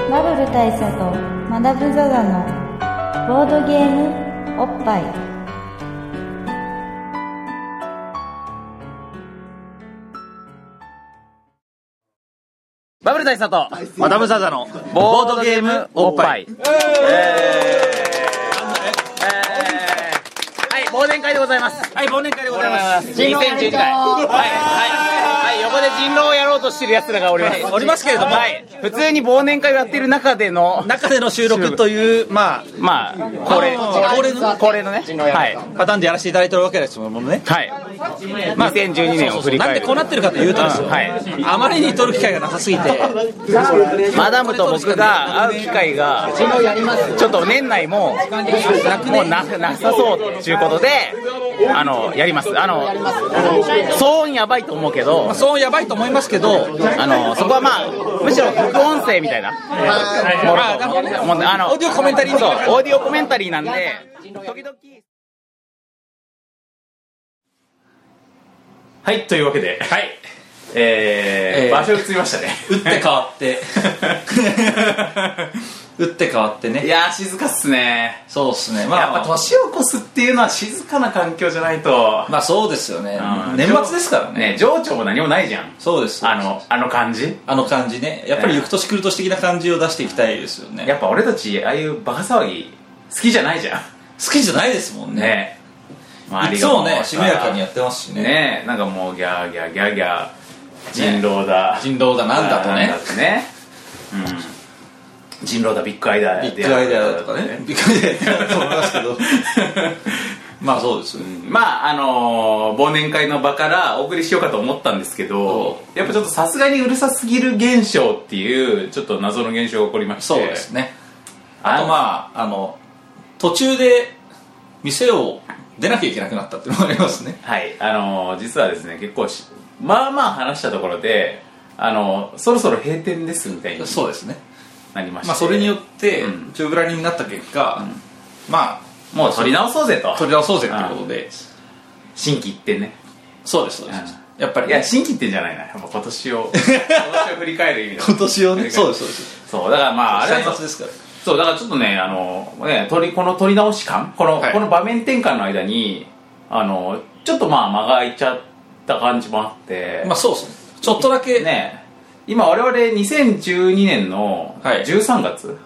大佐とマダム・ザ・ザのボードゲームおっぱいバブル大佐とマダムザザのボードゲームおっぱい。えーえーはい、忘年会でございます。はい、忘年会でございます。2011回。はい、はい、はい、横で人狼をやろうとしてる奴らがおります。おりますけれども、はい、普通に忘年会をやってる中での、中での収録という、まあ、まあ、恒例、恒例のね恒例のね、はい、パターンでやらせていただいてるわけですもんね。はい、まあ、2012年を振りなん返でるこう。なってるかというとですよ、はいあまりに撮る機会がなさすぎて、マダムと僕が会う機会が、ちょっと年内も、もうななさそうということで、あの、やります。あの、騒音やばいと思うけど、そうやばいと思いますけど、あの、そこはまあ、むしろ副音声みたいな。ものもうあの、オーディオコメンタリーそう、オーディオコメンタリーなんで、時々、はい、というわけで、はい、えーえー場所移りましたね。打って変わって、 打って変わっていね、やー、静かっすね。そうっすね、やまっぱあ、年を越すっていうのは静かな環境じゃないと、まあそうですよねう、ん年末ですからね、ね、情緒も何もないじゃん。そうです、あの、あの感じ。あの感じね、やっぱり行く年来る年的な感じを出していきたいですよやね、っぱ俺たち、ああいうバカ騒ぎ、好きじゃないじゃ好きじゃないですもんん。ね、ね。周いりつがもうね、さしめやかにやってますしね、ねなんかもうギャーギャーギャーギャー、人狼だ。人狼だなんだとねな。んだとね。うん。人狼だ、ビッグアイだ。ビッグアイデアとかね。 ビッグアイデアだと思いますけど まあそうですよまああのー忘年会の場からお送りしようかと思ったんですけどやっぱちょっとさすがにうるさすぎる現象っていうちょっと謎の現象が起こりましてそうですねああとまああの途中で店を出なきゃいけなくなったっていうのもありますねはいあのー実はですね結構しまあまあ話したところであのーそろそろ閉店ですみたいにそうですねなりまして、まあそれによってうん宙ぶらりんになった結果、まもう取り直そうぜとあ取り直そうぜってことで新規一点ねそうですそうですやっぱりいねや新規一点じゃないなやっぱ今年 を今年を振り返る意味だ今年をね そうですそうですそうだからまああれ3は月ですからそう、だからちょっとね、あの、ね、取り、この取り直し感この、はいこの場面転換の間に、あの、ちょっとまあ間が空いちゃった感じもあって、まあそうですねちょっとだけ、ね、今我々2012年のはい13月、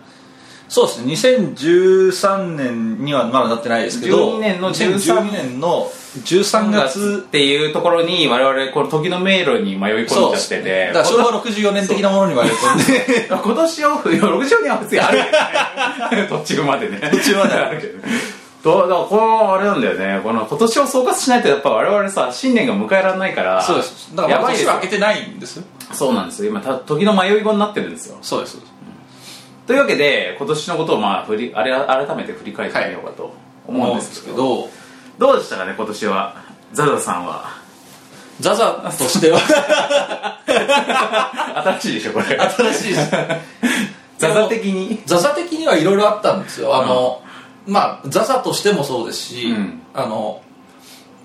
そうですね2013年にはまだなってないですけど12年の13 2012年の13 3月月っていうところに我々この時の迷路に迷い込んじゃってて、だから昭和64年的なものに割れて んで今年を不要6畳には別にあるけ どね途中までね途中まであるけどねどうだからこのあれなんだよねこの今年を総括しないとやっぱ我々さ新年が迎えられないからそうですだからやまばだいで年すは明けてないんですよそうなんですよ今た時の迷い子になってるんですよそうですそうですというわけで今年のことをまあ振りあれ改めて振り返ってみようかと思思ううんんでですすけけど,、どどうでしたかね今年はザザさん はザザとしては新しいでしょこれ新しいですザザ的に ザザ的にはいろいろあったんですよあの、まあザザとしてもそうですし、うんあの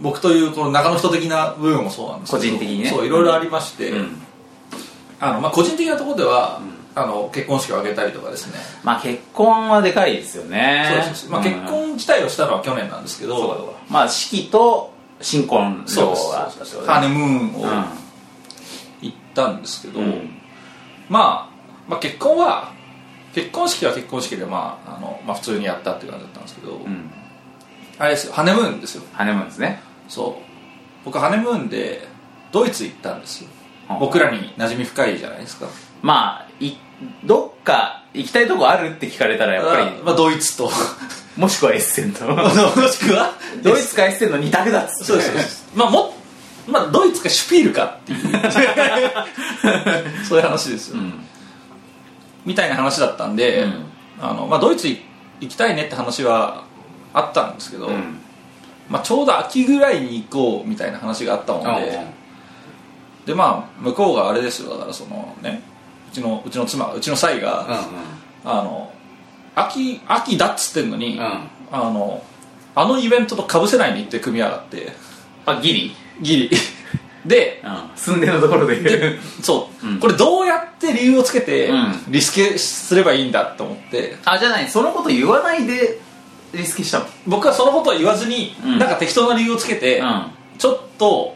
僕というこの中の人的な部分もそうなんですけど個人的にねそういろいろありまして、うんあのまあ、個人的なところでは、あの結婚式を挙げたりとかですね、まあ結婚はでかいですよねそうです、まあ、結うん婚自体をしたのは去年なんですけど、そうかそうかまあ式と新婚そう情ですがそうですハーネムーンうをん行ったんですけど、うんまあ、まあ結婚は結婚式は結婚式で、まああのまあ、普通にやったっていう感じだったんですけど、うんあれですよハネムーンですよハネムーンですねそう僕ハネムーンでドイツ行ったんですようん僕らに馴染み深いじゃないですかまあいどっか行きたいとこあるって聞かれたらやっぱありまあ、ドイツともしくはエッセンとあのもしくはドイツかエッセンの2択だっつってそうですそうです まあもまあドイツかシュピールかっていうそういう話ですよ、んみたいな話だったんで、うんあのまあ、ドイツ行きたいねって話はあったんですけど、うんまあ、ちょうど秋ぐらいに行こうみたいな話があったもんで、でまあ向こうがあれですよだからそのねうちのうちの妻うちの妻が、あの秋秋だっつってんのに、うんあのあのイベントとかぶせないにって組み上がってあギリギリで寸んでのところででそう、うんこれどうやっって理由をつけてうんリスケすればいいんだと思ってあじゃないそのこと言わないでリスケしたの僕はそのことを言わずに、うんなんか適当な理由をつけて、ちょっと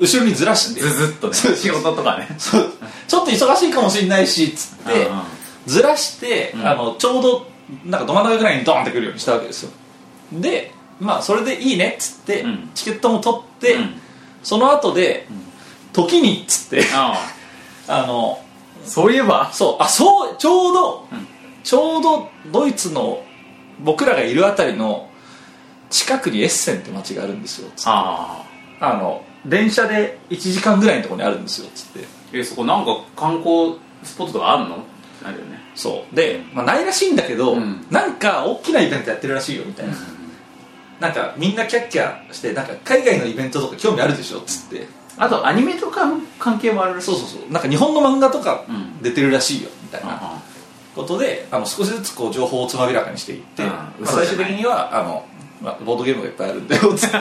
後ろにずらしてずずっとね仕事とかねそうちょっと忙しいかもしれないしつってうんうんずらして、うんあのちょうどなんかど真ん中ぐらいにドーンってくるようにしたわけですよでまあそれでいいねっつって、うんチケットも取って、うんその後で、時にっつってああのあそういえばそうあそうちょうど、うんちょうどドイツの僕らがいるあたりの近くにエッセンって町があるんですよつってあああの電車で1時間ぐらいのところにあるんですよつってえそこなんか観光スポットとかあんのなるよねそうで、まあ、ないらしいんだけど、うんなんか大きなイベントやってるらしいよみたいな、なんかみんなキャッキャしてなんか海外のイベントとか興味あるでしょっつってあとアニメとかの関係もあるらしいそうそうそうなんか日本の漫画とかうん出てるらしいよみたいなあことで、あの少しずつこう情報をつまびらかにしていって、うんまあ嘘じゃな最い終的にはあの、まあ、ボードゲームがいっぱいあるんだよっつって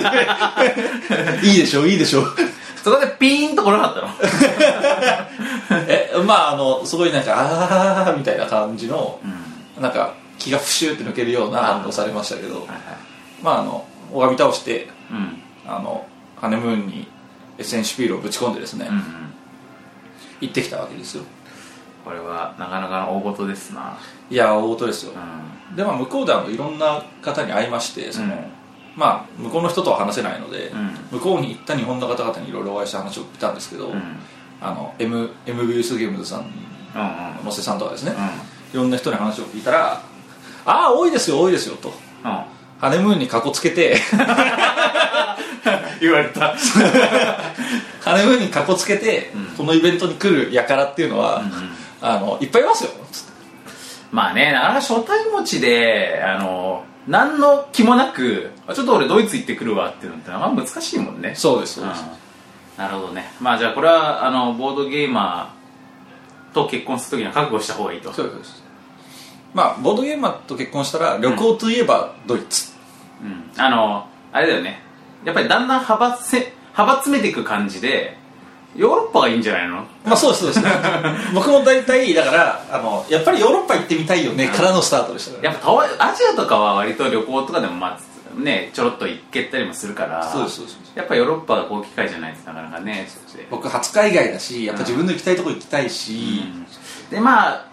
いいでしょいいでしょあそこでピーンと来なか ったのえまああのすごいなんかああみたいな感じのうんなんか気がプシューって抜けるような反応されましたけはいど、はいまああの拝み倒してうんあのハネムーンにエッセンシュピールをぶち込んでですね、うんうん行ってきたわけですよこれはなかなかの大事ですないや大事ですよう、んでまあ向こうであのいろんな方に会いましてその、うんまあ向こうの人とは話せないので、うん向こうに行った日本の方々にいろいろお会いして話を聞いたんですけど、うんうんあの M MBS ゲームズさうんん野瀬さんとかですね、うんいろんな人に話を聞いたら「ああ多いですよ多いですよ」うとん ハネムーンにかこつけて言われ たハネムーンにかこつけて、うんこのイベントに来る輩っていうのは、うんうんあのいっぱいいますよつってまあね、なかなか初対持ちで、あの、何の気もなく、あちょっと俺ドイツ行ってくるわっていうのって、まあ難しいもんね。そうですうそうです、んなるほどね。まあじゃあこれは、あの、ボードゲーマーと結婚するときには覚悟した方がいいと。そうですまあボードゲーマーと結婚したら旅行といえばドイツ、うん。あの、あれだよね。やっぱりだんだん幅せ、幅詰めていく感じで、ヨーロッパがいいんじゃないのまあそうですそうです 僕も大体だからあのやっぱりヨーロッパ行ってみたいよねからのスタートでしたからやっぱ東アジアとかは割と旅行とかでもまあ、ね、ちょろっと行けたりもするから、そうですそうですそうですやっぱヨーロッパがこう機会じゃないとなかなかね、そして僕初海外だしやっぱ自分の行きたいとこ行きたいし、でまあ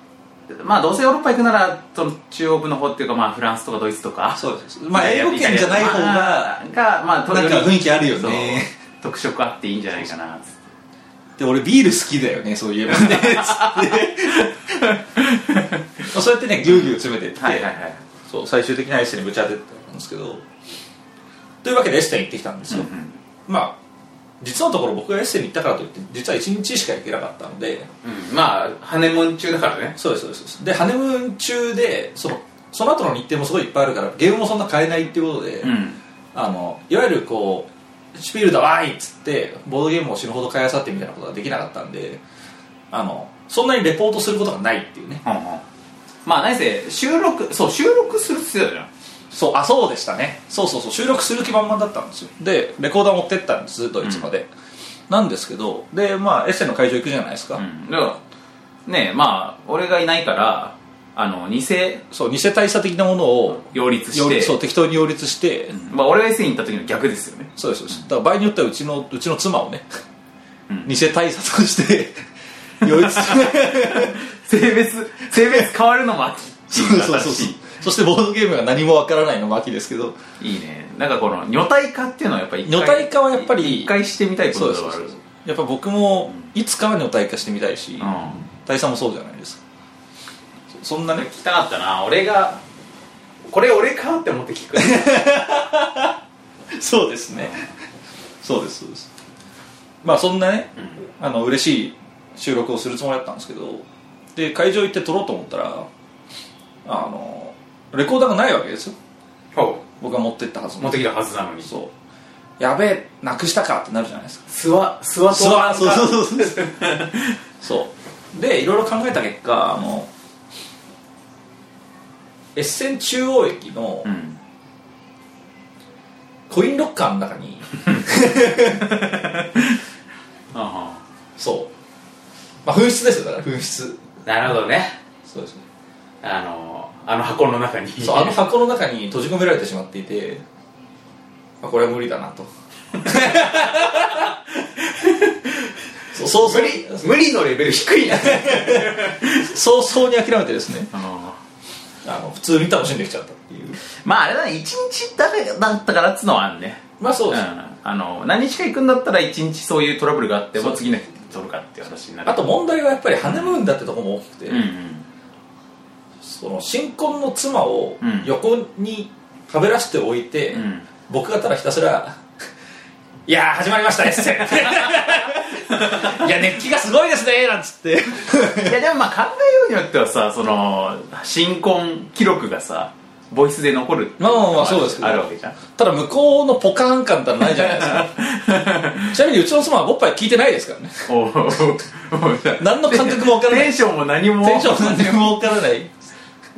まあどうせヨーロッパ行くならその中国の方っていうかまあフランスとかドイツとかそうですまあ英語圏じゃない方がががまあとなんか雰囲気あるよねそう特色あっていいんじゃないかなつってで俺ビール好きだよねそういえばねつ ってそうやってねぎゅうぎゅう詰めてって、はいはいはいそう最終的にアイスにぶち当ててたんですけどというわけでエステン行ってきたんですよ、まあ実のところ僕がエッセンに行ったからといって実は1日しか行けなかったのでうんまあハネムーン中だからねそうですそうですそうですでハネムーン中でそのその後の日程もすごいいっぱいあるからゲームもそんな変えないっていうことで、うんあのいわゆるこうシュピールだわーいっつってボードゲームを死ぬほど買いあさってみたいなことができなかったんであのそんなにレポートすることがないっていうねほんほんまあ何せ収録そう収録するっつってたじゃんそうあそうでしたねそうそうそう収録する気満々だったんですよでレコーダー持ってったんですドイツまで、なんですけどでまあエッセンの会場行くじゃないですか、うんだからねまあ俺がいないからあの偽そう偽大差的なものを擁立し擁て立そう適当に擁立して、まあ俺が S に行った時の逆ですよねそうですそうですだから場合によってはうちのうちの妻をね、うん偽大差として 擁立して 性別性別変わるのも秋そうそうそうそうそしてボードゲームが何もわからないのも秋ですけどいいねなんかこの女体化っていうのはやっぱり一回女体化はやっぱり一回してみたいこそうとですではあそうるですやっぱ僕もいつかは女体化してみたいし、う大佐もそうじゃないですかそそんなんね聞きたかったな俺がこれ俺かって思って聞く そうですねそうですそうですまあそんなね、あの嬉しい収録をするつもりだったんですけどで会場行って撮ろうと思ったらあのレコーダーがないわけですよほ僕が持ってったはずうの持ってきたはずなのにそうやべえなくしたかってなるじゃないですか諏訪諏訪そう島そうそうそうそうそうでいろいろ考えた結果あのエッセン中央駅のうんコインロッカーの中 に、あそうまあ紛失ですよだから紛失なるほどねそうですねあのあの箱の中にそうあの箱の中に閉じ込められてしまっていて、あ、これは無理だなと そうそうそう無理のレベル低いな早々に諦めてですね あのあの普通に楽しんできちゃったっていうまああれだね一日だけだったからっつのはあんねまあそうです、ん、あの何日か行くんだったら一日そういうトラブルがあってもそう次の日取るかっていう話になるあと問題はやっぱりハネムーンだってとこも多くて、うんうんその新婚の妻をうん横にはべらしておいて、うん僕がただひたすら「いやー始まりましたね」っつって「いや熱気がすごいですね」なんつっていやでもまあ考えようによってはさその新婚記録がさボイスで残るっていのまあまあまあがそうですけどあるわけじゃんただ向こうのポカーン感たらないじゃないですかちなみにうちの妻はおっぱい聞いてないですからね おうおう何の感覚もわからないテンションも何もテンションなんてもわからない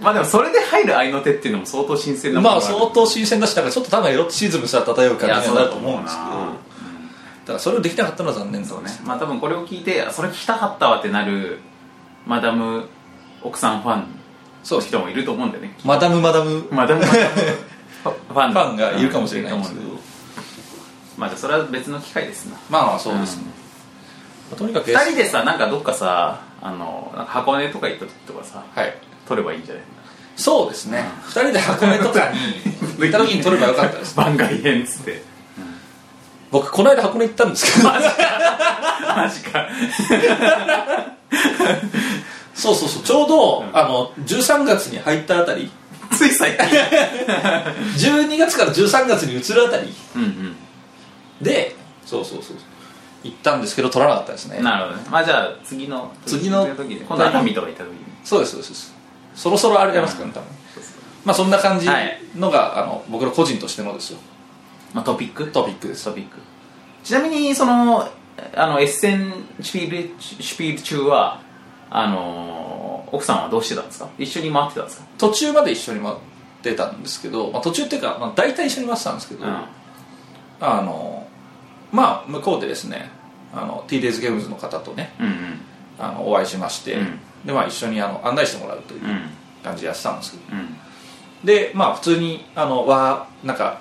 まあでもそれで入る愛の手っていうのも相当新鮮なものまあがる相当新鮮だしだからちょっと多分エロチズムさ漂う感じにはなると思うんですけどいやそうだと思うなだからそれをできなかったのは残念そうでねすまあ多分これを聞いてあそれ聞きたかったわってなるマダム奥さんファンそうの人もいると思うんだよねマダムマダムフマダム ファンァンがいるかもしれないんですけうどんまあじゃあそれは別の機会ですなまあまあそうですね、とにかく2人でさなんかどっかさあのなんか箱根とか行った時とかさはい撮ればいいんじゃないそうですね2人で箱根とかに行った時に撮ればよかったです番外編っつって 僕この間箱根行ったんですけどマジかそうそうそうちょうど、あの13月に入ったあたりつい最近12月から13月に移るあたりうんでそうそうそう行ったんですけど撮らなかったですうねんなるほどねまあじゃあ次の次の時で今度熱海とか行った時にそうですそうですそうですそろそろあれやりますからね多分まあそんな感じはいのが、あの僕の個人としてのですよまあ、トピックトピックですトピックちなみにそのあのエッセンシュピールシュピール中はあの奥さんはどうしてたんですか一緒に回ってたんですか途中まで一緒に回ってたんですけど、まあ、途中っていうか、まあ、大体一緒に回ってたんですけど、あのまあ向こうでですねあの TDays ゲームズの方とねうんうんあのお会いしまして、うんでまあ一緒にあの案内してもらうといううんうん感じでやってたんですけうどんでまあ普通にあのわあなんか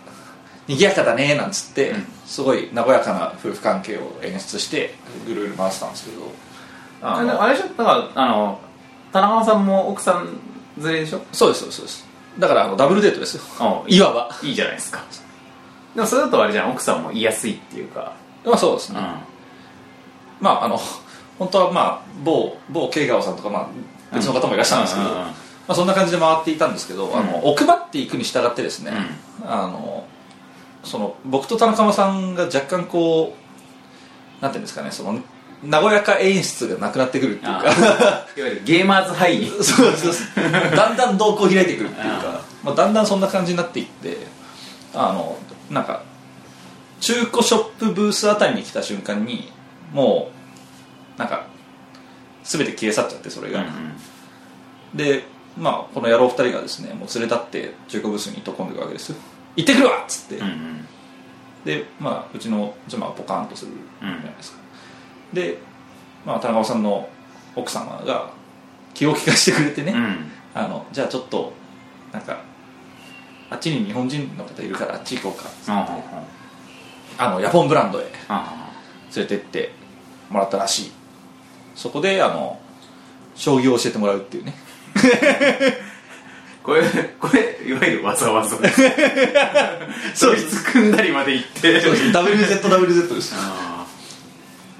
賑やかだねなんつって、うんすごい和やかな夫婦関係を演出してぐるぐる回ってたんですけどああのれでしょだからあの田中さんも奥さん連れでしょそうですそうですそうですだからあのダブルデートですよあいわばいいじゃないですかでもそれだとあれじゃん奥さんも言いやすいっていうかまあそうですね、んまああの本当はまあ某某慶川さんとかまあ別の方もいらっしゃるんですけど、うんうんうんまあ、そんな感じで回っていたんですけど、あの奥まっていくに従ってですね、あのその僕と田中さんが若干こうなんていうんですかねその和やか演出がなくなってくるっていうあかーいわゆるゲーマーズハイそうそうそうだんだん瞳孔開いてくるっていうか、まあ、だんだんそんな感じになっていってあのなんか中古ショップブースあたりに来た瞬間にもうなんか全て消え去っちゃってそれうんうが、んでまあこの野郎二人がですねもう連れ立って中古ブースに飛び込んでいくわけですよ行ってくるわっつって、うんうんでまあうちの妻はポカーンとするじゃないですか、で、まあ、田中さんの奥様が気を利かしてくれてね、うんあのじゃあちょっとなんかあっちに日本人の方いるからあっち行こうかうんあのヤフォンブランドへあ連れてってもらったらしいそこであの将棋を教えてもらうっていうねーこれこれいわゆるわざわざそう組んだりまで行ってそうです WZWZ ですあ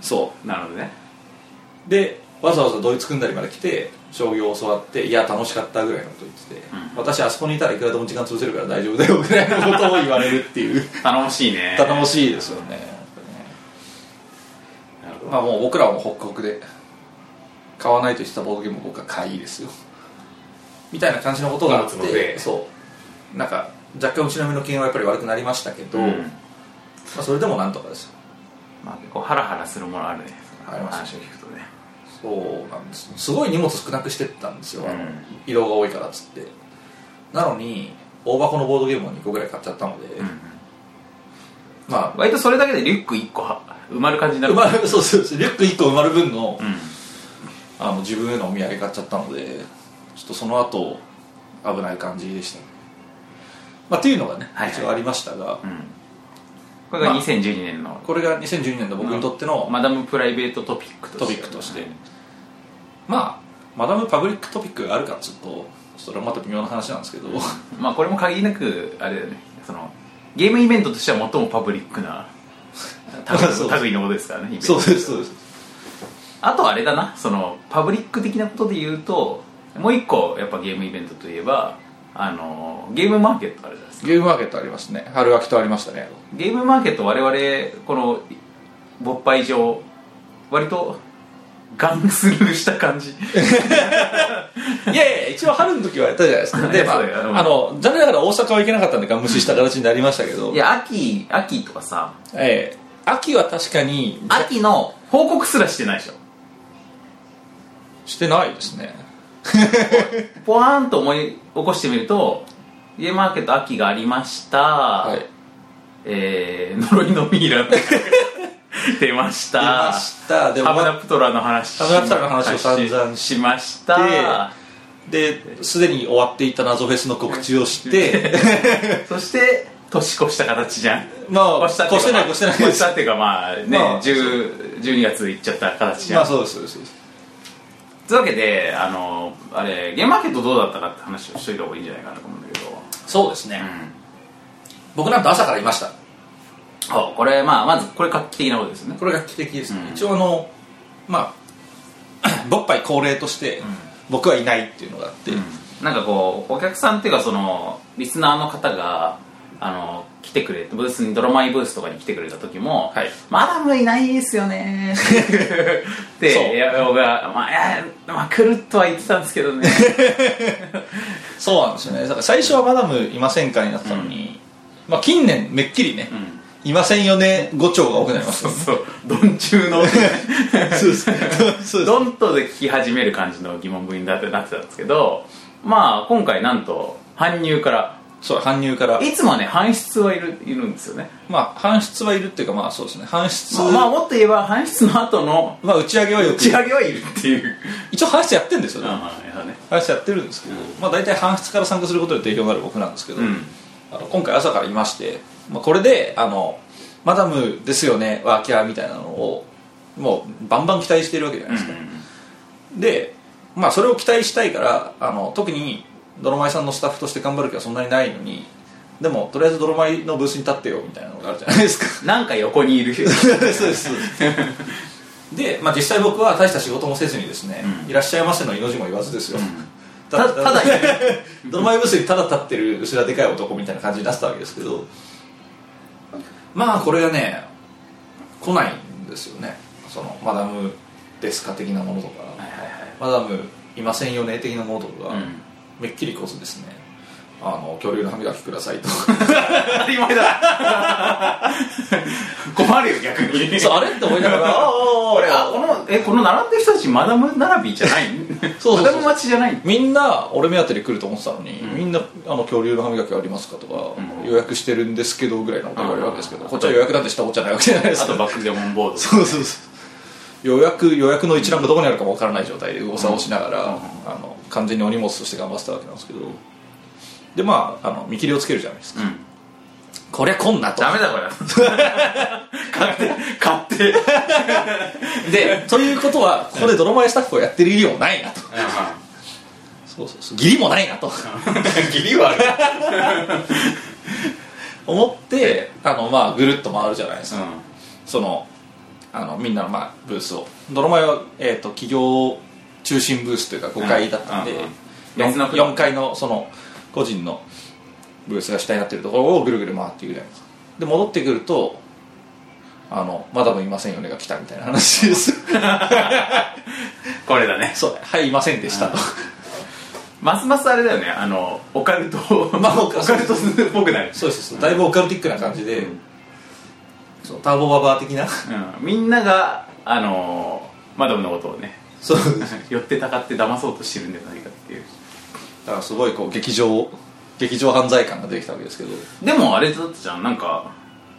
そーなるほどねうでわざわざドイツ組んだりまで来て将棋を教わっていや楽しかったぐらいのこと言ってて、うん私あそこにいたらいくらでも時間潰せるから大丈夫だよぐらいのことを言われるっていう頼もしいね頼もしいですよねやっぱりなねるほどまあもう僕らはもうホクホクで買わないとしたボードゲームを僕は買いですよみたいな感じのことがあっ荷物も増えてそうなんか若干うちの身の機嫌はやっぱり悪くなりましたけど、うまんあ、それでもなんとかですよまあ結構ハラハラするものあるねあります話を聞くとねそうなんですすごい荷物少なくしてったんですよ、あうのん移動が多いからっつってなのに大箱のボードゲームを2個ぐらい買っちゃったので、うんまあ割とそれだけでリュック1個は埋まる感じになる埋まるそうそうそうリュック1個埋まる分のうんあの自分へのお土産買っちゃったのでちょっとその後危ない感じでしたね、まあ、っていうのがね、はいはい一応ありましたが、これがまあ2012年のこれが2012年の僕にとっての、マダムプライベートトピックとしてトピックとして、まあマダムパブリックトピックがあるかちょっとそれはまた微妙な話なんですけどまあこれも限りなくあれだよねそのゲームイベントとしては最もパブリックな そう類のことですからねイベント そうですそうですあとあれだなそのパブリック的なことで言うともう一個やっぱゲームイベントといえばあのゲームマーケットあるじゃないですかゲームマーケットありますね春秋とありましたねゲームマーケット我々この勃発上割とガンスルーした感じいやいや一応春の時はやったじゃないですかい で、やまそうよあ、あの残念ながら大阪は行けなかったんでが無視した形になりましたけどいや秋秋とかさええ秋は確かに秋の報告すらしてないでしょしてないですねポワーンと思い起こしてみるとゲームマーケット秋がありました、はいえー、呪いのミイラ 出ました出ましたでハムまナプトラの話ハムナプトラの話を散々ししましたですでに終わっていた謎フェスの告知をして そして年越した形じゃんまあ越したっていうか越してない越してない越したっていうかまあね、まあ10 12月いっちゃった形じゃまん、あそうですそうですそうですというわけであのあれゲームマーケットどうだったかって話をしといた方がいいんじゃないかなと思うんだけどそうですね、僕なんと朝からいましたそうこれまあまずこれ画期的なことですよねこれが画期的ですね、うん一応あのまあ 勃発恒例として僕はいないっていうのがあって、なんかこうお客さんっていうかそのリスナーの方があの来てくれてブースにドラマイブースとかに来てくれた時も「はいマダムいないですよ ね」ってそういや僕は、まあいやまあ、来るとは言ってたんですけどねそうなんですよねだから最初はマダムいませんかになってたのに、まあ近年めっきりね、いませんよね5丁が多くなりましたそうそうドン中の そうですそうですドンとで聞き始める感じの疑問文になってなってたんですけどまあ今回なんと搬入からそう搬入からいつもはね搬出はいるいるんですよねまあ搬出はいるっていうかまあそうですね搬出まあ、まあもっと言えば搬出の後のまあ打ち上げはよ打くち上げはいるっていう一応搬出やってるんですよね、ああやだね搬出やってるんですけど、まあ大体搬出から参加することで定評がある僕なんですけど、うんあの今回朝からいまして、まあ、これであの「マダムですよねワーキャー」みたいなのをもうバンバン期待してるわけじゃないですか、で、まあ、それを期待したいからあの特にドロマイさんのスタッフとして頑張る気はそんなにないのにでもとりあえずドロマイのブースに立ってよみたいなのがあるじゃないですかなんか横にいる人 そうですそうですで、まあ、実際僕は大した仕事もせずにですね、いらっしゃいませの命も言わずですよ、 ただたただいるドロマイブースにただ立ってる後ろでかい男みたいな感じになってたわけですけどまあこれがね来ないんですよねそのマダムですか的なものとか、マダムいませんよね的なものとかが、うんめっきりこそですねあの恐竜の歯磨きくださいと 当たり前だ 困るよ逆に そうあれって思いなが らああこれあこのえこの並んでる人たちマダム並びじゃないそうそうそうマダム待ちじゃないみんな俺目当てで来ると思ってたのに、みんなあの恐竜の歯磨きありますかとか、予約してるんですけどぐらいのこと言われるわけですけど、うんこっちは予約なんてしたおっちゃないわけじゃないですあかとバックデモンボードそうそうそう予約予約の一覧がどこにあるかもわからない状態で誤差をしながら、あの完全にお荷物として頑張ってたわけなんですけどでまああの見切りをつけるじゃないですか、うんこりゃこんなとダメだこれ買って買ってでということはここで泥前スタッフをやってる意義もないなとそうそうそう義理もないなとギリはある思ってあの、まあ、ぐるっと回るじゃないですうか、んそのあのみんなの、まあ、ブースを泥前は、えー、と企業中心ブースというか5階だったんで、うんうんうん四別の4階のその個人のブースが主体になってるところをぐるぐる回っていくじゃないですかで戻ってくるとあのマダムいませんよねが来たみたいな話です これだねそうはいいませんでしたとますますあれだよねあのオカルトまあオオカルトカルトっぽくなるそうですそうですだいぶオカルティックな感じで、そうターボババア的なうんみんながあのマダムのことをねそうです寄ってたかって騙そうとしてるんじゃないかっていうだからすごいこう劇場劇場犯罪感が出てきたわけですけどでもあれだったじゃんなんか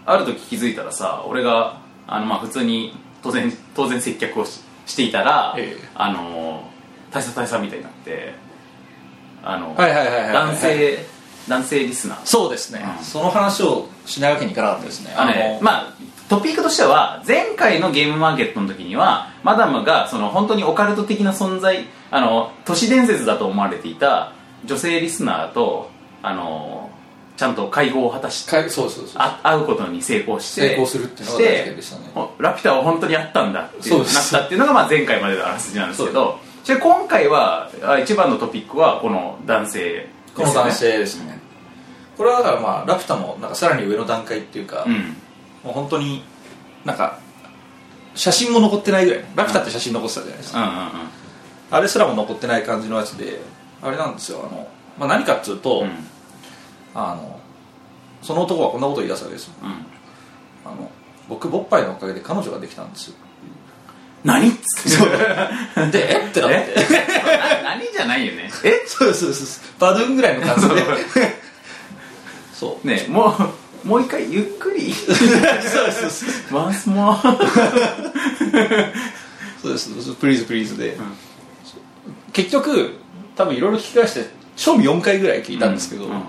ある時気づいたらさ俺があのまあ普通に当然当然接客をししていたら、ええあの大佐大佐みたいになってあの、はいはいはいはいはい男性男性リスナーそうですね、うんその話をしないわけにいかなかったですねあのねままあトピックとしては前回のゲームマーケットの時にはマダムがその本当にオカルト的な存在あの都市伝説だと思われていた女性リスナーとあのちゃんと会合を果たしてかそうそうそうあ会うことに成功して成功するっていうのが大事でしたねしておラピュタは本当にあったんだっていそううでなっすたっていうのがまあ前回までのあらすじなんですけどじゃあ今回はあ一番のトピックはこの男性ですよねこの男性ですねこれはだからまあラピュタもなんかさらに上の段階っていうか、うんもう本当になんか写真も残ってないぐらいラピュタって写真残ってたじゃないですか、うんうんうんあれすらも残ってない感じのやつであれなんですよあの、まあ、何かっつうと、うんあのその男はこんなこと言い出すわけですようんあの僕ボッパイのおかげで彼女ができたんですよ何っつってでえってなって え 何じゃないよねえそうそうそうそうバドゥンぐらいの感 じでそうねもうもう一回ゆっくりそうそうそうワンスモアそうですそうですプリーズプリーズで、そう結局多分いろいろ聞き返して賞味4回ぐらい聞いたんですけど、うんうん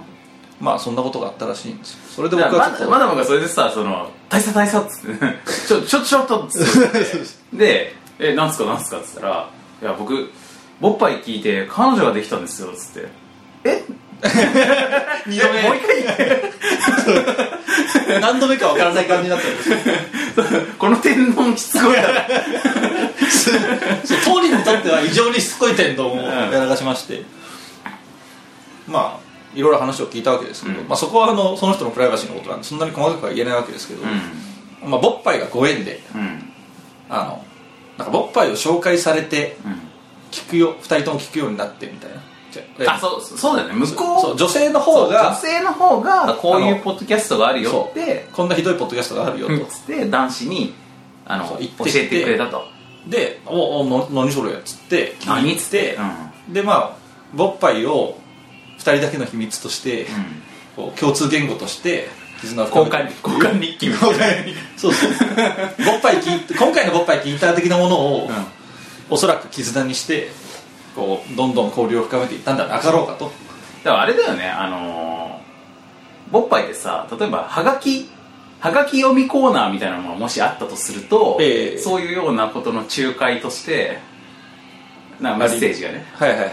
まあそんなことがあったらしいんですよそれでだ僕からはまだちょっと、まだ僕はそれでさその「大佐大佐」っつって「ちょちょちょっと」っつってで「えなんすかなんすか」っつったら「いや僕ボッパイ聞いて彼女ができたんですよ」っつって「 え二えもう一回回 何度目かわからない感じになったんですよこの天丼しつこいな そう当人にとっては異常にしつこい天丼をやらかしまして、まあいろいろ話を聞いたわけですけど、うんまあ、そこはあのその人のプライバシーのことなんでそんなに細かくは言えないわけですけど、まあ、ボッパイがご縁でうんうんあのなんかボッパイを紹介されて聞くよ2人とも聞くようになってみたいなじゃうんあそうそうだよね向こうそう女性のそ方う女が性の方がこうあいのうポッドキャストがあるよそっうてこんなひどいポッドキャストがあるよと、つって男子にあのそう言って教きてえてくれたとで「おおの何それ」っつって聞い何ってつってうんでまあボッパイを2人だけの秘密として、こう共通言語として絆を深交めて換交換日記みたい交換そう そうボッパイ聞いて今回のボッパイ聞いた的なものを、なうんおそらく絆にしてこうどんどん交流を深めていったんだなかろうかとだからあれだよねあのー、ボッパイでさ例えばはがきはがき読みコーナーみたいなのがもしあったとすると、ええそういうようなことの仲介としてなんかメッセージがねはいはいはい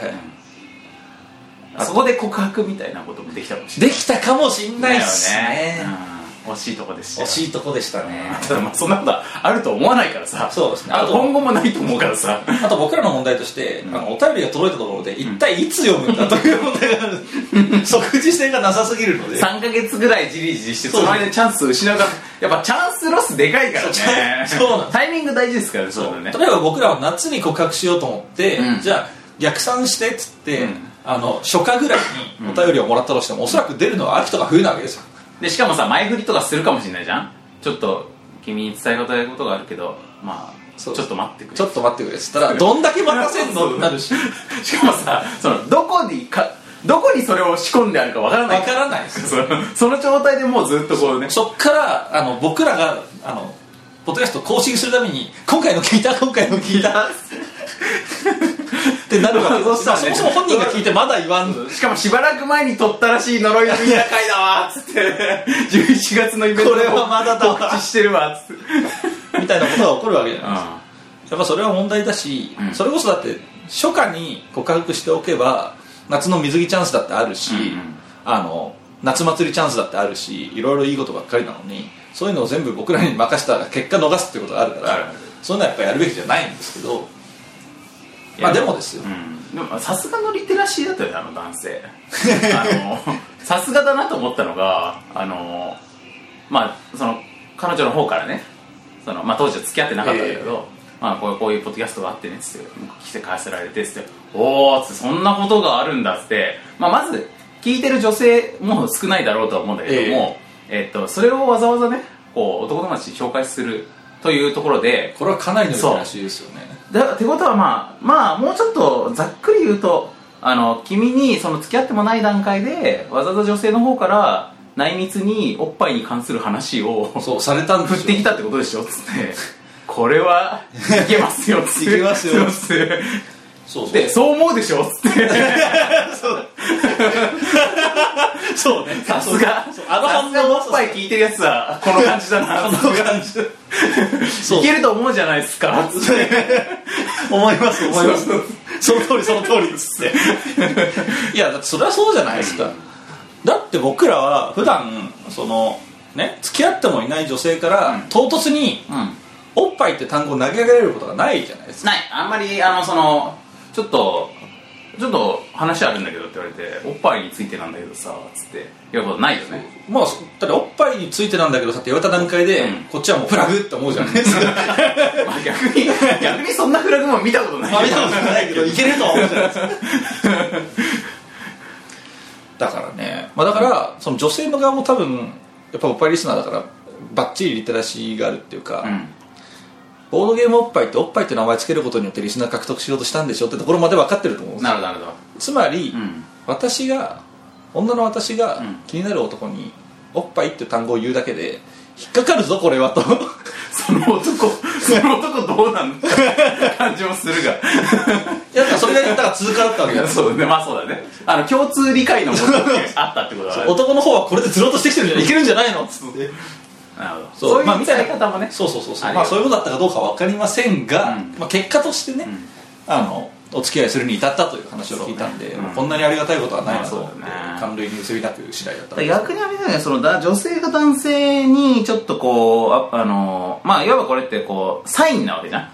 そこで告白みたいなこともできたかもしれできたかもしんなないいっすねうん惜しいとこでした惜よしいとこでしたねただまあそんなことはあると思わないからさそうですねああとと今後もないと思うから さあと僕らの問題として、んあのお便りが届いたところで一体いつ読むんだという問題がある 即時性がなさすぎるので3か月ぐらいじりじりしてそそうの間にチャンス失うからやっぱチャンスロスでかいからねそうそうなのタイミング大事ですからねそうだね例えば僕らは夏に告白しようと思って、うんじゃあ逆算してっつって、うんあの初夏ぐらいにお便りをもらったとしても、おそらく出るのは秋とか冬なわけですよでしかもさ前振りとかするかもしれないじゃんちょっと君に伝えたいことがあるけどまあちそょうっと待ってくれちょっと待ってくれっつったらどんだけ待たせんのってなるし しかもさそのどこにかどこにそれを仕込んであるかわからない わからないですそのその状態でもうずっとこうねそっからあの僕らがあのポッドキャストを更新するために今回の聞いた今回の聞いたってなるわけで そうすしたらねまあそもそも本人が聞いてまだ言わんこしかもしばらく前に撮ったらしい呪いの夜会だわっつって 11月のイベントでれはまだだわ告知してるわっつ ってみたいなことが起こるわけじゃないですかあやっぱそれは問題だし、うんそれこそだって初夏に告白しておけば夏の水着チャンスだってあるし、うんうんあの夏祭りチャンスだってあるしいろいろいいことばっかりなのにそういうのを全部僕らに任せたら結果逃すってことがあるからあるあるそういうのはやっぱやるべきじゃないんですけどまあでもですよ、うんでもさすがのリテラシーだったよねあの男性あのさすがだなと思ったのがあのまあその彼女の方からねその、まあ、当時は付き合ってなかったんだけど、まあ、こうこういうポッドキャストがあってねっつって来て返せられてっつっておおっつってそんなことがあるんだっつって、まあ、まず聞いてる女性も少ないだろうとは思うんだけども、えっとそれをわざわざねこう男友達に紹介するというところでこれはかなりの話ですよねだってことはまあまあもうちょっとざっくり言うとあの君にその付き合ってもない段階でわざわざ女性の方から内密におっぱいに関する話をそうされたんで振っすてよきたってことでしょつってここれはいけますよっつっていけますよっつってそうそうでそう思うでしょっつってそうねさすがそうあの反応さすがおっぱい聞いてるやつはこの感じだなあの感じそういけると思うじゃないですかつって思います思いますその通りその通りっつっていやだってそれはそうじゃないですか、だって僕らは普段そのね付き合ってもいない女性から、唐突にうん「おっぱい」って単語を投げられることがないじゃないですかないあんまりあのそのちょっとちょっと話あるんだけどって言われておっぱいについてなんだけどさつって言うことないよねまあだっておっぱいについてなんだけどさって言われた段階で、うんこっちはもうプラグって思うじゃないですかまあ逆に逆にそんなフラグも見たことないまあ見たことないけどいけるとは思うじゃないですかだからね、まあ、だからその女性の側も多分やっぱおっぱいリスナーだからバッチリリテラシーがあるっていうか、うんボードゲームおっぱいっておっぱいって名前つけることによってリスナー獲得しようとしたんでしょってところまで分かってると思うんですなよるほどなるほどつまり、うん私が女の私がん気になる男に「おっぱい」っていう単語を言うだけで引っかかるぞこれはとその男その男どうなんだって感じもする が いやだからそれが言ったら通過だったわけいやですそうねまあそうだねあの共通理解のもとってあったってことは 男の方はこれで釣ろうとしてきてるんじゃないいけるんじゃないのっつってなるほどそうそういまあうみた使いいな方もねそうそうそうそあう、りがまあ、とうそういうことだったかどうか分かりませんが、うんまあ、結果としてね、んあのお付き合いするに至ったという話を聞いたんで、そうねうんもうこんなにありがたいことはないなと思って、まあそうだね感類に移りなく次第だったんですけど逆にあれだよねそのだ女性が男性にちょっとこうああのまあいわばこれってこうサインなわけじゃん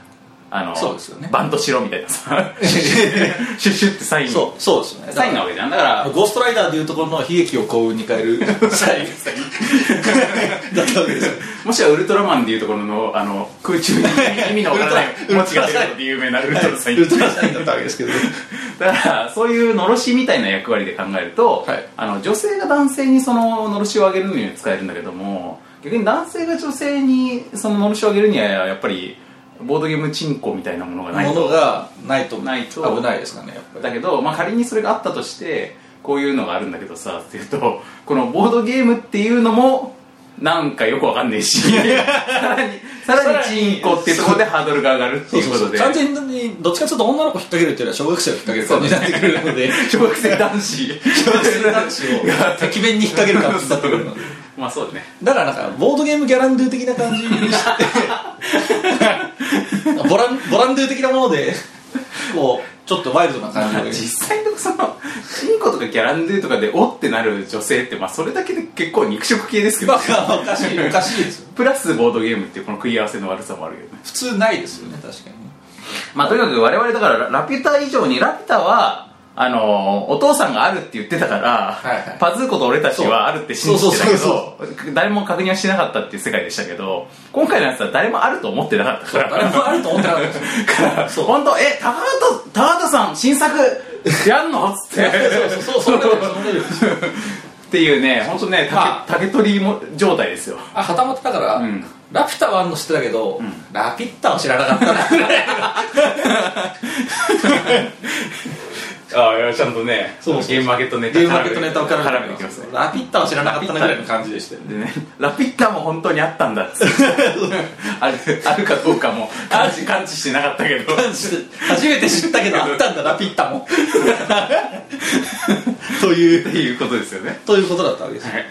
あのそうですよねバントしろみたいな さシュッシュッシュッってサインそうそうですよねだかサインならわけじゃんだからあのゴーストライダーでいうところの悲劇を幸運に変えるサ インだったわけですよもしはウルトラマンでいうところのあの空 中に意味のわからないウルトラ文字が出ることで有名なウルトラサインウルトラサインだったわけですけどだからそういうのろしみたいな役割で考えると、はいあの女性が男性にそののろしをあげるのには使えるんだけども逆に男性が女性にそののろしをあげるにはやっぱりボードゲームチンコみたいなものがないものとがないとないと危ないですかねやっぱだけりど、まあ、仮にそれがあったとしてこういうのがあるんだけどさっていうとこのボードゲームっていうのもなんかよくわかんねえしさらにさらにチンコっていうところでハードルが上がるってそういうそうこそとうで完全にどっちかというと女の子引っ掛けるっていうよりは小学生を引っ掛ける感じになってくるので小学生男子小学生男子 を敵弁に引っ掛ける感じになってくるので まあそうだねだからなんかボードゲームギャランドゥ的な感じにして ボランボランドゥ的なものでこうちょっとワイルドな感じで実際のそのチンコとかギャランドゥとかでおってなる女性ってまあそれだけで結構肉食系ですけど、まあおかしいおかしいですよプラスボードゲームっていうこの食い合わせの悪さもあるけどね普通ないですよね確かにまあとにかく我々だからララピュタ以上にラピュタはあのーお父さんがあるって言ってたから、はいはいパズーコと俺たちはあるって信じてたけそうど誰も確認はしてなかったっていう世界でしたけど今回のやつは誰もあると思ってなかったから誰もあると思ってなかったですから 本当え高畑高畑さん新作やんの?」っつってそうそうそうそうそうそうっていうね本当ね竹,、まあ竹取りも状態ですよあはたまただから、うんラピュタはあんの知ってたけど、ラピュタは知らなか ったなああちゃんとねそうそうそうゲームマーケットネタゲームマーケットネタを絡絡めめててききまますすねねラピュタは知らなかったなぐらいの感じでしたよねでねラピッタも本当にあったんだっつって あるあるかどうかも感 知感知してなかったけど 初めて知ったけどあったんだラピュタもというっていうことですよねということだったわけですよ、はい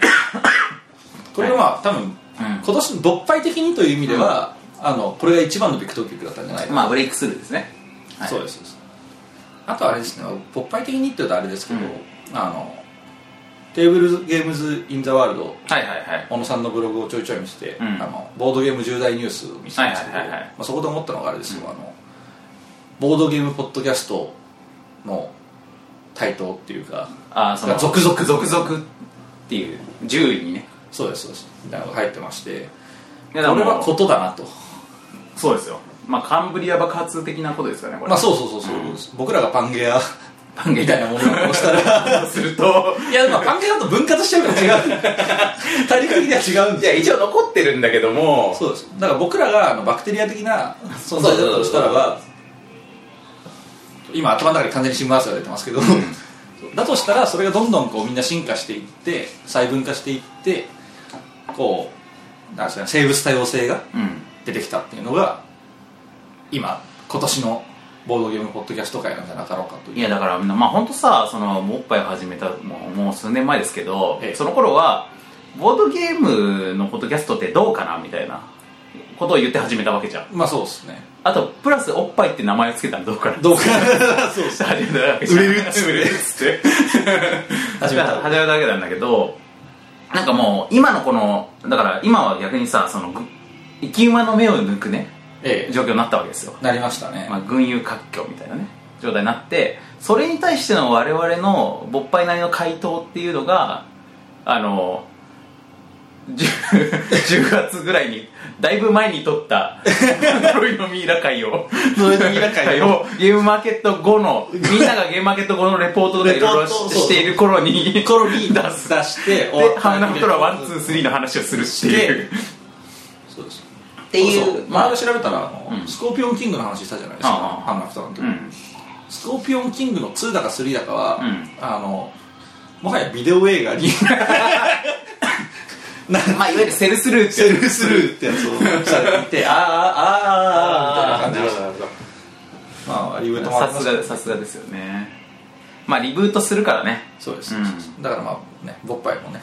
これがまあ多分、今年の勃発的にという意味では、あのこれが一番のビッグトピックだったんじゃないかな、まあブレイクスルーですね、はいそうですそうですあとあれですね勃発的にって言うとあれですけど、うんあのテーブルゲームズ・イン・ザ・ワールドはいはいはい小野さんのブログをちょいちょい見せて、うんあのボードゲーム重大ニュースを見せてましたけど、はいはいはいはいまあ、そこで思ったのがあれですよ、あのボードゲームポッドキャストの台頭っていうかああその続々続々っていう10位にねそうですそうですみたいなのが入ってましていこやれだからもうはことだなとそうですよまあカンブリア爆発的なことですかねこれまあそうそうそうそう、僕らがパンゲアパンゲみたいなものだとしたらすると いやまあパンゲアだと分割してるから違う 大陸的には違 うんいやで一応残ってるんだけどもそうですだから僕らがあのバクテリア的な存在だとしたらば今頭の中で完全に新聞朝が出てますけど、だとしたらそれがどんどんこうみんな進化していって細分化していってこうなんですかね生物多様性がうん出てきたっていうのが今今年のボードゲームポッドキャスト会なんじゃなかろうかといういやだからみんなまあ本当さそのもうおっぱいを始めたもうもう数年前ですけど、ええその頃はボードゲームのポッドキャストってどうかなみたいなことを言って始めたわけじゃんまあそうですねあとプラスおっぱいって名前をつけたのどうかなどうかそうですして始めたわけじゃん売れるっつって売れるっつ って 始始めめたた 始めたわけなんだけどなんかもう今のこのだから今は逆にさそのぐ生き馬の目を抜くねええ状況になったわけですよなりましたね、まあ、群雄割拠みたいなね状態になってそれに対しての我々の勃発なりの回答っていうのがあの 10, 10月ぐらいにだいぶ前に撮った「呪いのミイラ会を」呪いのミイラ会をゲームマーケット後のみんながゲームマーケット後のレポートとかいろいろレポートしそうそうしている頃にコロニー出出すす出してで「ハムナフトラワンツースリーの話をするっていうそうですってそうそうまあ前を調べたらあの、うんスコーピオンキングの話したじゃないですかああハンナフトラの時、うんスコーピオンキングの2だか3だかは、うんあのもはやビデオ映画になまあいわゆるセルスルーってセルフスルーってやつをされていてああああああみたいな感じでしたまあリブートもさありますすけどがさすがですよねまあリブートするからねそうです、うんそうですだからまあね勃発もね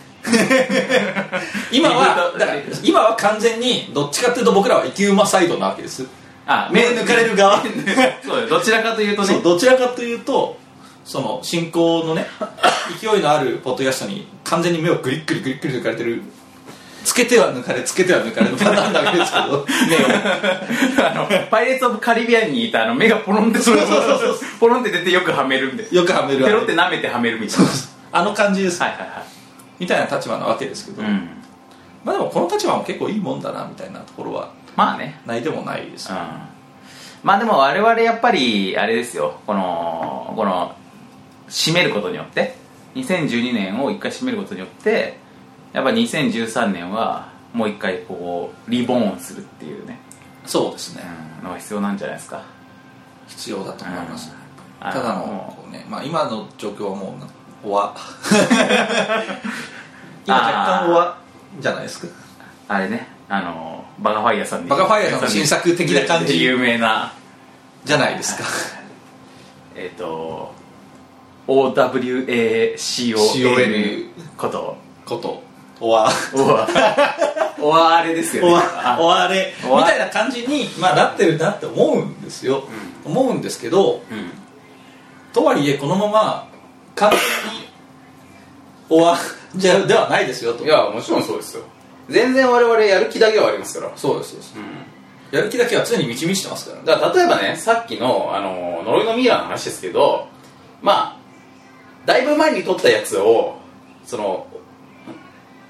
今はリブートだから今は完全にどっちかっていうと僕らは生き馬サイドなわけですあ目抜かれる側 そうだよどちらかというとそうねどちらかというとその信仰のね勢いのあるポッドキャストに完全に目をグリッグリグリッグリ抜かれてるつけては抜かれつけては抜かれのパターンだけです けど目 をあのパイレーツ・オブ・カリビアンにいたあの目がポロンってそうそうそうそ ポロンって出てよくはめるんでよくはめるペロって舐めてはめるみたいなあの感じです、はいはいはいみたいな立場なわけですけど、うんまあでもこの立場も結構いいもんだなみたいなところはまあねないでもないです、うんまあでも我々やっぱりあれですよこのこの締めることによって2012年を一回締めることによってやっぱ2013年はもう一回こうリボーンするっていうねそうですねうんのが必要なんじゃないですか必要だと思います、うんただあののこうね、まあ、今の状況はもうなお わ今若あー干おわじゃないですかあれねあのバカファイヤーさんでバカファイヤーさんの新作的な感でじ有名なじゃないですかえっ、と OWACON ことことおわおわおわあれですよ おねわあおわれみおわたいな感じに、まあ、なってるなって思うんですよ、思うんですけどうんとはいえこのまま完全におわじゃではないですよといやもちろんそうですよ全然我々やる気だけはありますからそうですそうです、やる気だけは常に満ち満ちてますからだから例えばねさっきの、あの呪いのミイラの話ですけどまあだいぶ前に撮ったやつをその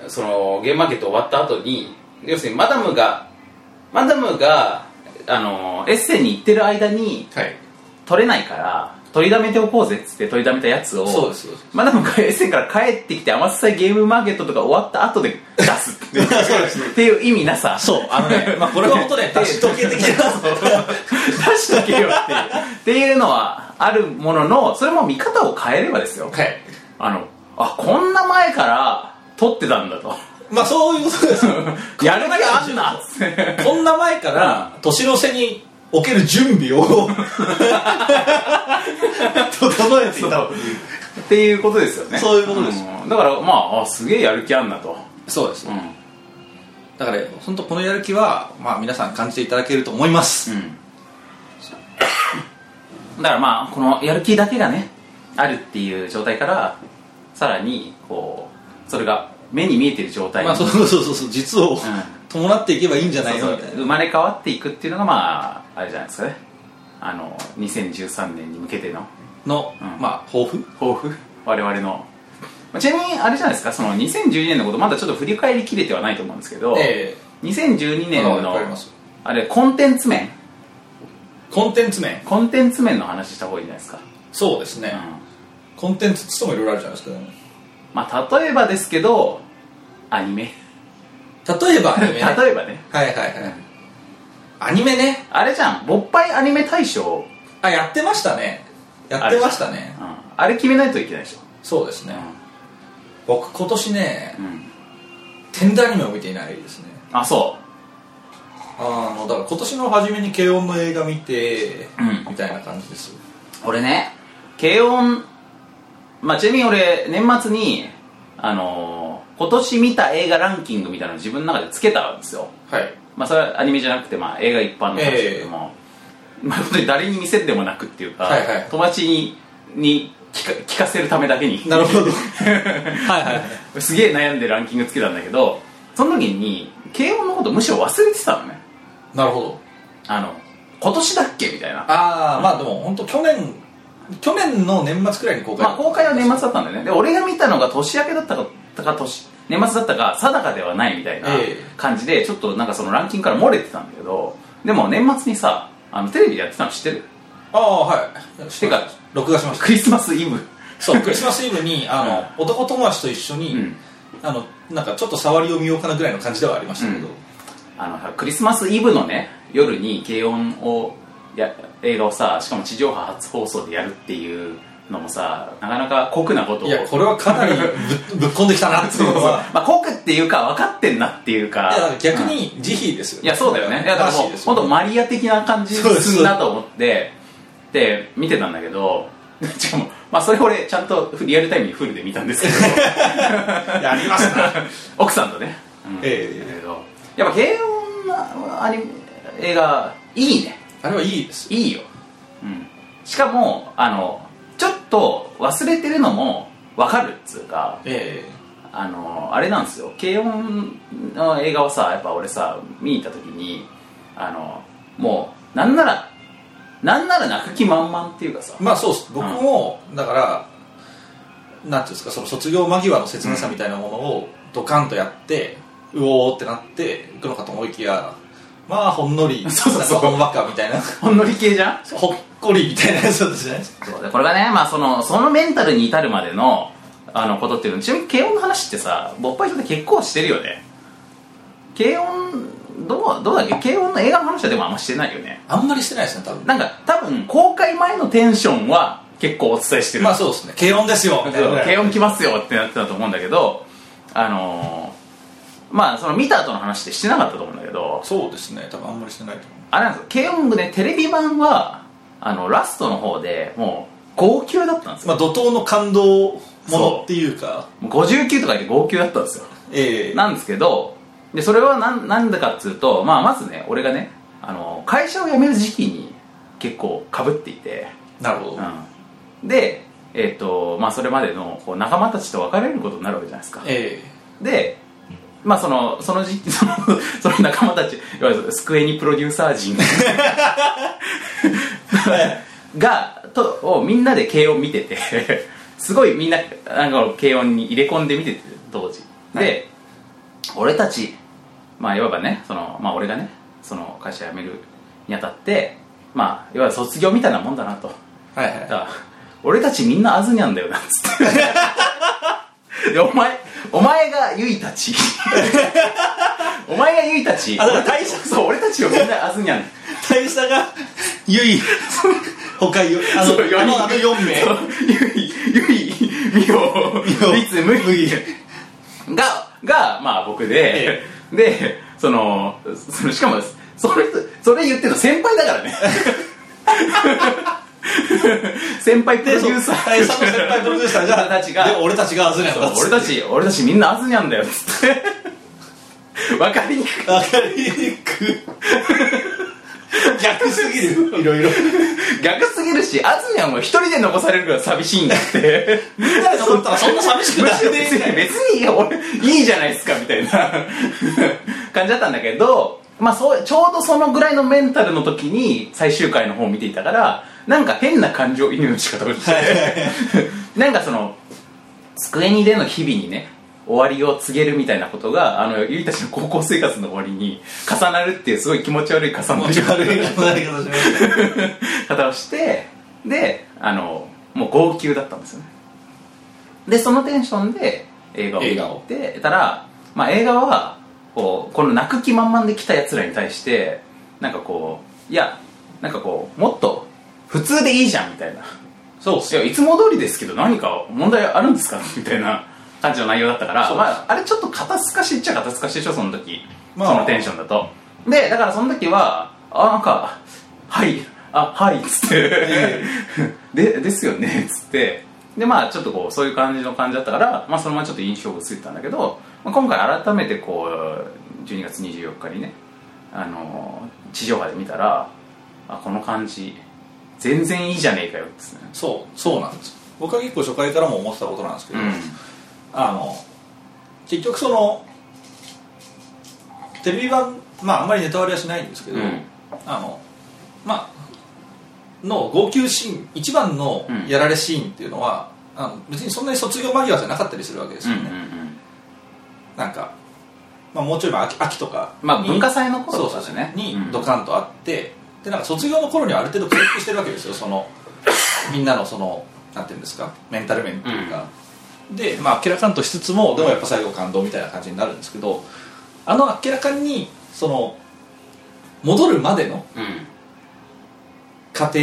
そのゲームマーケット終わった後に要するにマダムがマダムがあのエッセンに行ってる間にはい取れないから取りだめておこうぜっつって取りだめたやつをそうですそうですまあでもエッセンから帰ってきて天さいゲームマーケットとか終わった後で出すって いうっていう意味なさそうあの ね、まあ、これは本当ね足し時計的な 出しとけよっていうっていうのはあるもののそれも見方を変えればですよ はいあのあこんな前から撮ってたんだとまあそういうことですよ やるだけあんなっつってこんな前から年の瀬における準備を 整えていたっていうことですよねそういうことですんだからまああすげえやる気あんなと、そうですうんだから本当このやる気はまあ皆さん感じていただけると思います、うん、だからまあこのやる気だけがねあるっていう状態からさらにこうそれが目に見えてる状態に、まあそうそうそうそう実を伴っていけばいいんじゃなそいうそのうみたいな生まれ変わっていくっていうのがまああれじゃないですかねあの2013年に向けてのの、うんまあ抱負抱負我々のまあちなみにあれじゃないですかその2012年のことまだちょっと振り返りきれてはないと思うんですけど、え2012年あわのかりますあれコンテンツ面コンテンツ面コンテンツ面の話した方がいいんじゃないですか、そうですね、うんコンテンツっつってもいろいろあるじゃないですか、まあ、例えばですけどアニメ例えばアニメねは い例えばねはいはいアニメねあれじゃん勃発アニメ大賞あやってましたねやってましたねうんあれ決めないといけないでしょそうですね、僕今年ねうんテンダーアニメを見ていないですねあそあのだから今年の初めに軽音の映画見て、うんみたいな感じです俺ね軽音まあちなみに俺年末にあのー今年見た映画ランキングみたいなの自分の中でつけたんですよ はいまあそれはアニメじゃなくてまあ映画一般の話だけども、まあ本当に誰に見せてもなくっていうか、はいはい友達にに聞か聞かせるためだけになるほどはいはいすげえ悩んでランキングつけたんだけどその時に慶音のことむしろ忘れてたのねなるほどあの今年だっけみたいなああまあでも本当去年去年の年末くらいに公開、まあ、公開は年末だったんだよねで俺が見たのが年明けだったかだか年年末だったか定かではないみたいなええ感じで、ちょっとなんかそのランキングから漏れてたんだけどでも年末にさあのテレビでやってたの知ってるああはいてか録画しましたクリスマスイブそうクリスマスイブにあの、男友達と一緒に、うんあのなんかちょっと触りを見ようかなぐらいの感じではありましたけど、うんあのさクリスマスイブのね夜に軽音をや映画をさしかも地上波初放送でやるっていうのもさなかなか酷なことをいやこれはかなり ぶぶっこんできたなっていうのはまあ酷っていうか分かってんなっていうかいや逆うんに慈悲ですよいやそうだよねいやだからも悲しいうですほよんとマリア的な感じすそうでするなと思ってで見てたんだけど しかもまあそれ俺ちゃんとリアルタイムにフルで見たんですけど やりますな奥さんとね、うん ええだけどやっぱ軽音なアニメ映画いいねあれはいいですいいよ、うん、しかもあのちょっと忘れてるのも分かるっつうかえあのあれなんですよ軽音の映画をさやっぱ俺さ見に行った時にあのもうなんならなんなら泣く気満々っていうかさえまあそうです僕も、だからなんていうんですかその卒業間際の切なさみたいなものをドカンとやって、うおーってなっていくのかと思いきやまあほんのり そうそうそうなんかほんわかみたいなほんのり系じゃんほっこりみたいなやつだったじゃないですかそうでこれがね、まあ、そのそのメンタルに至るまでのあのことっていうのちなみに軽音の話ってさ勃発人って結構してるよね軽音どうどうだっけ軽音の映画の話はでもあんましてないよねあんまりしてないですね多分なんか多分公開前のテンションは結構お伝えしてるまあそうですね軽音ですよみたいな軽音来ますよってなってたと思うんだけどあのーまあその見た後の話ってしてなかったと思うんだけどそうですね多分あんまりしてないと思うあれなんですよ軽音部ねテレビ版はあのラストの方でもう号泣だったんですよまあ怒涛の感動ものっていうかもう59とかで号泣だったんですよええなんですけどでそれはなんなんでかっつうと、まあ、まずね俺がねあの会社を辞める時期に結構かぶっていてなるほど、うんでえっ、とまあそれまでのこう仲間たちと別れることになるわけじゃないですかえでまあそのその時 そのその仲間たちいわゆるスクエニプロデューサー陣 がとをみんなで軽音見ててすごいみんななんか軽音に入れ込んで見てて当時で、俺たちまあいわばねその、まあ、俺がねその会社辞めるにあたってまあいわゆる卒業みたいなもんだなとえはいはだいから俺たちみんなアズニャンだよなっつってでお前お前がユイたちお前がユイたちあだから大将そう俺たちをみんなアズニャン大佐がゆい他よあのそう四人あのあの4名そうユイユイミオオリツムギががまあ僕で、でそのそのしかもそれそれ言ってるの先輩だから ね先輩プでロそデうューサー大佐の先輩プロデューサー俺がたちがでも俺たちがアズレアンそだうっつ俺ってたち俺たちみんなアズニャンだよっつって 分かりにくいわかりにくい逆すぎるいろいろ逆すぎるしアズニャンは一人で残されるから寂しいんだってみんなで 残ったらそんな寂しくむなしろい別に 別にいいよ俺いいじゃないですかみたいな感じだったんだけど、まあ、そうちょうどそのぐらいのメンタルの時に最終回の方を見ていたからなんか変な感情移入の仕方をして なんかその机にでの日々にね終わりを告げるみたいなことがあのゆいたちの高校生活の終わりに重なるっていうすごい気持ち悪い重なり気持ち悪いことなり方しました方をしてであのもう号泣だったんですよねでそのテンションで映画を見映に画行をってたら、まあ、映画はこうこの泣く気満々で来たやつらに対してなんかこういやなんかこうもっと普通でいいじゃんみたいなそうっいやいつも通りですけど何か問題あるんですかみたいな感じの内容だったから、まあ、あれちょっと肩透かしっちゃ肩透かしでしょその時、まあそのテンションだとでだからその時はあなんか「はいあはい」っつって「 でですよね」っつってでまあちょっとこうそういう感じの感じだったから、まあ、そのままちょっと印象がついてたんだけど、まあ、今回改めてこう12月24日にねあの地上波で見たらあこの感じ全然いいじゃねえかよっつってねそうそうなんです僕は結構初回からも思ってたことなんですけど、あの結局そのテレビ版まああんまりネタ割りはしないんですけど、うんあのまあの号泣シーン一番のうんやられシーンっていうのは、あの別にそんなに卒業間際じゃなかったりするわけですうんようねん、うんなんか、まあ、もうちょい前秋秋とかにまあ文化祭の頃そうとかそでうそうねにうんドカンとあって、でなんか卒業の頃にはある程度回復してるわけですよそのみんなのそのなんていうんですかメンタル面っていうか、でまああっけらかんとしつつもでもやっぱ最後感動みたいな感じになるんですけどあのあっけらかんにその戻るまでのうん過程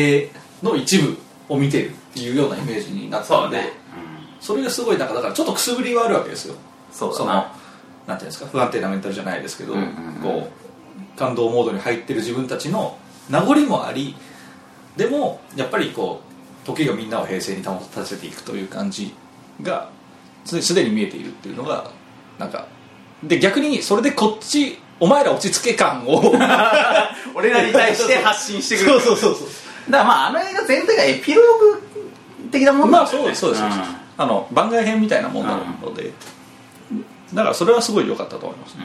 の一部を見てるっていうようなイメージになったのでそ,、れがすごいなんかだからちょっとくすぶりはあるわけですよそうだそのななんていうんですか不安定なメンタルじゃないですけど、うんうんうんこう感動モードに入ってる自分たちの名残もありでもやっぱりこう時がみんなを平成に保たせていくという感じがすすでに見えているっていうのがなんかで逆にそれでこっちお前ら落ち着け感 を俺らに対して発信してくれそるうそうそうそうだからまああの映画全体がエピローグ的なものまなあんだよそうねですそうです、んあの番外編みたいなもんなので、だからそれはすごい良かったと思います、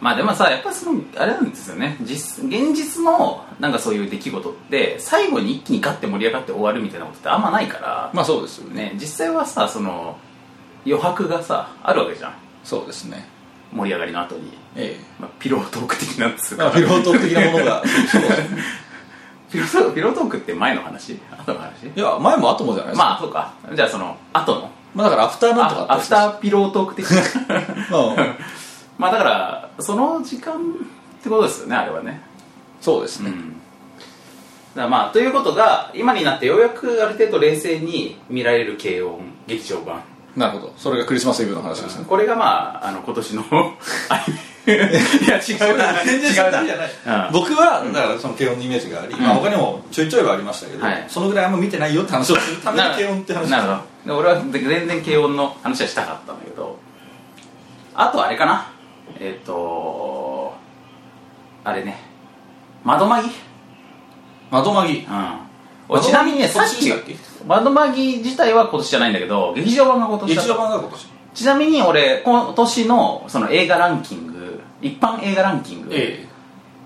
まあでもさやっぱそのあれなんですよね実現実のなんかそういう出来事って最後に一気にガッて盛り上がって終わるみたいなことってあんまないから、まあそうですよねね、実際はさその余白がさあるわけじゃんそうですね盛り上がりの後に、ええまあ、ピロートーク的なんつうまかあ、フィロートーク的なもの が ピロートピロートークって前の話後の話いや前も後もじゃないですか、まあまあそうかじゃあその後のだからアフターなんとかあアフターーピロートーク的な うんまあだからその時間ってことですよねあれはねそうですね、うんだからまあということが今になってようやくある程度冷静に見られる軽音劇場版なるほどそれがクリスマスイブの話ですね、これがまああの今年の アニメいや違うな違うなうん僕はだからその軽音のイメージがあり、まあ、他にもちょいちょいはありましたけど、はいそのぐらいあんま見てないよって話をするために軽音って話なるほどで俺はで全然軽音の話はしたかったんだけどあとあれかなえっ、とあれね窓マギ窓まぎうんちなみにねさ窓マっきギ今年でし窓マギ自体は今年じゃないんだけど劇場版が今年だ劇った場版が今年ちなみに俺今年のその映画ランキング一般映画ランキング、ええ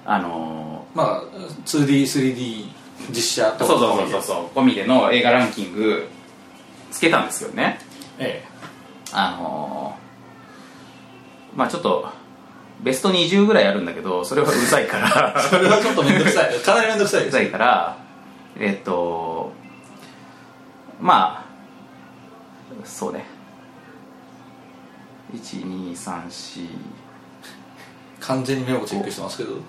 あのまあ 2D3D 実写ー、とそうそうそうそうそう込みでの映画ランキングつけたんですよねえあのー、まあちょっとベスト20ぐらいあるんだけどそれはうざいから えそれはちょっと面倒く さいかなり面倒くさいうですざいからえっとまあそうね1234完全に目をチェックしてますけど6 7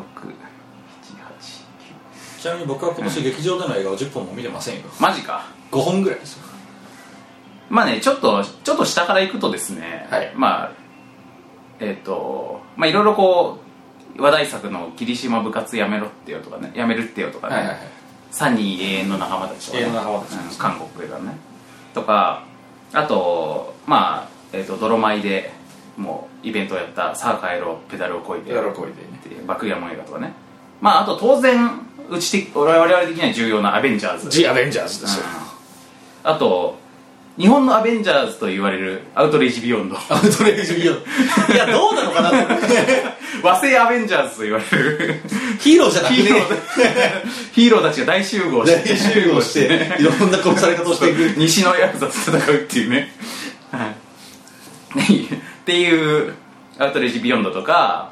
8 9ちなみに僕は今年劇場での映画を10本も見てませんよマジか5本ぐらいですよまあねちょっとちょっと下から行くとですね、はいまあえっ、とまあいろいろこう話題作の「霧島部活やめろってよ」とかね「やめるってよ」とかね、サニー永遠の仲間たちとか、ね、永遠の仲間たちうん韓国だねとかあとまあ、えっと泥舞でもうイベントをやった「さあ帰ろうペダルをこいで」ペダルをこいでねっていうバックヤモン映画とかねまああと当然うち的我々的には重要な「アベンジャーズ」ジ・アベンジャーズですようんあと日本のアベンジャーズと言われるアウトレイジビヨンドアウトレイジ・ビヨンドいやどうなのかなと思って 和製アベンジャーズと言われるヒーローじ ゃなくてヒーローヒーローたちが大集合して大集合していろんな殺され方をしていく西のヤクザと戦うっていうねはいっていうアウトレイジビヨンドとか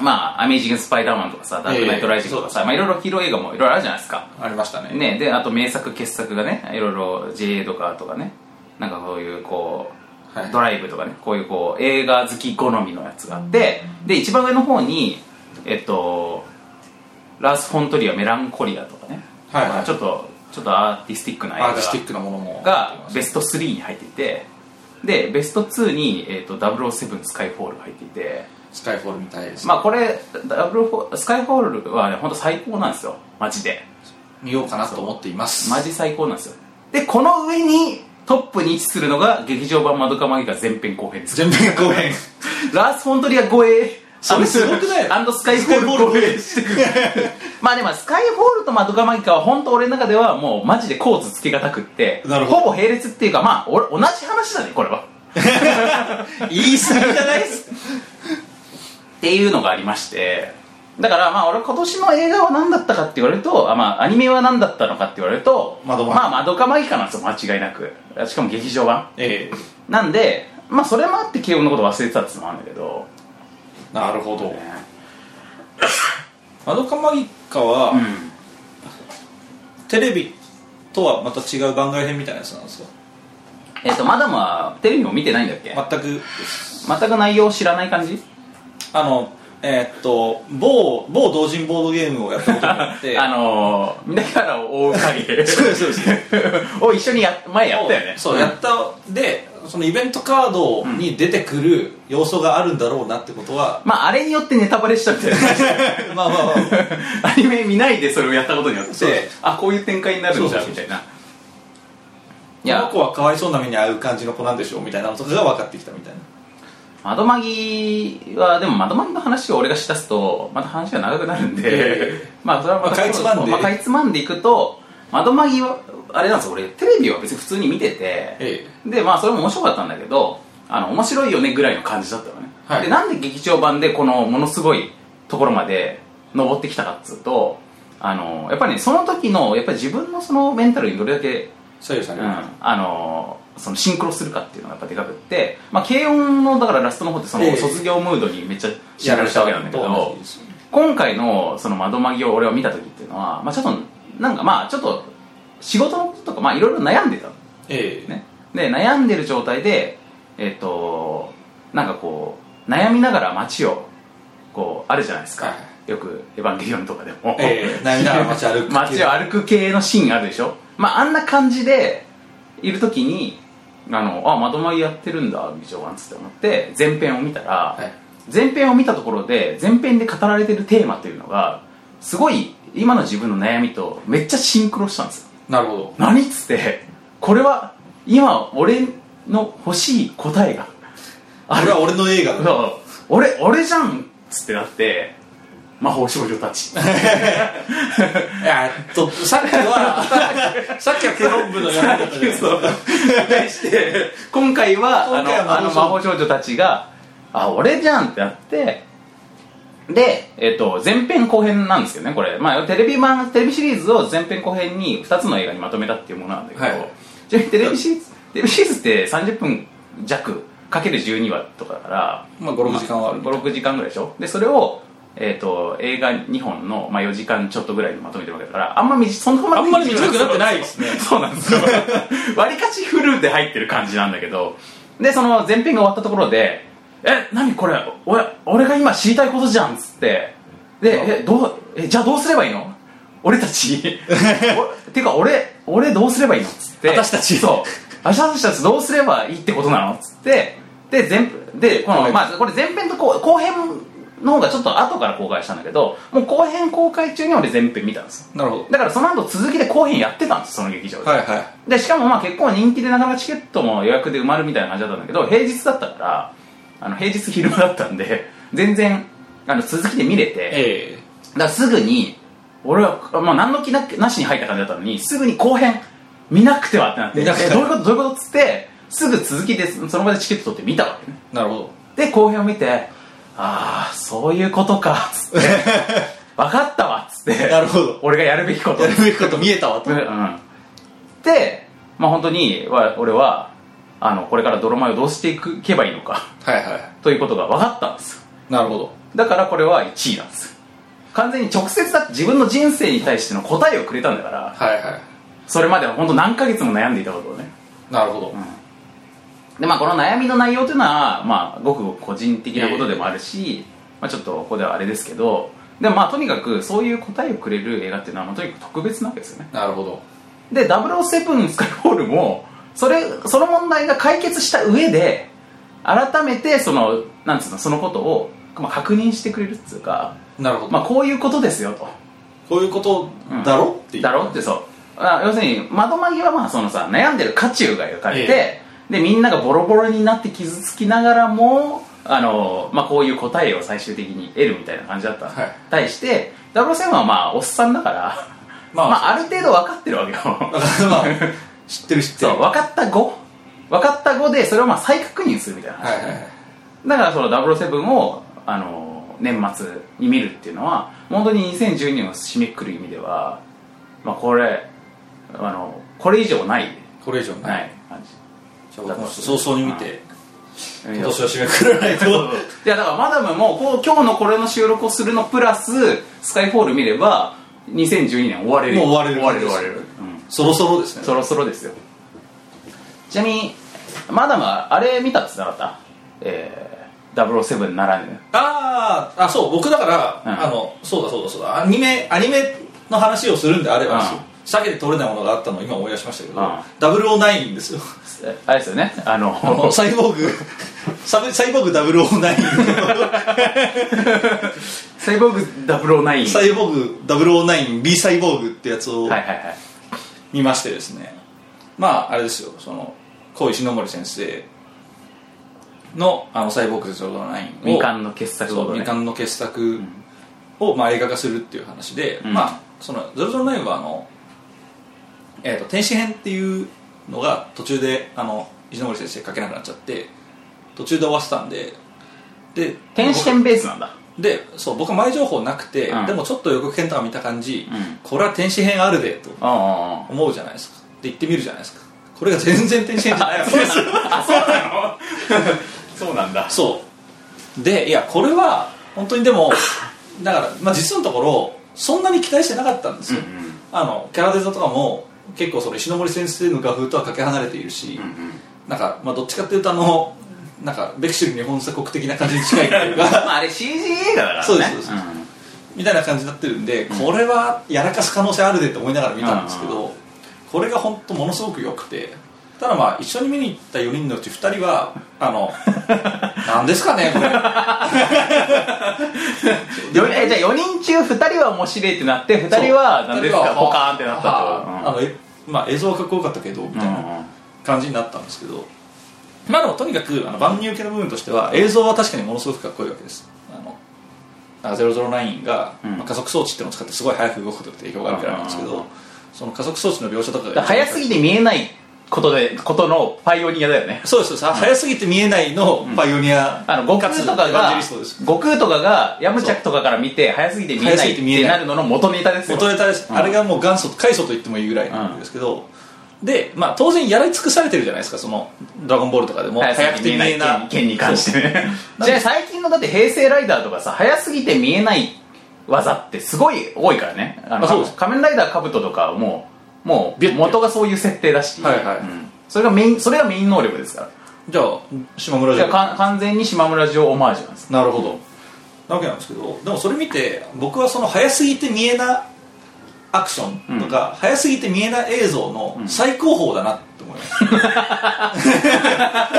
まあ「アメージング・スパイダーマン」とかさ「ダークナイト・ライジング」とかさ、まあ、いろいろヒーロー映画もいろいろあるじゃないですかありましたねね、であと名作傑作がねいろいろ JA とかとかねなんかこういうこう、はいドライブとかねこういうこう映画好き好みのやつがあってで一番上の方にえっとラース・フォントリア「メランコリア」とかね、はいはいまあちょっとちょっとアーティスティックな映ア画ーティスティックなものもがベススト3に入っていてでベスト2に、えー、と007スカイフォールが入っていてスカイフォールみたいです、まあこれダブルフォスカイフォールはね本当最高なんですよマジで見ようかなと思っていますマジ最高なんですよでこの上にトップに位置するのが劇場版マドカマギカ前編後編です全編公演ラース・フォントリア護衛それすごくないアンドスカイフォール護衛してくるまあでもスカイフォールとマドカマギカは本当俺の中ではもうマジで構図つけがたくってなるほどぼ並列っていうかまあ俺同じ話だねこれ は言い過ぎじゃないですかっていうのがありましてだからまあ俺今年の映画は何だったかって言われるとあまあアニメは何だったのかって言われるとマドマギまあマドカマギカなんですよ間違いなくしかも劇場版ええなんでまあそれもあって慶応のこと忘れてたっていうのもあるんだけどなるほどマドカマギカは、うんテレビとはまた違う番外編みたいなやつなんですよえっ、とマダムはテレビも見てないんだっけ全く全く内容を知らない感じあのえーっと某某同人ボードゲームをやったことがあって あのー、みんなから追う会 そうですそうです を一緒にや前やったよねそうやったでそのイベントカードに出てくる要素があるんだろうなってこ とは、まああれによってネタバレしちゃったよ ねまあまあまあアニメ見ないでそれをやったことによってそうあこういう展開になるんそうだそうそうみたいなこの子はかわいそうな目に遭う感じの子なんでしょうみたいなことが分かってきたみたいな窓マギはでも窓マギの話を俺がしだすとまた話が長くなるんで まあそれはままあかいつまんでまあかいつまんでいくと窓マギはあれなんですよ俺テレビは別に普通に見てて、えでまあそれも面白かったんだけどあの面白いよねぐらいの感じだったのね、はいでなんで劇場版でこのものすごいところまで登ってきたかっつうとあのやっぱり、ね、その時のやっぱり自分のそのメンタルにどれだけ左右されうる、んあのーそのシンクロするかっていうのがやっぱでかくって、まあ、軽音のだからラストの方ってそのええ卒業ムードにめっちゃシンクロしたわけなんだけやられたとど同じです今回のその窓紛を俺は見た時っていうのは、まあ、ちょっとなんかまあちょっと仕事のこととかまあいろいろ悩んでたのええねで悩んでる状態でえっ、となんかこう悩みながら街をこうあるじゃないですか、はよく「エヴァンゲリオン」とかでも、ええ悩みながら街 歩く街を歩く系のシーンあるでしょまああんな感じでいる時にあのあ窓前やってるんだ劇場版っつって思って前編を見たら、はい前編を見たところで前編で語られてるテーマというのがすごい今の自分の悩みとめっちゃシンクロしたんですよなるほど何っつってこれは今俺の欲しい答えがあれは俺の映画だそう俺俺じゃんっつってなって魔法少女たちいやえっとさっきは さっきはテロン部のやられ方じゃないそう対して今回は今回あのはあの魔法少女たちが「あ俺じゃん」ってなってで、えっと前編後編なんですよねこれ、まあ、テレビ版テレビシリーズを前編後編に2つの映画にまとめたっていうものなんだけど、はいちなみにテレビシリーズテレビシリーズって30分弱かける12話とかだからまあ56時間はある56時間ぐらいでしょでそれをえっと映画2本の、まあ、4時間ちょっとぐらいにまとめてるわけだからあんまみじそんなあんまり短くなってないですね そうなん ですよ。わりかしフルで入ってる感じなんだけど、で、その前編が終わったところで、え、なにこれ、お俺が今知りたいことじゃんっつって、で、え、どう、え、じゃあどうすればいいの俺た ち、おてか俺、俺どうすればいいのっつって、私たちそう、私たちどうすればいいってことなのっつって、で、前、で、この、まあ、これ前編と後後編の方がちょっと後から公開したんだけど、もう後編公開中に俺前編見たんですよ。なるほどだからその後続きで後編やってたんですその劇場で,、はいはいでしかもまあ結構人気でなかなかチケットも予約で埋まるみたいな感じだったんだけど平日だったからあの平日昼間だったんで全然あの続きで見れて、えだからすぐに俺は、まあ、何の気ななしに入った感じだったのにすぐに後編見なくてはってなって見なくてえどういうことどういうことっつってすぐ続きでその場でチケット取って見たわけねえなるほどで後編を見てああそういうことかっ つって分かったわっつってなるほど俺がやるべきことやるべきこと見えたわとうん、で、まあ、本当にわ俺はあのこれから泥米をどうしていくいけばいいのか はいはということが分かったんですよいなるほどだからこれは1位なんですよ完全に直接だって自分の人生に対しての答えをくれたんだからはいはそれまでは本当何ヶ月も悩んでいたことをねいなるほど、でまあこの悩みの内容というのは、まあ、ごくごく個人的なことでもあるし、まあ、ちょっとここではあれですけどでもまあとにかくそういう答えをくれる映画っていうのは、まあ、とにかく特別なわけですよねなるほどで007スカイフォールもそれその問題が解決した上で改めてそのなんつうのそのことを、まあ、確認してくれるっつうか、なるほど、まあ、こういうことですよとこういうことだろっていうだろってそうあ要するに窓紛はまあそのさ悩んでる渦中が描かれて、でみんながボロボロになって傷つきながらもあの、まあ、こういう答えを最終的に得るみたいな感じだった、はい対して007はまあおっさんだから、ままああ、あ、る程度分かってるわけ よ まあ知ってる知ってるそう分かった後分かった後でそれをまあ再確認するみたいな話、はいはいはいだからその007をあの年末に見るっていうのは本当に2012年を締めくくる意味では、まあ、これあのこれ以上ないこれ以上ないい感じじゃあ僕も早々に見てい今年は締めくくらない とやだからマダムもこう今日のこれの収録をするのプラススカイフォール見れば2012年終われるもう終われる終われる終われる、うんそろそろですねそろそろですよちなみにマダムはあれ見たっつってなかったえー、007ならぬあーあそう僕だから、うんあのそうだそうだそうだアニメアニメの話をするんであれうば、ん避けて取れないものがあったのを今思い出しましたけど、 うん009ですよえあれですよねあのあの サイボーグサブサイボーグ009サイボーグ009サイボーグ 009B サイボーグってやつをはいはいはい見ましてですね、まああれですよその小石森先生のあのサイボーグ009を民間の傑作そうをね未完の傑作をまあ映画化するっていう話で、うんまあその「009」はあの、えー、と天使編っていうのが途中であの石森先生書けなくなっちゃって途中で終わってたんでで天使編ベースなんだ僕でそう僕前情報なくて、うんでもちょっと予告編とか見た感じ、うんこれは天使編あるでとああ思うじゃないですかで行ってみるじゃないですかこれが全然天使編じゃないわ けですよそうなんだそうでいやこれは本当にでもだから、まあ、実のところそんなに期待してなかったんですよ、あのキャラデザとかも結構その石ノ森先生の画風とはかけ離れているし、なんか、まあ、どっちかっていうとあのなんかベクシル日本鎖国的な感じに近いっていうかまああれ CG 映画だからね そうですそうですんみたいな感じになってるんでこれはやらかす可能性あるでって思いながら見たんですけど、これが本当ものすごく良くてただまあ一緒に見に行った4人のうち2人はあの なんですかねこれよえじゃあ4人中2人は面白いってなって2人は何です二か人はポカーンってなったとあのえまあ映像はかっこよかったけどみうんたいな感じになったんですけどまあでもとにかくあの万人受けの部分としては映像は確かにものすごくかっこいいわけですあのなんか009が、うんまあ、加速装置っていうのを使ってすごい速く動くことって影響があるからなんですけうんうんどその加速装置の描写とかだかがら早すぎて見えないことでことのパイオニアだよねそうですそうです、早すぎて見えないのパイオニア、あの悟空とかエヴァンジェがリストです悟空とかがヤムチャクとかから見て早すぎて見え早なすいぎって見えてなないるのの元ネタですよ元ネタです、うんあれがもう元祖開祖と言ってもいいぐらいなんですけど、で、まあ、当然やり尽くされてるじゃないですかその「ドラゴンボール」とかでも早早くくてて見見ええなないい件に関してねじゃあ最近のだって平成ライダーとかさ早すぎて見えない技ってすごい多いからねあのあそうです仮面ライダーカブトとかはもうもう元がそういう設定だし、はいはいうんそれがメインそれがメイン能力ですからじゃあ島村じゃ城あか完全に島村城オマージュなんですなるほどなわけなんですけどでもそれ見て僕はその早すぎて見えなアクションとか、早すぎて見えな映像の最高峰だなって思います、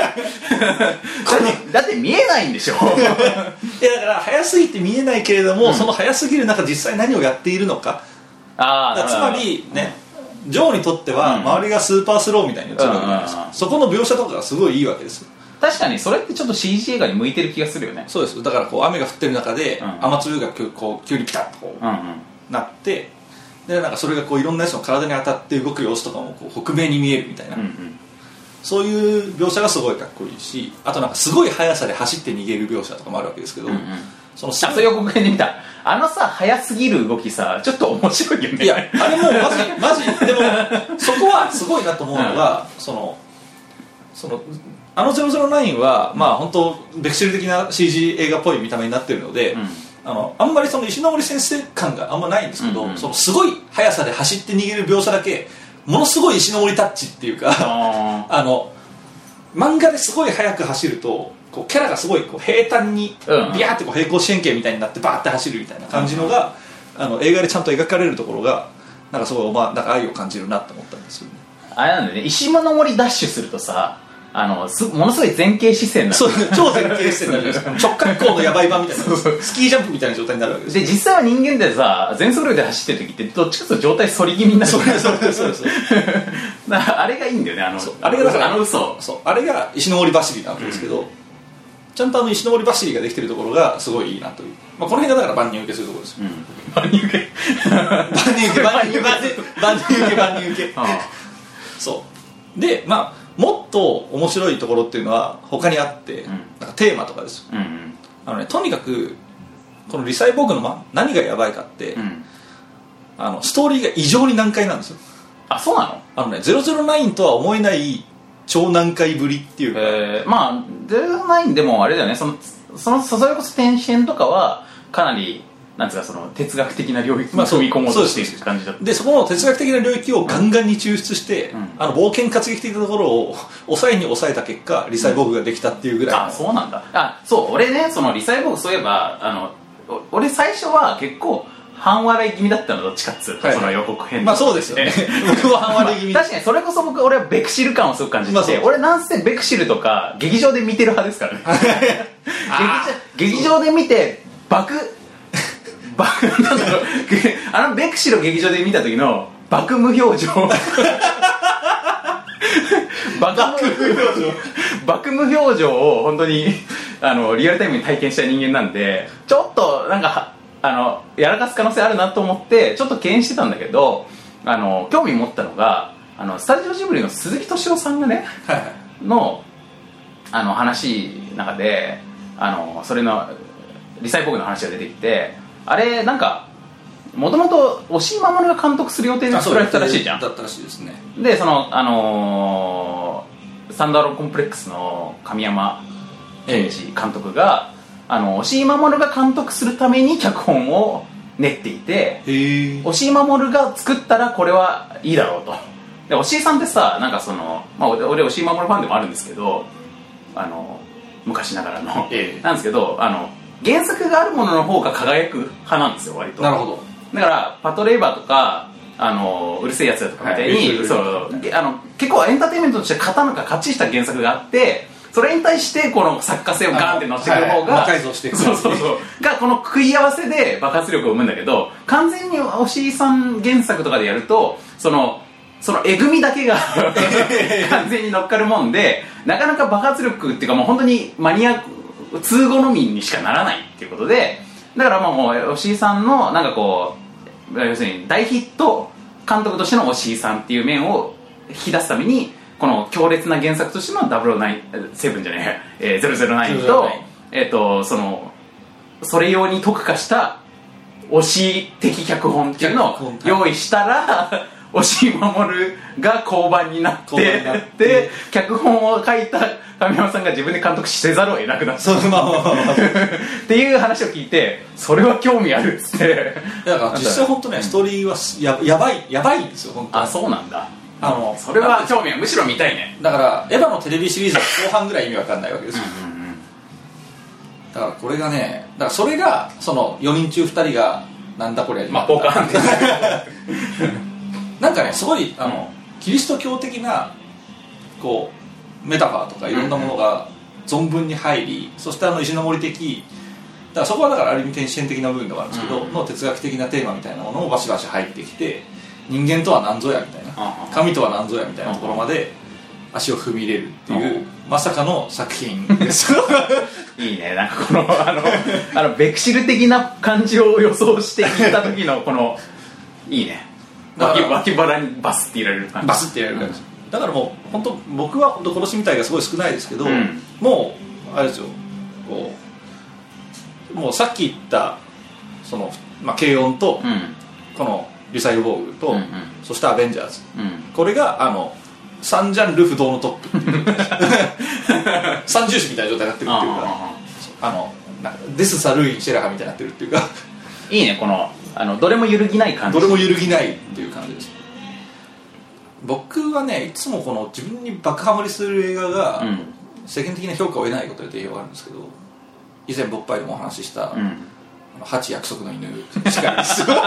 だってだって見えないん でしょいやだから早すぎて見えないけれども、その早すぎる中実際何をやっているのかあだあからつまりねジョーにとっては周りがスーパースローみたいに映るわけじゃないですか、うんそこの描写とかがすごいいいわけですよ確かにそれってちょっと CG 映画に向いてる気がするよねそうですだからこう雨が降ってる中で、ん雨粒が急こう急にピタッとこううんうんなってでなんかそれがこういろんなやつの体に当たって動く様子とかもこう北米に見えるみたいな、うんうんそういう描写がすごいかっこいいしあとなんかすごい速さで走って逃げる描写とかもあるわけですけど、うんうんそのあそれ予告編で見たあのさ早すぎる動きさちょっと面白いよね いやあれもうマジマジでもそこはすごいなと思うのが、そのそのあの009はまあ本当ベクシル的な CG 映画っぽい見た目になってるので、うんあのあんまりその石ノ森先生感があんまないんですけど、うんうんそのすごい速さで走って逃げる描写だけものすごい石ノ森タッチっていうかああの漫画ですごい速く走るとこうキャラがすごいこう平坦にビうんャーってこう平行四辺形みたいになってバーって走るみたいな感じのが、あの映画でちゃんと描かれるところがなんかすごい、まあ、なんか愛を感じるなと思ったんですよねーあれなんだよね石間の森ダッシュするとさあのすものすごい前傾姿勢になるそう超前傾してるんだけど直角行のやばい版みたいなスキージャンプみたいな状態になるわけですで実際は人間でさ全速力で走ってる時ってどっちかというと状態反り気味になるそうそうそうそうだからあれがいいんだよねあのそうあれがだからあの嘘そうあれが石の森走りなわけですけど、ちゃんとあの石の森走りができてるところがすごいいいなという、まあ、この辺がだから万人受けするところですよ、真に受け万人受け万人受け万人受け万人受けそうでまあもっと面白いところっていうのは他にあって、んなんかテーマとかですようんうんあのねとにかくこのリサイボーグの、ま、何がやばいかって、うんあのストーリーが異常に難解なんですよあそうなのあのね009とは思えない超難解ぶりっていうか、えー、まあ09でもあれだよねそのそのそれこそ天線とかはかなりなんつうかその哲学的な領域にまあそう踏み込もうそうとでしすている感じだった、でそこの哲学的な領域をガンガンに抽出して、うんあの冒険活劇的なところを 抑えに抑えた結果リサイボーグができたっていうぐらいの、あそうなんだあそう俺ねそのリサイボーグそういえばあのお俺最初は結構半笑い気味だったのどっちかっつうと、はいその予告編まあそうですよね 僕は半割気味 まあ確かにそれこそ僕俺はベクシル感をすごく感じて、まあそう俺なんせベクシルとか劇場で見てる派ですからね劇場劇場で見て爆 爆なんだろうげあのベクシルを劇場で見た時の爆無表 情爆無表情爆無表情を本当にあのリアルタイムに体験した人間なんでちょっとなんかはあのやらかす可能性あるなと思ってちょっと敬遠してたんだけどあの興味持ったのがあのスタジオジブリの鈴木敏夫さんがねのあの話の中であのそれのリサイボーグの話が出てきてあれなんかもともと押井守が監督する予定であそう作られてたらしいじゃんだったらしいですねでそのあのーサンダーロコンプレックスの神山健一監督が、あの押井守が監督するために脚本を練っていてへえ押井守が作ったらこれはいいだろうとで押井さんってさなんかその、まあ、俺俺押井守ファンでもあるんですけどあの昔ながらの、ええなんですけどあの原作があるものの方が輝く派なんですよ割となるほどだからパトレイバーとかあのうるせえやつだとかみたいはいに、そうげあの結構エンターテインメントとして刀がかっちりした原作があってそれに対してこの作家性をガーンって乗せてくる方が、はい魔改造していくそうそうそうがこの食い合わせで爆発力を生むんだけど完全におしりさん原作とかでやるとそのそのえぐみだけが完全に乗っかるもんでなかなか爆発力っていうかもう本当にマニアック通好みにしかならないっていうことでだからまあもう押井さんのなんかこう要するに大ヒット監督としての押井さんっていう面を引き出すためにこの強烈な原作としての007じゃねえや、えー、009と009えっ、とそのそれ用に特化した推し的脚本っていうの脚を本用意したら 推し守が交番になって交番になってで脚本を書いた神山さんが自分で監督せざるを得なくなったそうまあまあまあま あっていう話を聞いてそれは興味あるっつってだから実際本当ねストーリーはすややばいやばいんですよ本当あそうなんだあのそれは興味あるむしろ見たいねだからエヴァのテレビシリーズは後半ぐらい意味わかんないわけですよ、だからこれがねだからそれがその4人中2人がなんだこれまあポカーンって なんかねすごいあの、キリスト教的なこうメタファーとかいろんなものが存分に入り、そしてあの石の森的だからそこはだからある意味天線的な部分ではあるんですけど、の哲学的なテーマみたいなものもバシバシ入ってきて人間とは何ぞやみたいなうん神とは何ぞやみたいなところまで足を踏み入れるっていうまさかの作品です よいいねなんかこのあ のあのベクシル的な感じを予想して聞いた時のこのいいねだか脇ら脇腹にバスって入れられる感じバスってやる感じだからもう本当僕は本当殺しみたいがすごい少ないですけど、うんもうあれですよこうもうさっき言ったその、まあ、軽音と、うんこのリサイボーグと、うんうんそしてアベンジャーズうんこれがあの3ジャンル不動のトップ 三重視みたいな状態になってるっていうかああのなんかデス・サルイン・シェラハみたいになってるっていうかーいいねこのあのどれも揺るぎない感じどれも揺るぎないっていう感じです僕はねいつもこの自分に爆ハマりする映画がうん世間的な評価を得ないことで定評があるんですけど以前僕パイでもお話ししたう「あん の八約束の犬」しかりです本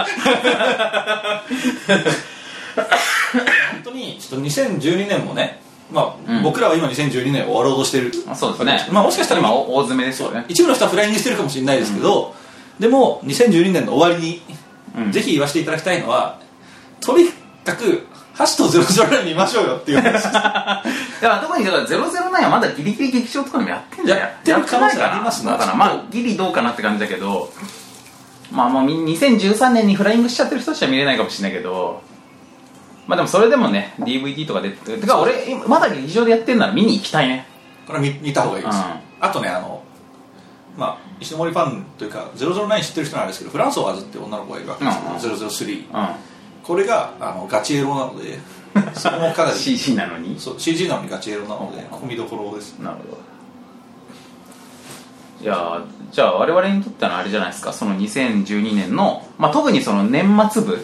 当にちょっと2012年もね、まあ僕らは今2012年終わろうとしてるあそうですねまあもしかしたら今今お大詰めですよね一部の人はフライングしてるかもしれないですけど、でも2012年の終わりに、うんぜひ言わせていただきたいのはとにかく箸とゼロゼロライン見ましょうよっていう 話ですだから特にだから009はまだギリギリ劇場とかでもやってんじゃんやってる可能性ありますなだからまあギリどうかなって感じだけどまあもうみ2013年にフライングしちゃってる人しか見れないかもしれないけどまあでもそれでもね DVD とか出ててか俺今まだ劇場でやってんなら見に行きたいねこれ見見た方がいいです、うんあとねあのまあ石森ファンというか009知ってる人なんですけどフランソワーズって女の子がいるわけですけど、003うこれがあのガチエロな のでそこもかなんり CG なのにそう CG なのにガチエロなので込みどころですなるほどいやーじゃあ我々にとってのあれじゃないですかその2012年の、まあ、特にその年末部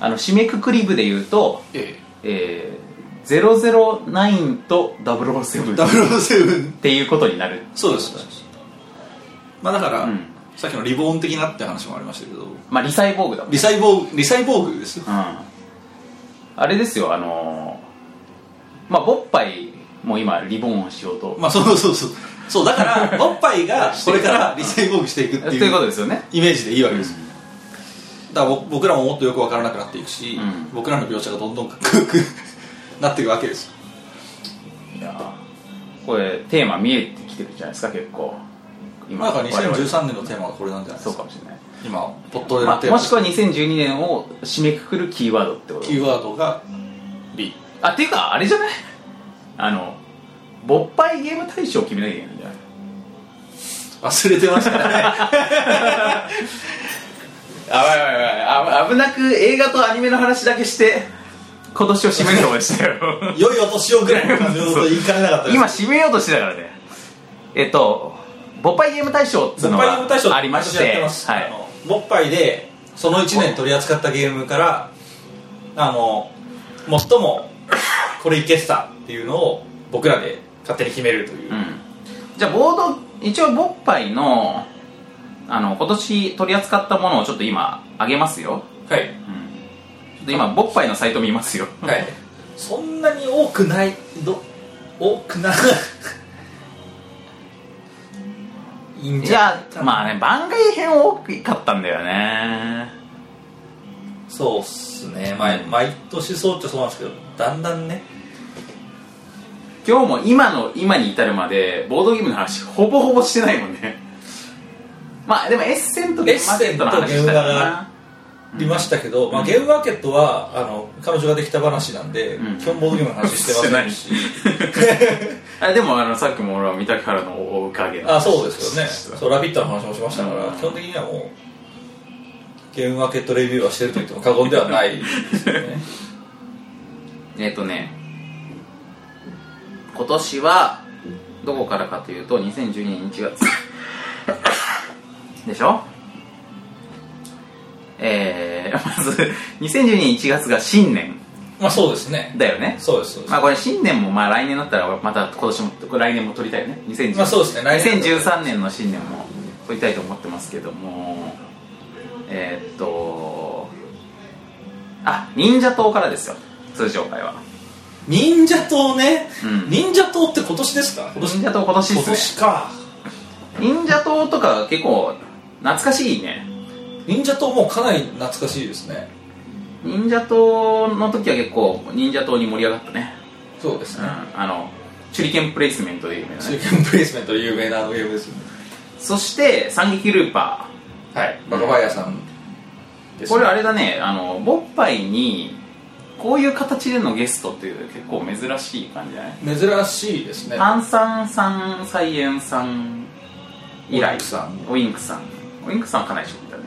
あの締めくくり部で言うとええー、009とえ007っ007ていうことになるそうですまあだから、うんさっきのリボーン的なって話もありましたけどまあリサイボーグだもんリサイボーグリサイボーグですようんあれですよあのー、まあボッパイも今リボーンをしようと、まあそうそうそうそう だからおっぱいがこれからリサイボーグしていくってといいうこうとですよねイメージでいいわけです、だからぼ僕らももっとよく分からなくなっていくし、うん僕らの描写がどんどんかっこよくなっていくわけですいやーこれテーマ見えてきてるじゃないですか結構まあだから我々2013年のテーマがこれなんじゃないでそうすかかもしれない、今ポットでのまテあ、ーマもしくは2012年を締めくくるキーワードってことキーワードが B あていうかあれじゃないあの勃発ゲーム大賞を決めなきゃいけないんじゃない忘れてましたね あわいわいわいあ危なく映画とアニメの話だけして今年を締めると思いましたよ良いお年をぐらいの感じのこと言いかねなかったで す今締めようとしてたからねえっと勃発ゲーム大賞っつうものっぱいゲーム大賞がありましてやってますはあいのもっぱいでその1年取り扱ったゲームからあの最もこれいけてたっていうのを僕らで勝手に決めるという、うんじゃあボード一応勃発のあの今年取り扱ったものをちょっと今あげますよはいちょっと今勃発のサイト見 ますよはいそんなに多くないど多くな いいんいじゃやまあね番外編多かったんだよねそうっすね毎毎年そうっちゃそうなんですけどだんだんね今日も今の今に至るまでボードゲームの話ほぼほぼしてないもんね まあでもエッセンとゲームマーケットの話したからなりましたけど、まあ、ゲームマーケットはあの彼女ができた話なんで、うん基本ボードゲームの話して ませんしあでもあのさっきも俺は三滝原のおかげのあそうですよねそう「ラビット!」の話もしましたから、うん基本的にはもうゲームマーケットレビューはしてると言っても過言ではないですよ ねえっ、とね今年はどこからかというと2012年1月 でしょえー、まず2012年1月が新年まあそうですねだよねそうですそうです、まあこれ新年もまあ来年だったらまた今年もこれ来年も撮りたいよね2010まあそうですね来年2013年の新年も撮りたいと思ってますけどもえーっとあ忍者党からですよ通常会は忍者党ね、うん忍者党って今年ですか今年忍者党今年今です年かね忍者党とか結構懐かしいね忍者党もかなり懐かしいですね忍者党の時は結構忍者党に盛り上がったねそうですうんねあの手裏剣プレイスメントで有名な中ね堅プレイスメントで有名なあのゲームですよねそして三撃ルーパーはいバカファイアさんですこねれあれだねあのボッパイにこういう形でのゲストっていう結構珍しい感じじゃない珍しいですね炭酸さんサイエンさん以来オインクさんオインクさんオインクさんかなり初期だね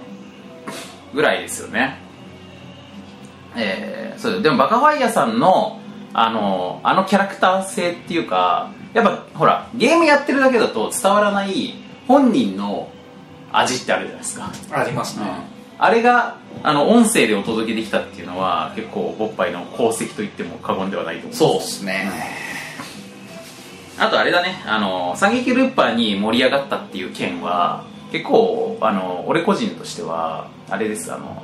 ぐらいですよねえー、そうでもバカファイヤさんのあのあのキャラクター性っていうかやっぱほらゲームやってるだけだと伝わらない本人の味ってあるじゃないですかありますね、あれがあの音声でお届けできたっていうのは結構ボッパイの功績と言っても過言ではないと思うそうっすねあとあれだねあの三撃ルーパーに盛り上がったっていう件は結構あの俺個人としてはあれですあの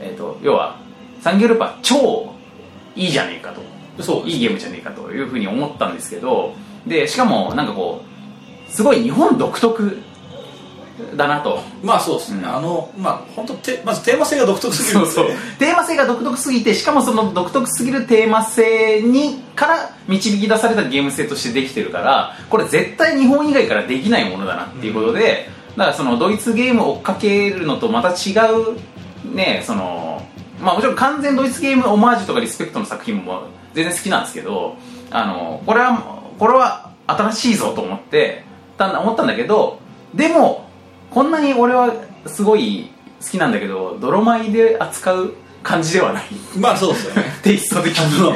えっ、と要は三撃ルーパー超いいじゃねえかとそうですいいゲームじゃねえかというふうに思ったんですけどでしかもなんかこうすごい日本独特だなとまあそうですね、うんあのまあ本当てまずテーマ性が独特すぎるそんうでそうテーマ性が独特すぎてしかもその独特すぎるテーマ性にから導き出されたゲーム性としてできてるからこれ絶対日本以外からできないものだなっていうことで、だからそのドイツゲームを追っかけるのとまた違うねそのまあもちろん完全ドイツゲームオマージュとかリスペクトの作品も全然好きなんですけどあのこれはこれは新しいぞと思ってたん思ったんだけどでもこんなに俺はすごい好きなんだけど泥米で扱う感じではない まあそうですよねテイスト的 に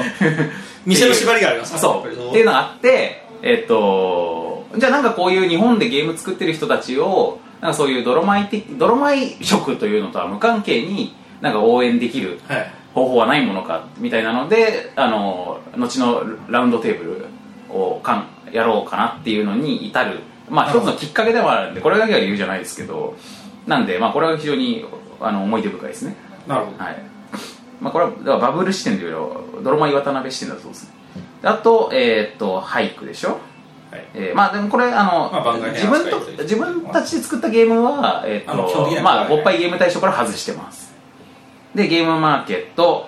店の縛りがありますからそやっぱりうっていうのがあってえっとじゃあなんかこういう日本でゲーム作ってる人たちをなんかそういう泥米的泥米色というのとは無関係になんか応援できるはい方法はないものかみたいなのであの後のラウンドテーブルをかんやろうかなっていうのに至る、まあ、一つのきっかけでもあるんでこれだけは理由じゃないですけどなんで、まあ、これは非常にあの思い出深いですねなるほどはいまあ、これはだからバブル視点というよりは泥米渡辺視点だそうですねであとえーっと俳句でしょはいえーまあでもこれあの、まあ番外自編分扱いというと自分たちで作ったゲームは、えーあの基っ本的にとはまあ番外編おっぱいゲーム大賞から外してますでゲームマーケット、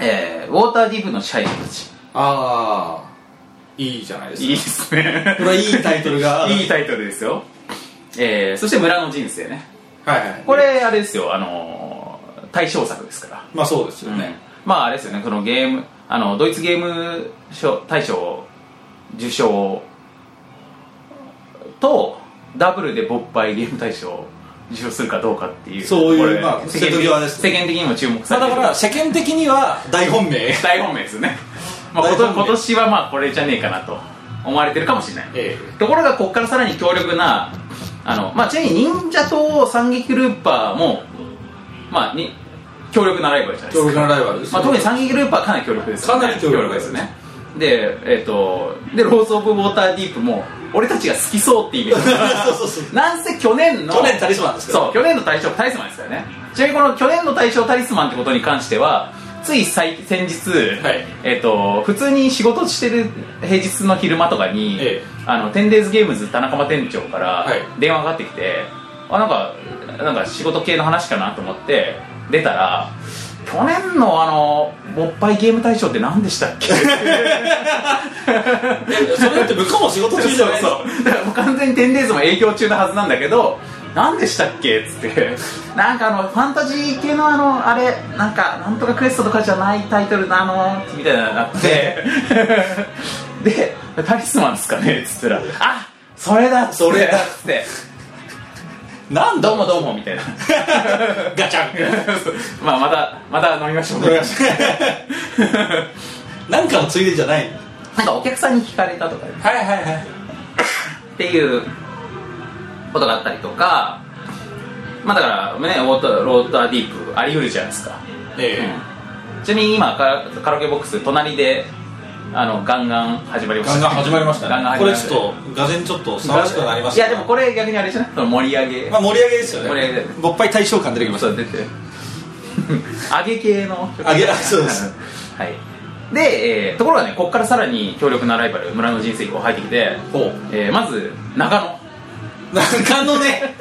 えーウォーターディープの社員たちああいいじゃないですかいいですねこれはい いタイトルがいいタイトルですよ、えーそして村の人生ねはいはいこれあれですよあのー大賞作ですからまあそうですよねね、まああれですよねこのゲームあのドイツゲーム賞大賞受賞とダブルで勃発ゲーム大賞を受賞するかどうかっていうそういうこれまあ世間瀬戸際ですね世間的にも注目されまあてだるから世間的には大本 命大本命ですよね、まあ、大本今命今年はまあこれじゃねえかなと思われてるかもしれない、えところがここからさらに強力なあの、まあ、ちなみに忍者と三撃ルーパーも、まあ、に強力なライバルじゃないですか強力なライバルですまよあ、特に三撃ルーパーはかなり強力ですよねかなり強力ですねでえっ、とでローズ・オブ・ウォーター・ディープも俺たちが好きそうっていうイメージそうそうそなんせ去年の 去年タリスマンですからそう去年の大賞タリスマンですからねちなみにこの去年の大賞タリスマンってことに関してはつい最先日、はいえっと普通に仕事してる平日の昼間とかに、ええあのテンデイズゲームズ田中間店長からはい電話がかかってきて、あなんかなんか仕事系の話かなと思って出たら去年のあの勃発ゲーム大賞って何でしたっけうそれだって向こうも仕事中じゃないですかそうそうだからもう完全にテンデイズも営業中のはずなんだけど何でしたっけっつってなんかあのファンタジー系のあのあれなんかなんとかクエストとかじゃないタイトルだあのみたいなのがあってで「タリスマンですかね?」っつったら「あそれだ」っつってそれだっつってな「んどうもどうも」みたいな ガチャンまあまたまた飲みましょう飲みましょ なんかのついでじゃないなんかお客さんに聞かれたとかはいはいはいっていうことがあったりとかまあだからねウォーターローターディープあり得るじゃないですか、えうんちなみに今カラカラオケボックス隣であのガンガン始まりましガたンガン始まりましたねガンガン始こまりまれちょしったとがぜんちょっと騒がしくなりましたいやでもこれ逆にあれじゃないその盛り上げ、まあ盛り上げですよね盛り上げ勃発対象感出てきましそたう出 て揚げ系の揚げあそう ですはいで、えーところがねここからさらに強力なライバル村の人生以降入ってきて、ほうえーまず長野中野ね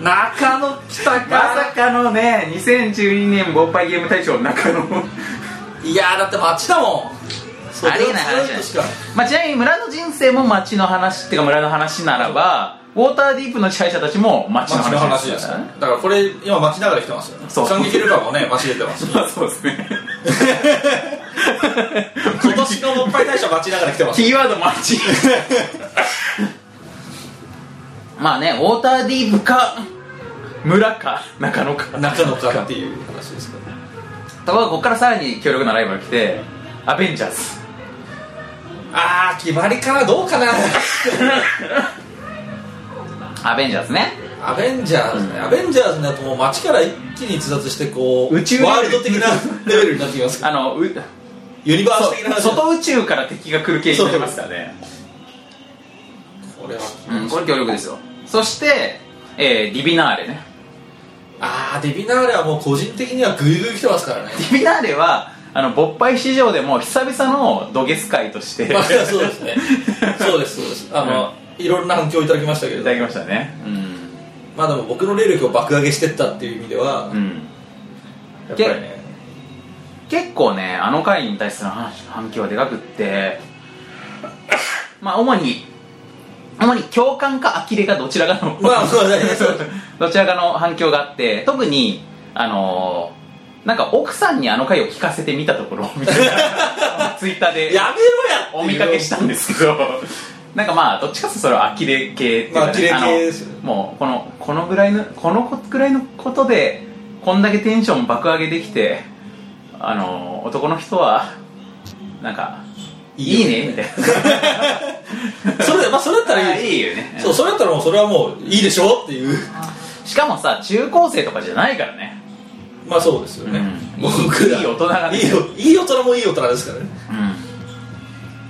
中野来たまさかのね2012年勃発ゲーム大賞の中のいやーだってもうあっちだもんそれありえない話そじれゃとんしかまあ、ちなみに村の人生も町の話っていうか村の話ならばウォーターディープの支配者たちも町の街の話話でですすからねねだからこれ今街ながら来てますよねそう三撃ルカもね街出て ますまあそうです ね今年の勃発大賞街ながら来てますキーワード町まあねウォーターディープか村か中野か中野からっていう話ですけどところがここからさらに強力なライバル来てアベンジャーズああ決まりかなどうかな アベンジャーズねアベンジャーズね、アベンジャーズになるともう街から一気に逸脱してこう宇宙レベルワール ド的なレベルになってきますあのうユニバース的なそ話外宇宙から敵が来る系になりますからねこれはうん、これ強力ですよそして、えーディビナーレねああデビナーレはもう個人的にはグイグイ来てますからねディビナーレはあの勃発市場でも久々の土下座会と してい まあ、そうですねそうですそうですあの、いろんな反響をいただきましたけれただきどましたねまあでも僕の履歴を爆上げしてったっていう意味では、うん、うん、やっぱりね結構ねあの回に対する反反響はでかくってまあ主に主に共感か呆れかどちらかの、まあそうだねそう どちらかの反響があって特にあのーなんか奥さんにあの回を聞かせてみたところみたい なツイッターでやめろやお見かけしたんですけど なんかまあどっちかっていうとそれは呆れ系っていうか、まあ呆れ系あのですよねもうこのこのぐらいのこのくらいのことでこんだけテンション爆上げできてあの男の人はなんかいいねみたいそ れまあそれだったなら いいいいよねそうそれだったらもうそれはもういいでしょっていうしかもさ中高生とかじゃないからねまあそうですよね、うん僕らいい大人がねいいよいい大人もいい大人ですからねうん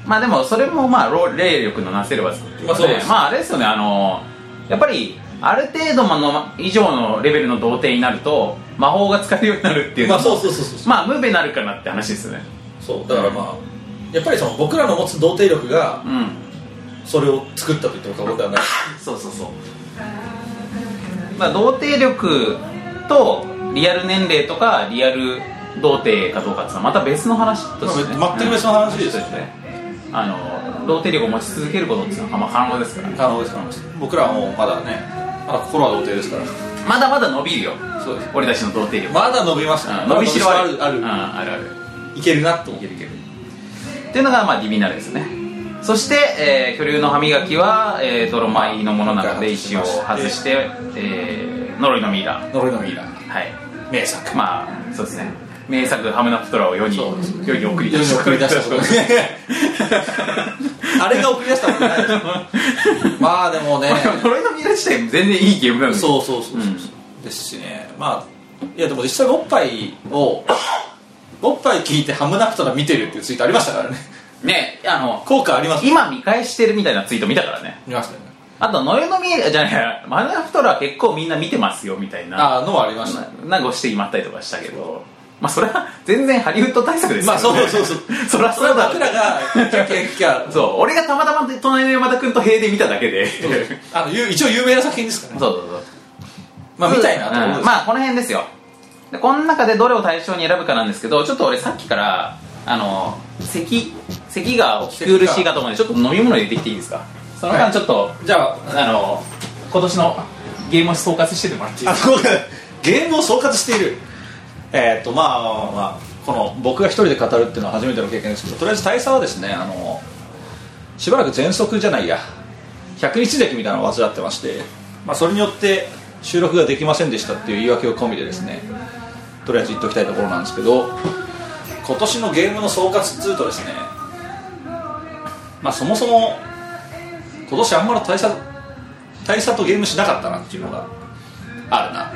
まあでもそれもまあろ霊力のなせる技っていうまあかそうでねすまああれですよねあのやっぱりある程度の以上のレベルの童貞になると魔法が使えるようになるっていうのまもあそうそうそうそうまあ無べなるかなって話ですよねそうだからまあやっぱりその僕らの持つ童貞力がうんそれを作ったと言っても過言ではないそうそうそうまあ童貞力とリアル年齢とかリアル童貞かどうかっていうのはまた別の話として、ねまあ全く別の話ですよねうんあの童貞力を持ち続けることっていうのはまあ可能ですから可能です可能です僕らはもうまだねまだ心は童貞ですからまだまだ伸びるよそうです俺たちの童貞力、まだ伸びますうん伸びしろあるあうんるあるあるいけるなと思いうけるいけるっていうのがまあディビナルですねそして、えー巨竜の歯磨きは、えー泥米のものなので石を外して、えー呪いのミイラ呪いのミイラはい名作まあそうですね名作ハムナプトラを世にそうです世に送り出世に送り出したそうです あれが送り出したことないでしょまあでもね 呪いのミイラ自体も全然いいゲームなんですそうそうそうそう、うんですしねまあいやでも実際おっぱいをおっぱい聞いてハムナプトラ見てるっていうツイートありましたからねねあの効果あります今見返してるみたいなツイート見たからね見ましたよねあと呪いのミイラじゃないハムナプトラは結構みんな見てますよみたいなああのはありましたねなご指摘もあったりとかしたけどまあそれは全然ハリウッド対策ですまあそうそううそう そりゃそれそうだは僕らがキャッキャッキャッそう俺がたまたま隣の山田君と塀で見ただけ でそうあのゆ一応有名な作品ですからねそうそうまあみたいなところです、うんまあこの辺ですよでこの中でどれを対象に選ぶかなんですけどちょっと俺さっきからあの咳咳が聞く苦しいかと思うんでちょっと飲み物入れてきていいですかその間ちょっと、じゃああの今年のゲームを総括しててもらっていいあですかのゲームを総括しているえーっとまあまあまあ、まあ、この僕が一人で語るっていうのは初めての経験ですけどとりあえず大佐はですねあのしばらく喘息じゃないや百日咳みたいなのを患ってまして、まあ、それによって収録ができませんでしたっていう言い訳を込みでですねとりあえず言っておきたいところなんですけど今年のゲームの総括っつうとですねまあそもそも今年あんまり大佐大佐とゲームしなかったなっていうのがあるな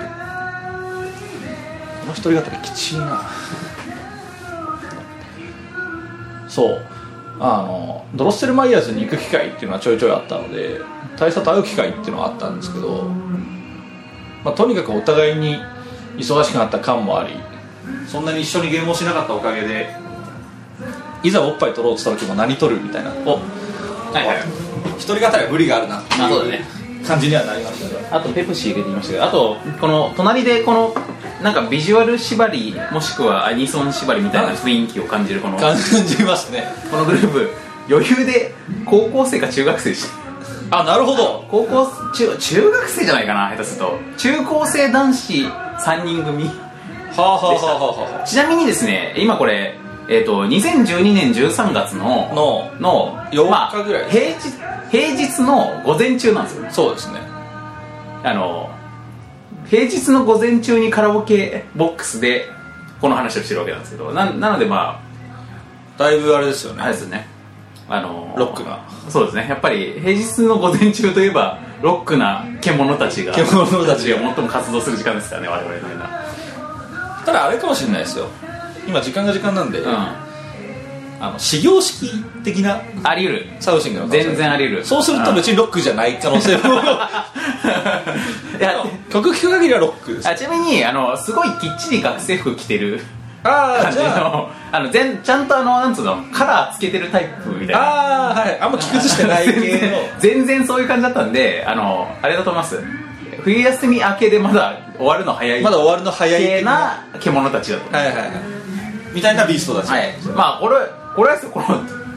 この一人語りきちいなそうあのドロッセルマイヤーズに行く機会っていうのはちょいちょいあったので大佐と会う機会っていうのはあったんですけど、まあ、とにかくお互いに忙しくなった感もありそんなに一緒にゲームをしなかったおかげでいざおっぱい取ろうとした時も何取るみたいなおはいはい一人語りは無理があるなってまあそうだねいう感じにはなりましたねあとペプシー入れてみましたけどあとこの隣でこのなんかビジュアル縛りもしくはアニソン縛りみたいな雰囲気を感じるこのこ感じますねのグループ余裕で高校生か中学生でしたあなるほど高校中中学生じゃないかな下手すると中高生男子3人組はあはあはあはあはちなみにですね今これえっ、と2012年13月ののの8まあ日ぐらい平日平日の午前中なんですよねあそうですねあの平日の午前中にカラオケボックスでこの話をしてるわけなんですけどななのでまだいぶあれですよねああれですよねあのロックなそうですねやっぱり平日の午前中といえばロックな獣たちが獣たちが最も活動する時間ですからね我々のようなただあれかもしれないですよ今時間が時間なんで、あの始業式的なうんあり得るサウシングの全然あり得るそうすると別にロックじゃない可能性もいや 曲聴く限りはロックですあちなみにあのすごいきっちり学生服着てるああ感じじのゃああの全ちゃんとあのなんつうのカラーつけてるタイプみたいなああはいあんま着崩してない 系の全然そういう感じだったんであのあれだと思います冬休み明けでまだ終わるの早いまだ終わるの早い系系はな獣たちだと思いはいはいみたいなビーストだうし、はいまあ俺俺はですよこの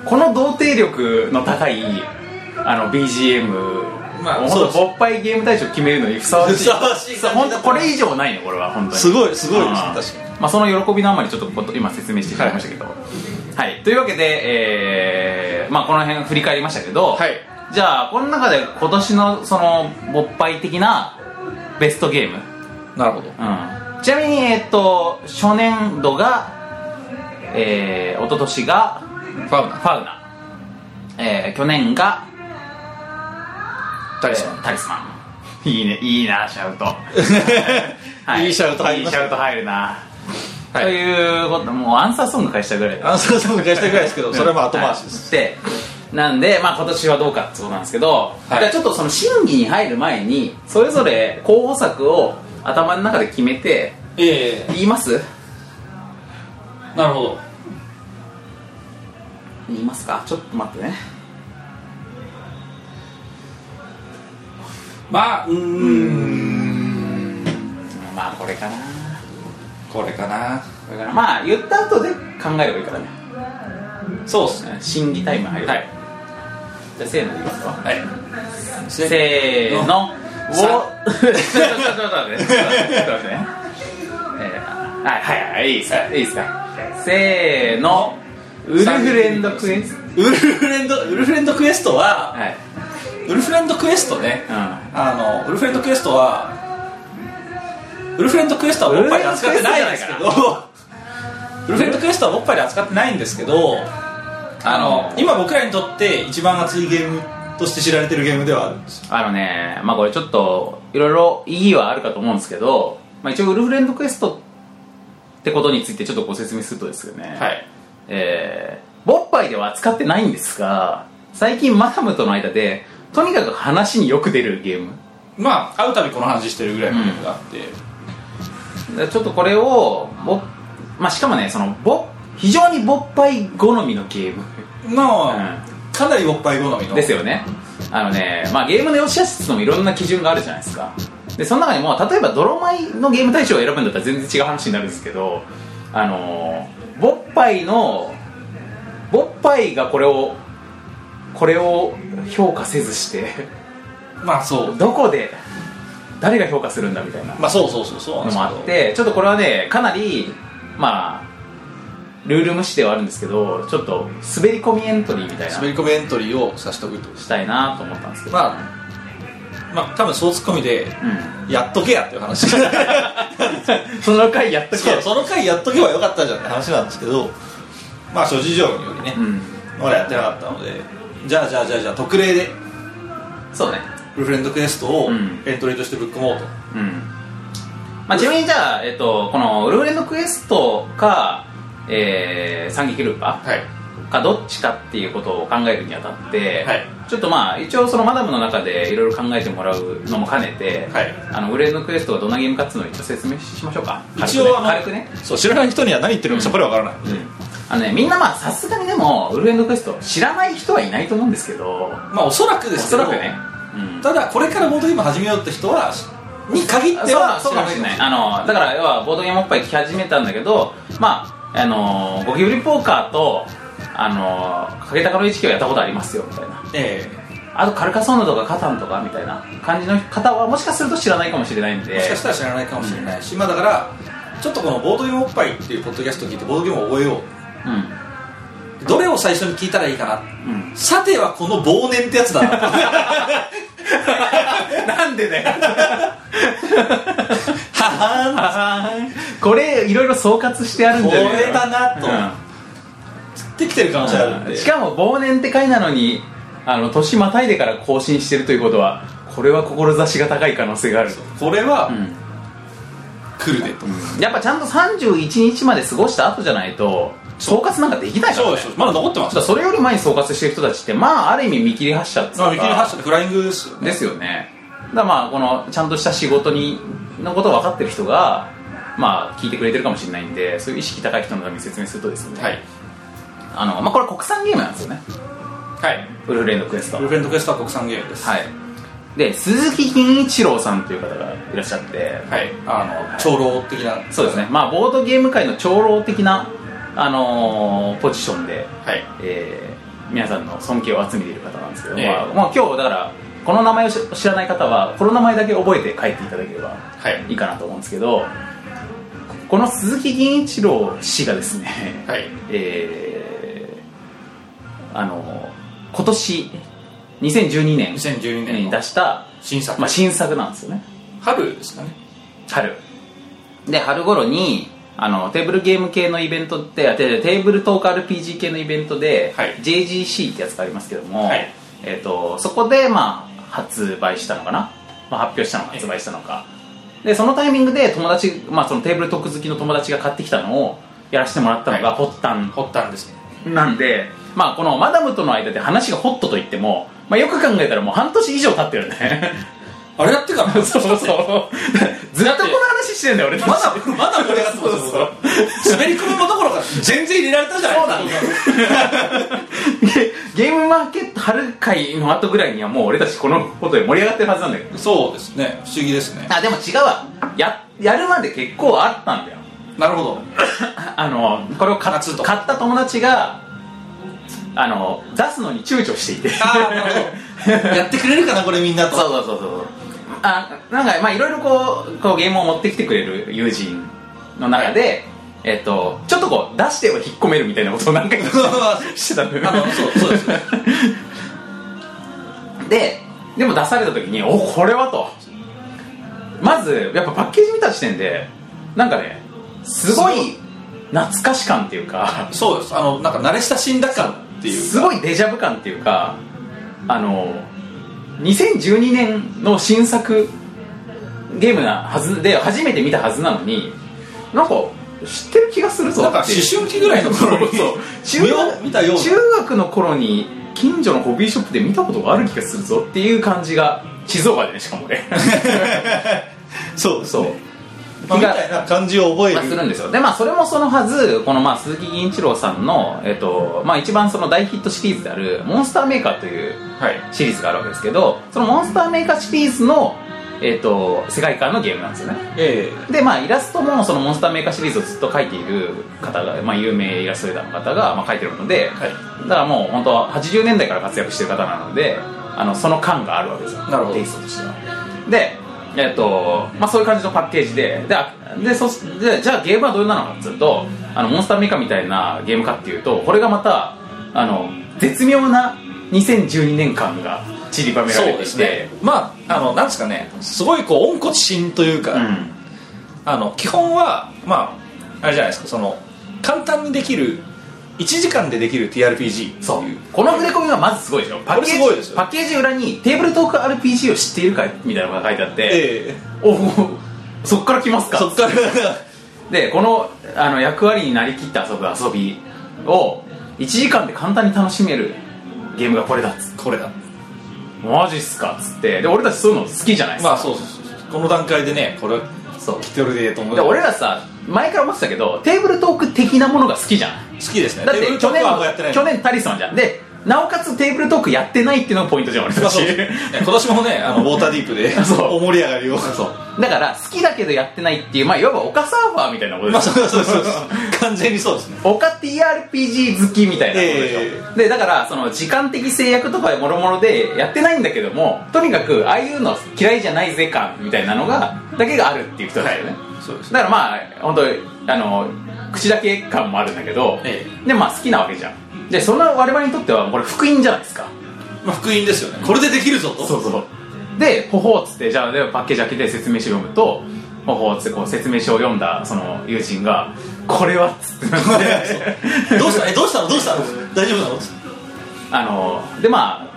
この童貞力の高いあの BGM まあまあ、そうほんですと勃発ゲーム大賞決めるのにふさわしいふさわしいそうほんとこれ以上ないのこれは本当にすごいすごいですあー確かにまあ、その喜びのあまりちょっとこと今説明していただきましたけどはい、というわけで、えーまあ、この辺振り返りましたけど、はいじゃあこの中で今年のその勃発的なベストゲーム、なるほどうん、ちなみにえっ、と初年度がえー、一昨年がファウナファウナ、えー、去年が大え使ータリスマンいいねいいなシャウ ト、いいシャウト入りましたいいシャウト入るなはいということもうアンサーソング返したぐらいだアンサーソング返したぐらいですけどそれも後回しです、はいでなんで、まあ、今年はどうかってことなんですけど、はいじゃあちょっとその審議に入る前にそれぞれ候補作を頭の中で決めてええ言いますなるほど言いますかちょっと待ってねまあうーんまあこれかなこれかなこれかなまあ言った後で考えればいいからねそうですね審議タイム入るはいじゃあせーのでいきますかはいせーのおちさょっと待ってちょっと待ってちょっと待ってねえーはいはいはいいいですかいいですかせーのウルフレンドクエストウルフレンドウルフレンドクエストははいウルフレンドクエストねうんあのウルフレンドクエストはウルフレンドクエストはもっぱいで扱ってないんですけどウルフレンドクエストはもっぱいで扱ってないんですけどあの今僕らにとって一番熱いゲームとして知られてるゲームではあるんですよあのねまあこれちょっといろいろ意義はあるかと思うんですけど、まあ、一応ウルフレンドクエストってことについてちょっとご説明するとですよねはいえー、ボッパイでは扱ってないんですが最近マダムとの間でとにかく話によく出るゲームまあ会うたびこの話してるぐらいのゲームがあって、でちょっとこれをぼ、まあ、しかもねそのぼ非常に勃発好みのゲームの、うんかなりおっぱい好みのですよねあのね、まあ、ゲームの良し悪しのもいろんな基準があるじゃないですかでその中にも例えば泥米のゲーム対象を選ぶんだったら全然違う話になるんですけどあのーボッパイのボッパイがこれをこれを評価せずしてまあそうどこで誰が評価するんだみたいなまあそうそうそうそうなんのですもけどあってちょっとこれはねかなりまあルール無視ではあるんですけどちょっと滑り込みエントリーみたいな滑り込みエントリーをさせておくとですしたいなと思ったんですけど、まあまあ多分総ツッコミでうやっとけやっていう話 ん、 その回やっとけそようその回やっとけばよかったじゃんって話なんですけどまあ諸事情によりね、うんまだやってなかったのでじゃあじゃあじゃあじゃあ特例でそうねウルフレンドクエストをうんエントリーとしてぶっ込もうと、うんまあちなみにじゃあ、えっと、この「ウルフレンドクエストか」えー、三撃ルーパはいーかどっちかっていうことを考えるにあたって、はいちょっとまあ一応そのマダムの中でいろいろ考えてもらうのも兼ねて、はいあのウルフレンドクエストがどんなゲームかっていうのを一応説明しましょうか一応あの軽くね軽くねそう知らない人には何言ってるのかさっぱりわからないので、あのねみんなまあさすがにでもウルフレンドクエスト知らない人はいないと思うんですけどまあおそらくでおすそけどらくね、うんただこれからボードゲーム始めようって人はに限ってはそうそうかもしれないあのだから要はボードゲームおっぱい来始めたんだけどまああのゴキブリポーカーとあの影高の意識をやったことありますよみたいなえあとカルカソンヌとかカタンとかみたいな感じの方はもしかすると知らないかもしれないんえでもしかしたら知らないかもしれないし、まあだからちょっとこのボードゲームおっぱいっていうポッドキャスト聞いてボードゲームを覚えようどれを最初に聞いたらいいかなうん、うん、さてはこの忘年ってやつだななんでねはは これいろいろ総括してあるんじゃないこれだなとーんってきてる可能性あるんでしかも忘年って回なのにあの年またいでから更新してるということはこれは志が高い可能性があると、これはうん来るでと、やっぱちゃんと31日まで過ごした後じゃないと総括なんかできないから、そね、うですそうですまだ残ってまだすからそれより前に総括してる人たちってまあある意味見切り発車っつうかまあ見切り発車でフライングですよねですよねだからまあこのちゃんとした仕事にのことを分かってる人がまあ、聞いてくれてるかもしれないんでそういう意識高い人のために説明するとですね、はいあのまあ、これ国産ゲームなんですよねはいウルフレンドクエストルフェンドクエストは国産ゲームです、はいで鈴木銀一郎さんという方がいらっしゃって、はいあの長老的なそうですねまあボードゲーム界の長老的な、あのーポジションで、はいえー皆さんの尊敬を集めている方なんですけど、ええまあ、まあ今日だからこの名前をし知らない方はこの名前だけ覚えて帰っていただければはいいいかなと思うんですけどこの鈴木銀一郎氏がですね、 はいえーあの今年2012年2012年にの出した、新作、まあ、新作なんですよね春ですかね春で春頃にあのテーブルゲーム系のイベントってあ違う違うテーブルトーク RPG 系のイベントで、はい JGC ってやつがありますけども、はいえー、とそこで、まあ、発売したのかな、まあ、発表したのか発売したのかでそのタイミングで友達、まあ、そのテーブルトーク好きの友達が買ってきたのをやらせてもらったのが、はポッタン掘ったんですねなんで、まあ、このマダムとの間で話がホットと言っても、まあ、よく考えたらもう半年以上経っ てるねあれやってからそうそうずっとこの話してんだよ俺たちまだまだこれがそうそう滑り込みのところが全然入れられたじゃないゲゲームマーケット春会の後ぐらいにはもう俺たちこのことで盛り上がってるはずなんだけどそうですね不思議ですねあでも違うわややるまで結構あったんだよ なるほどあのこれを買っ夏と買った友達があの出すのに躊躇していてあーなるほどやってくれるかなこれみんな とそうそうそうそうあなんかまあいろいろこうこうゲームを持ってきてくれる友人の中で、えっとちょっとこう出しては引っ込めるみたいなことを何回かしてしてたんだよね あのそうそうですねででも出された時におこれはとまずやっぱパッケージ見た時点でなんかねすごい懐かし感っていうかそうですあのなんか慣れ親しんだ感っていうすごいデジャブ感っていうかあの2012年の新作ゲームなはずで初めて見たはずなのになんか知ってる気がするぞなんかっていう思春期ぐらいの頃にそうそう目を見たよう な中学の頃に近所のホビーショップで見たことがある気がするぞっていう感じが静岡でねしかも ねそうそうまあみたいな感じを覚えまあするるんですよでまあそれもそのはずこのまあ鈴木銀一郎さんの、えっとまあ、一番その大ヒットシリーズである「モンスターメーカー」というはいシリーズがあるわけですけどそのモンスターメーカーシリーズの、えっと世界観のゲームなんですよねえでまあイラストもそのモンスターメーカーシリーズをずっと描いている方が、まあ、有名イラストレーターの方が、まあ、描いてるので、はいだからもう本当は80年代から活躍してる方なのであのその感があるわけですよなるほどテイストとしてはでえっとまあ、そういう感じのパッケージでであでそしでじゃあゲームはどういうなのかっつうとあのモンスターメーカーみたいなゲームかっていうとこれがまたあの絶妙な2012年間が散りばめられてそうでいてすねまああのなんですかねすごいこう温故知新というか、うんあの基本はまああれじゃないですかその簡単にできる1時間でできる TRPG ってそういうこの触れ込みがまずすごいでしょパッケージこれすごいですよパッケージ裏にテーブルトーク RPG を知っているかみたいなのが書いてあって、えおおそっから来ますえかそっからでこのあの役割になりきって遊ぶ遊びを1時間で簡単に楽しめるゲームがこれだっつってこれだマジっすかっつってで俺たちそういうの好きじゃないですか、まあそうそうそうそうこの段階でねこれそう来てるでと思うで俺らさ前から思ってたけどテーブルトーク的なものが好きじゃん好きですねだっテーブてル去トーク年はもうやってない去年タリソンじゃんでなおかつテーブルトークやってないっていうのがポイントじゃん俺またあち そうですね今年もねあのウォーターディープで そう大盛り上がりをだから好きだけどやってないっていうまあいわば丘サーファーみたいなことまであすよそうそう そうそう完全にそうですね丘 TRPG 好きみたいなことでしょ、えでだからその時間的制約とかもろもろでやってないんだけどもとにかくああいうの嫌いじゃないぜ感みたいなのがだけがあるっていう人だよね、そうですだからまあ本当あの口だけ感もあるんだけど、えでまあ好きなわけじゃんでそんな我々にとってはこれ福音じゃないですかまあ福音ですよねこれでできるぞ とそうそうで「ほほ」っつってじゃあでパッケージ開けて説明書読むと「ほほ」っつってこう説明書を読んだその友人が「これは」っつってなってどうしたえどうしたのどうしたの大丈夫なのあのでま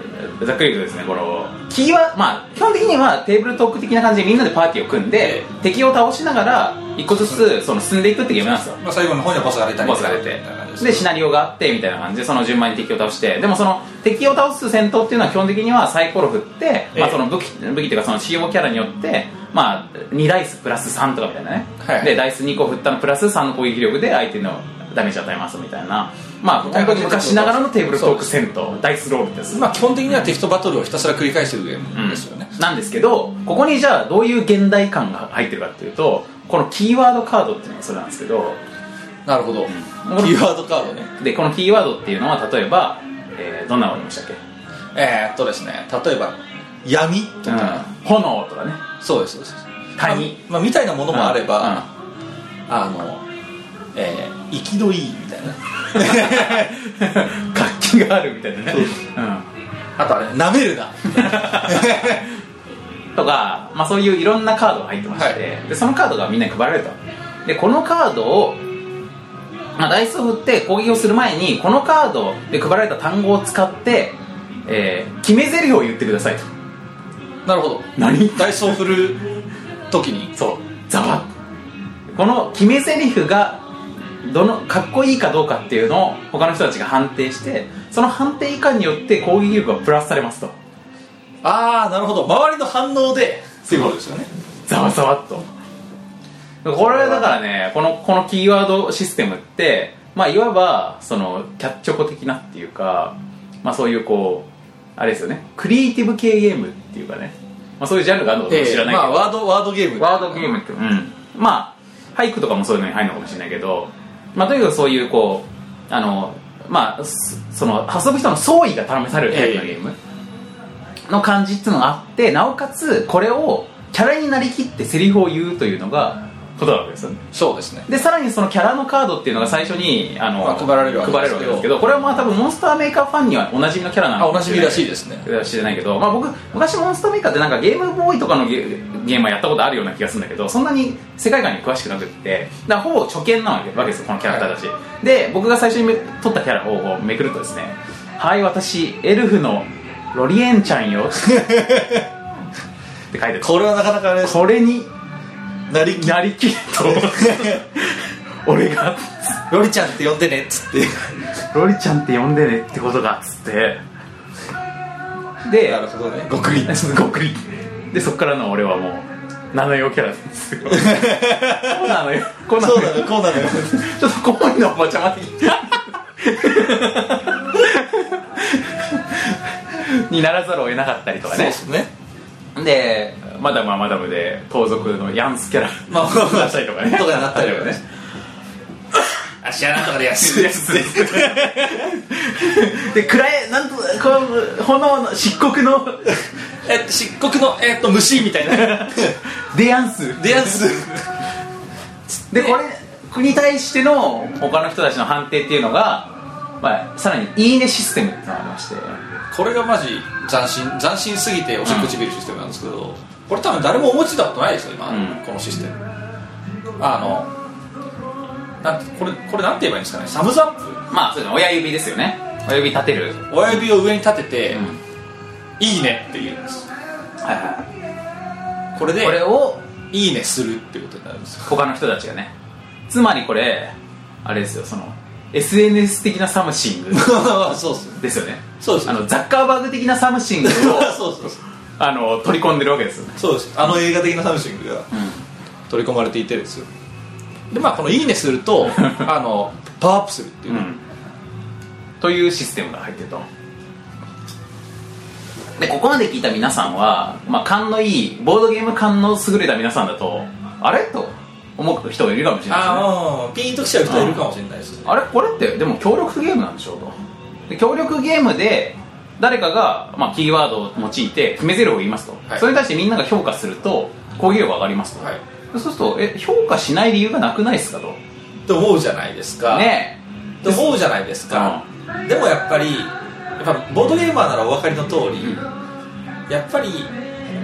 あざっくり言うとですねこのキーはまあ基本的にはテーブルトーク的な感じでみんなでパーティーを組んで敵を倒しながら一個ずつその進んでいくってゲームなんですよまあ最後の方にはボスが出たりボスが出てみたいな感でシナリオがあってみたいな感じでその順番に敵を倒してでもその敵を倒す戦闘っていうのは基本的にはサイコロ振って、まあ、その武器武器っていうかその使用キャラによって、まあ、2ダイスプラス3とかみたいなね、はいでダイス2個振ったのプラス3の攻撃力で相手のダメージを与えますみたいなまあ本当に昔ながらのテーブルトーク戦闘ダイスロールですまあ基本的には敵とバトルをひたすら繰り返してるゲームですよね、なんですけどここにじゃあどういう現代感が入ってるかっていうとこのキーワードカードっていうのがそれなんですけどなるほど、キーワードカードねでこのキーワードっていうのは例えば、えーどんなのがありましたっけ、えー、っとですね例えば闇とうんか、炎とかねそうですそうです谷まあ、まあみたいなものもあれば、あのえー、生きのいいみたいな うん 活気があるみたいなねあとあれ舐めるなうんとか、まあ、そういういろんなカードが入ってまして、でそのカードがみんなに配られるとでこのカードを、まあ、ダイスを振って攻撃をする前にこのカードで配られた単語を使って、えー決め台詞を言ってくださいとなるほど何ダイスを振る時にそうざわっこの決め台詞がどのかっこいいかどうかっていうのを他の人たちが判定してその判定以下によって攻撃力がプラスされますとああなるほど周りの反応でっていうことですよねざわざわっとこれだからねこのこのキーワードシステムってまあいわばそのキャッチョコ的なっていうかまあそういうこうあれですよねクリエイティブ系ゲームっていうかね、まあ、そういうジャンルがあるのかも知らないけど、まあワードワードゲームワードゲームって、うん、まあ俳句とかもそういうのに入るのかもしれないけど、まあ、とにかくそういうこうあのまあそその遊ぶ人の創意が試されるタイプのゲームの感じっていうのがあってなおかつこれをキャラになりきってセリフを言うというのがことなわけですよねそうですねでさらにそのキャラのカードっていうのが最初にあの、まあ配られるわけで配られすけどるわけですけどこれはまあ多分モンスターメーカーファンにはおなじみのキャラなあのおかなもじれみならいしいですね知らないけど、まあ、僕昔モンスターメーカーってなんかゲームボーイとかのゲゲームはやったことあるような気がするんだけどそんなに世界観に詳しくなくってだからほぼ初見なわけですよこのキャラクターたち、で僕が最初にめ撮ったキャラをこうめくるとですね「はい私エルフのロリエンちゃんよ」って書いてあるこれはなかなかあれですこれになりきなりきると 俺がロリちゃんって呼んでねっつってロリちゃんって呼んでねってことがっつってでなるほどねごくりごっくりでそっからの俺はもう七用キャラなんですよこうなのよこうなのそうよなのこうなのよちょっとコーンのおばちゃま的にならざるを得なかったりとかそうでねすねでマダムはマダムで盗賊のヤンスキャラまあになったりとかねとかなったりとかねあ知らなかったですやつですで暗いなんとこう炎の漆黒のえっと漆黒のえっと虫みたいなデヤンスでやつでこれに対しての他の人たちの判定っていうのが、まあ、さらに「いいね」システムっていうのがありましてこれがマジ斬新斬新すぎておしっこちびるシステムなんですけど、これ多分誰も思いついたことないですよ今、うんこのシステムあのなんてこれこれなんて言えばいいんですかねサムズアッまあそうですね親指ですよね親指立てるプ親指を上に立てて、んいいねって言うんですはいはこれいでこれをいいねするってことになるんですよ他の人たちがねつまりこれあれですよその SNS 的なサムシング そうっすねですよねそうですあのザッカーバーグ的なサムシ ングを そうそうそうあの取り込んでるわけですよねそうですあの映画的なサムシングが取り込まれていてですよでまあこの「いいね」する とあのパワーアップするっていううね、ん、というシステムが入ってるとでここまで聞いた皆さんは、まあ、勘のいいボードゲーム勘の優れた皆さんだとあれと思う人がいるかもしれないですねああピンときちゃう人いるかもしれないですねあれこれってでも協力ゲームなんでしょうとで協力ゲームで誰かが、まあ、キーワードを用いて決めゼロを言いますと、はいそれに対してみんなが評価すると攻撃力が上がりますと、はいでそうするとえ評価しない理由がなくないですかとって思うじゃないですか、ねえって思うじゃないですか、でもやっぱりやっぱボードゲーマーならお分かりの通り、やっぱり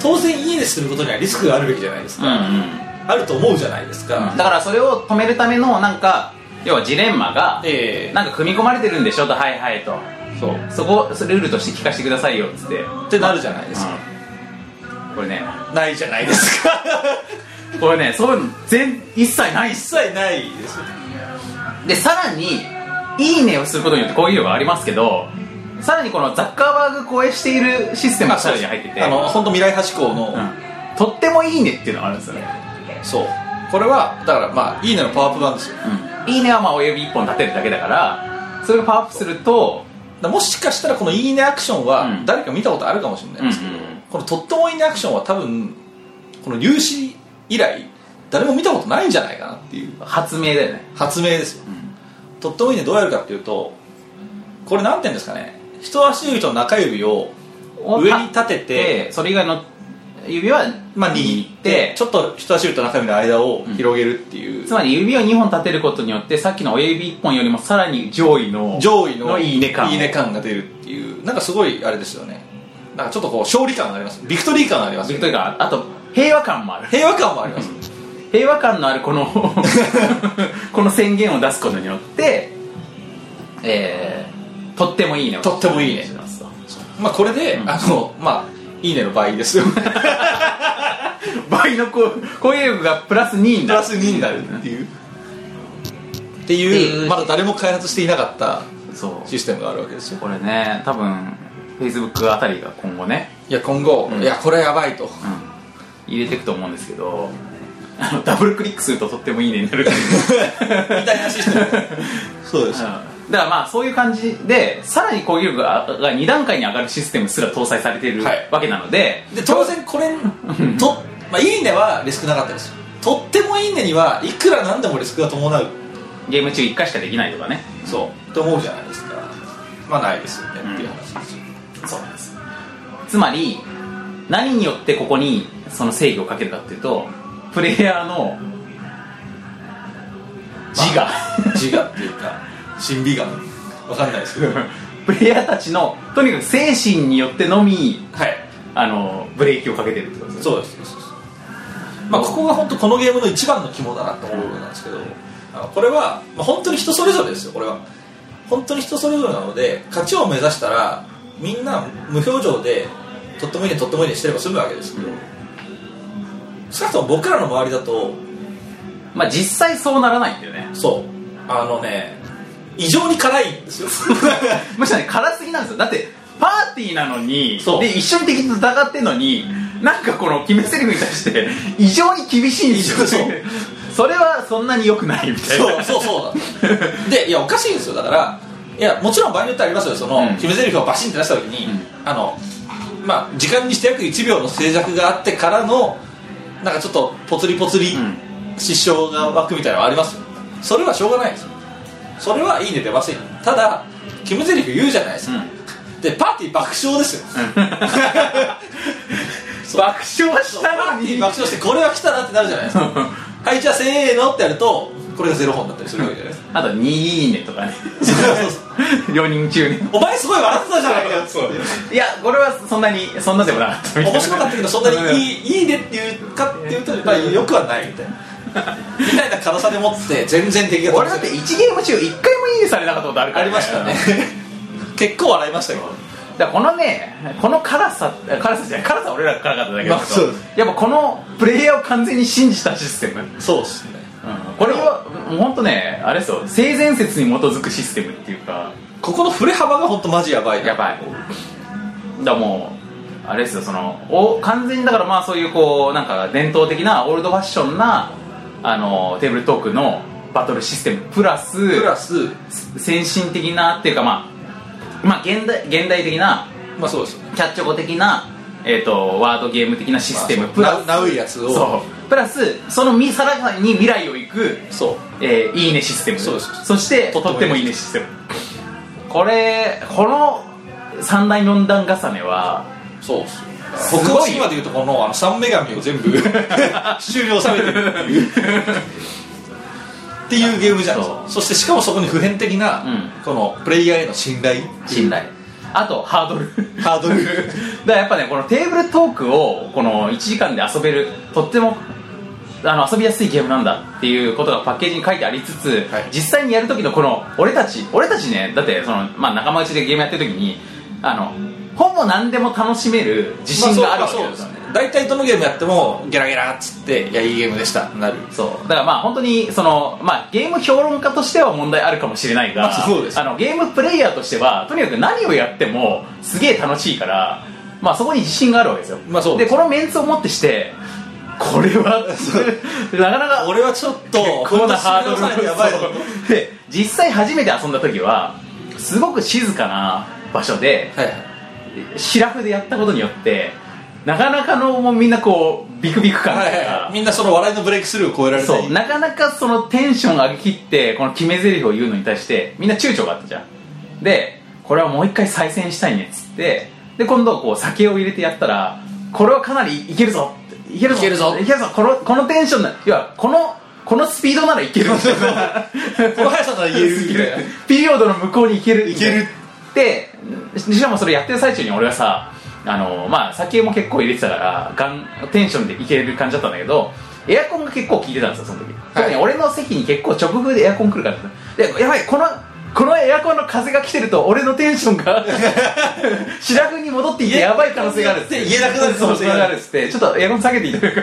当然家ですることにはリスクがあるべきじゃないですうんか、うんあると思うじゃないですか、だからそれを止めるためのなんか要はジレンマがええなんか組み込まれてるんでしょとはいはいとそうそこそれルールとして聞かせてくださいよっつって、ってなるじゃないですか、うんこれねないじゃないですかこれ ねそういうの全一切ないっ一す切ないですでさらにいいねをすることによって攻撃力がありますけどさらにこのザッカーバーグ超えしているシステムがさらに入っててあの本当未来派志向の、うんとってもいいねっていうのがあるんですよねそうこれはだからまあいいねのパワーアップ版ですよ、だかいいねはまあ親指一本立てるだけだからそれをパワーアップするとらもしかしたらこのいいねアクションはうん誰か見たことあるかもしれないですけど、うんうんうんこのとってもいいねアクションは多分この入試以来誰も見たことないんじゃないかなっていう発明だよね発明ですよ、とってもいいねどうやるかっていうとこれなんていうんですかね人足指と中指を上に立ててでそれ以外の指はまあ、握ってちょっと人差し指と中指の間を広げるっていう、つまり指を2本立てることによってさっきの親指1本よりもさらに上位の上位のいいね感いいね感が出るっていうなんかすごいあれですよねなんかちょっとこう勝利感がありますビクトリー感がありますというかあと平和感もある平和感もあります、平和感のあるこの この宣言を出すことによってえー、とってもいいねをとってもいいねしますとまあこれで、あのまあいいねの倍ですよ プ倍のこう攻撃力がプラス2になるラス2になるっていうってっていいううまだ誰も開発していなかったそシステムがあるわけですようこれね多分 Facebook あたりが今後ねいや今後、うんいやこれやばいと入れていくと思うんですけどあのダブルクリックするととってもいいねになるみたいなシステムそうですよ、うんだからまあそういう感じでさらに攻撃力がが2段階に上がるシステムすら搭載されているはいわけなので、で当然これと、まあ、いいねはリスクなかったですよとってもいいねにはいくらなんでもリスクが伴うゲーム中1回しかできないとかねそうって思うじゃないですかまあないですよねっていう話ですよ、そうなんですつまり何によってここにその制御をかけるかっていうとプレイヤーの自我、自我っていうか審美眼わかんないですけどはい プレイヤーたちのとにかく精神によってのみあのブレーキをかけてるってことですねそうですそうですそうですまあここが本当このゲームの一番の肝だなと思う部分なんですけどあのこれは、まあ、本当に人それぞれですよこれは本当に人それぞれなので勝ちを目指したらみんな無表情でとってもいいねとってもいいねしてれば済むわけですけど、少なくとも僕らの周りだとまあ実際そうならないんだよねそうあのね異常に辛いんですよむしろね辛すぎなんですよだってパーティーなのにそうで一緒に敵と戦ってんのになんかこの決め台詞に対して異常に厳しいんですよそうそれはそんなに良くないみたいそうなそうそうだったでいやおかしいんですよだからいやもちろん場合によってありますよその、うん決め台詞をバシンって出した時に、あのまあ時間にして約1秒の静寂があってからのなんかちょっとぽつりぽつりん失笑が湧くみたいなのはありますよそれはしょうがないですよそれはいいね出ませんよただ決め台詞言うじゃないですか、でパーティー爆笑です よ 爆笑したパのーティにー爆笑してこれは来たなってなるじゃないですか はいじゃあせーのってやるとこれがゼロ本だったりするわけじゃないですかあと「にいいね」とかね そうそうそう両人中ねお前すごい笑ってたじゃないかよつっていやこれはそんなにそんなでもなかったみたいな面白かったけどそんなにい いいいねっていうかっていうとまあよくはないみたいなみたいな辛さでもって全然敵が俺だって1ゲーム中1回もいいねされなかったことあるかあら、りましたね結構笑いましたけどだからこのねこの辛さ辛さじゃない辛さは俺らが辛かっただけだまあけそど、うですやっぱこのプレイヤーを完全に信じたシステム、そうっすねこれは本当ねあれですよ性善説に基づくシステムっていうかここの振れ幅が本当マジやばいなやばいだからもうあれですよそのお完全にだからまあそういうこうなんか伝統的なオールドファッションなあのテーブルトークのバトルシステムプラスプラス先進的なっていうかまあまあ現代現代的なまあそうですよねキャッチョコ的な、えー、とワードゲーム的なシステム、まあプラスなナウいやつをそうプラスそのみさらに未来を行く、そうえーいいねシステムそうですそしてととってもいってもいいいねシステムこれこの三段四段重ねはそうっすよすごい北欧神話でいうとこのあの三女神を全部 収量されてるっていうっていうゲームじゃんそそしてしかもそこに普遍的な、うんこのプレイヤーへの信頼信頼あとハードルハードルだからやっぱねこのテーブルトークをこの1時間で遊べるとってもあの遊びやすいゲームなんだっていうことがパッケージに書いてありつつ、はい実際にやる時のこの俺たち俺たちねだってその、まあ、仲 間内でゲームやってる時にあのほぼ何でも楽しめる自信があるわけですよねまあそうまあそうですね大体どのゲームやってもゲラゲラっつって「いやいいゲームでした」なるそうだからまあ本当にそのまあゲーム評論家としては問題あるかもしれないが、まあそうですあのゲームプレイヤーとしてはとにかく何をやってもすげえ楽しいからまあそこに自信があるわけですよ。まあそうでですこのメンツをもってしてこれはなかなか俺はちょっと結構なハードルこんな知らないのやばいぞそうで実際初めて遊んだ時はすごく静かな場所ではいはいシラフでやったことによってなかなかのもうみんなこうビクビク感が、はいはいみんなその笑いのブレイクスルーを超えられないそうなかなかそのテンション上げきってこの決め台詞を言うのに対してみんな躊躇があったじゃんでこれはもう一回再戦したいねっつってで今度こう酒を入れてやったらこれはかなりいけるぞいけるぞいけるぞいけるぞこのこのテンションな要はこのこのスピードならいけるこの速さなら言えるみたいなピリオドの向こうに行けるいけるでしかもそれやってる最中に俺はさあのまあ酒も結構入れてたからガンテンションでいける感じだったんだけどエアコンが結構効いてたんですよその時、特に俺の席に結構直風でエアコン来るからでやばいこのこのエアコンの風が来てると俺のテンション が白髪に戻っていてやばい可能性があるっつって言えなくなる可そう能そ性れががああるるっつってちょっとエアコン下げてい ただくっ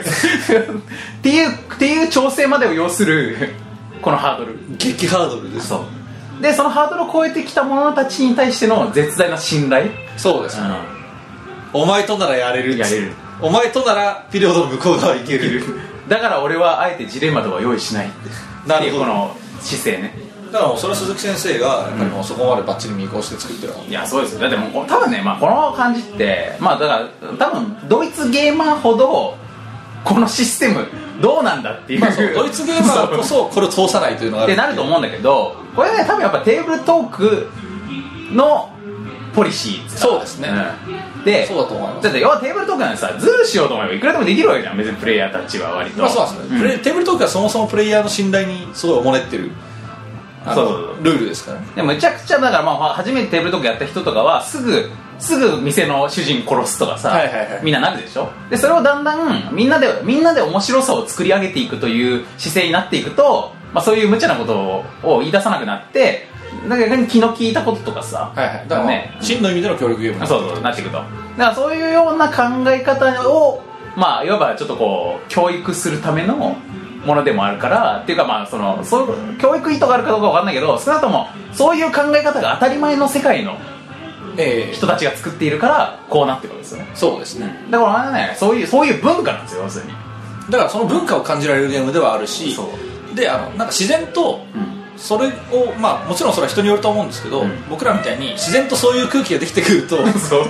ていうっていう調整までを要するこのハードル激ハードルですそうでそのハードルを超えてきた者たちに対しての絶大な信頼そうですねお前とならやれるっつってやれるお前とならピリオドの向こう側いけ るだから俺はあえてジレンマとか用意しないなっているうほどこの姿勢ねだからもうそれは鈴木先生がやっぱりもうそこまでバッチリ見越して作ってるわけいやそうですよだってもう多分ね、まあ、この感じってまあだから多分ドイツゲーマーほどこのシステムどうなんだっていう,、まあそうドイツゲーマ ーこそこれを通さないというのがあっるてなると思うんだけどこれね多分やっぱテーブルトークのポリシーそうですねうんでそうだと思いますだって要はテーブルトークなんてさズルしようと思えばいくらでもできるわけじゃん別にプレイヤーたちは割とまあそうなんですね、んプレイテーブルトークはそもそもプレイヤーの信頼にすごいおもねってるあのそうそうそうルールですからねでむちゃくちゃだからまあ初めてテーブルトークやった人とかはすぐすぐ店の主人殺すとかさ、はいはいはいみんななるでしょでそれをだんだんみんなでみんなで面白さを作り上げていくという姿勢になっていくと、まあ、そういう無茶なことをを言い出さなくなってなんか逆に気の利いたこととかさ、はいはいだから、ねね、真の意味での協力ゲームなんですそうそうなっていくとだからそういうような考え方をまあいわばちょっとこう教育するためのものでもあるからっていうかまあそのそう教育意図があるかどうかわかんないけど少なくともそういう考え方が当たり前の世界のええ人たちが作っているからこうなってくるんですよねそうですねだからあれねそういうそういう文化なんですよ要するにだからその文化を感じられるゲームではあるしそであのなんか自然とうんそれをまあもちろんそれは人によると思うんですけど、うん僕らみたいに自然とそういう空気ができてくる と そう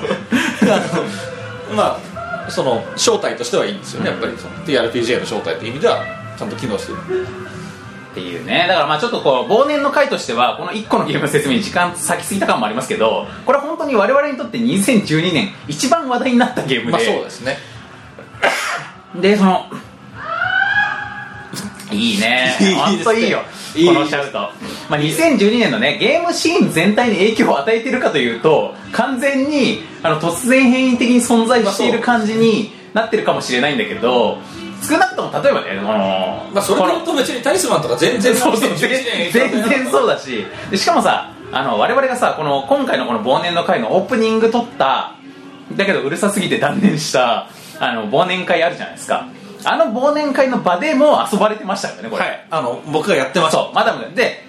あのまあその正体としてはいいんですよねやっぱりその TRPG の正体っていう意味ではちゃんと機能してるっていうねだからまあちょっとこう忘年の回としてはこの1個のゲームの説明に時間割きすぎた感もありますけどこれは本当に我々にとって2012年一番話題になったゲームで、まあそうですねでそのいいねいいですね本当いいよいいこのシャウト、まあ、2012年のねゲームシーン全体に影響を与えてるかというと完全にあの突然変異的に存在している感じになってるかもしれないんだけど少なくとも例えばねこの、まあそれで言うと別にタリスマンとか全然そうそう全然そうだしでしかもさあの我々がさこの今回のこの忘年の会のオープニング撮っただけどうるさすぎて断念したあの忘年会あるじゃないですかあの忘年会の場でも遊ばれてましたからねこれ、はいあの僕がやってましたそうマダムがで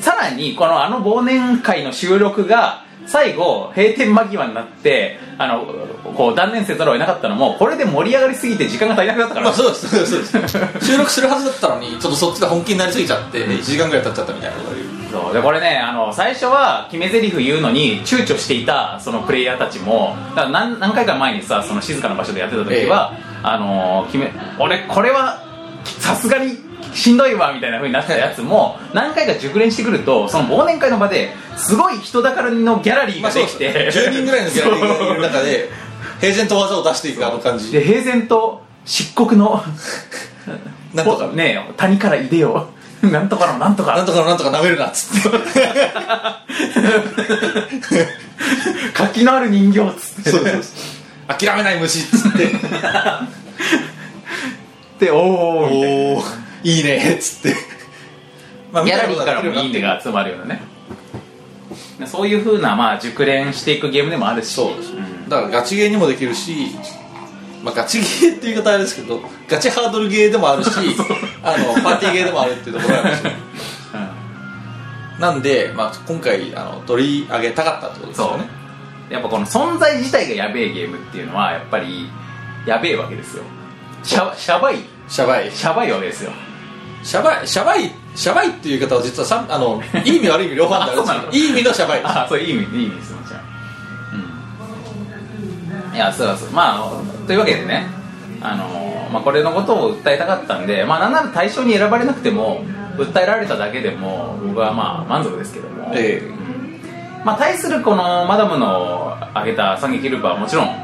さらにこのあの忘年会の収録が最後閉店間際になってあのこう断念せざるを得なかったのもこれで盛り上がりすぎて時間が足りなくなったからまあそうですそうですそうです収録するはずだったのにちょっとそっちが本気になりすぎちゃって1時間ぐらい経っちゃったみたいなことが言うそうでこれねあの最初は決め台詞言うのに躊躇していたそのプレイヤーたちもだから何何回か前にさその静かな場所でやってた時は、あの決め俺これはさすがにしんどいわみたいな風になってたやつも何回か熟練してくるとその忘年会の場ですごい人だかりのギャラリーまがあそうでできすて、ね10人ぐらいのギャラリーがいる中で平然と技を出していくあの感そうじで平然と漆黒のなんとかおねえ谷からいでよなんとかのなんとか なんとかのなんとか舐めるなっつって 活気のある人形っつってそうそうそう 諦めない虫っつってで おーみたいなおおいいねっつってまあギャラリーからもいい見ねたがことは集まるようなねそういうふうなまあ熟練していくゲームでもあるしそうですだからガチゲーにもできるしまあ、ガチゲーっていう言い方あれですけどガチハードルゲーでも あるしあのパーティーゲーでもあるっていうところなんですよなんで、まあ、今回あの取り上げたかったってことですよねやっぱこの存在自体がやべえゲームっていうのはやっぱりやべえわけですよしゃしゃばいシャバいしゃばいわけですよシャバいシャバいシャバいっていう言い方は実はさんあのいい意味悪い意味両方あるんですけ あそうなどのいい意味のシャバいですあそういい意味いい意味ですもちろん、うん、いやそうだそうまあというわけでねあのまあ、これのことを訴えたかったんで、まあなんなら対象に選ばれなくても訴えられただけでも僕はまあ満足ですけども、えまあ、対するこのマダムの挙げた三撃ルーパーはもちろん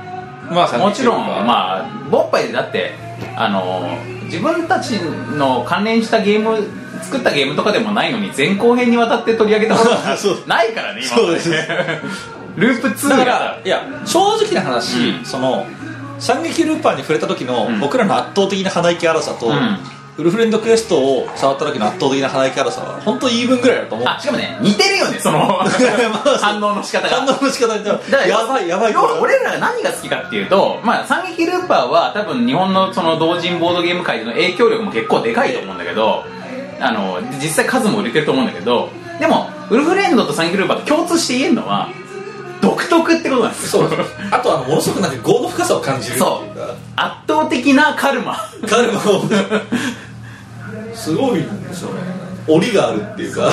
えまもちろん、あまあ、ボッパイでだって、あの自分たちの関連したゲーム、作ったゲームとかでもないのに、前後編にわたって取り上げたことが そうないからね、今そうです ループ2だがからいや正直な話、うんその三撃ルーパーに触れた時の、うん僕らの圧倒的な鼻息荒さと、うんウルフレンドクエストを触った時の圧倒的な鼻息荒さは本当言い分ぐらいだと思う あしかもね、似てるよね、その反応の仕方が。反応の仕方にだだからやばいやばい要こは俺らが何が好きかっていうと、まあ、三撃ルーパーは多分日本のその同人ボードゲーム界での影響力も結構でかいと思うんだけど、あの、実際数も売れてると思うんだけど、でも、ウルフレンドと三撃ルーパーと共通して言えるのは、独特ってことなんですそよ。うあとはものすごくなんか業の深さを感じるっていうか圧倒的なカルマ。カ ルマをすごいんですよね檻があるっていうか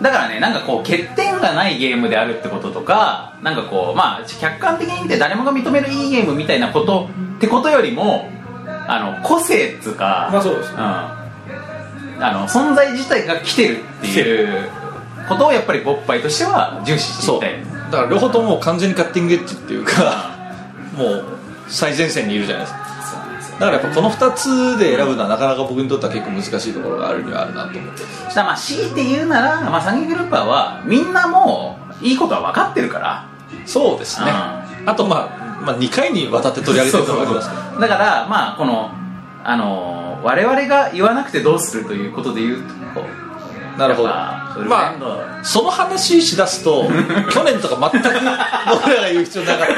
だからね、なんかこう、欠点がないゲームであるってこととか、なんかこう、まあ、客観的に見て誰もが認めるいいゲームみたいなことってことよりも、あの、個性っつうか、そうですうん、あの存在自体が来てるっていうことをやっぱりボッパイとしては重視してそいうきただいから両方とも完全にカッティングエッジっていうかもう最前線にいるじゃないですかだからやっぱこの2つで選ぶのはなかなか僕にとっては結構難しいところがあるにはあるなと思ってそしたらまあ強いて言うなら、まあ、詐欺グルーパーはみんなもういいことは分かってるからそうですねあとまあ、まあ、2回にわたって取り上げてると思いますけどだからまあこのあのー我々が言わなくてどうするということで言うとなるほどやっぱウルフレまンドあその話しだすと去年とか全く僕らが言う必要な かった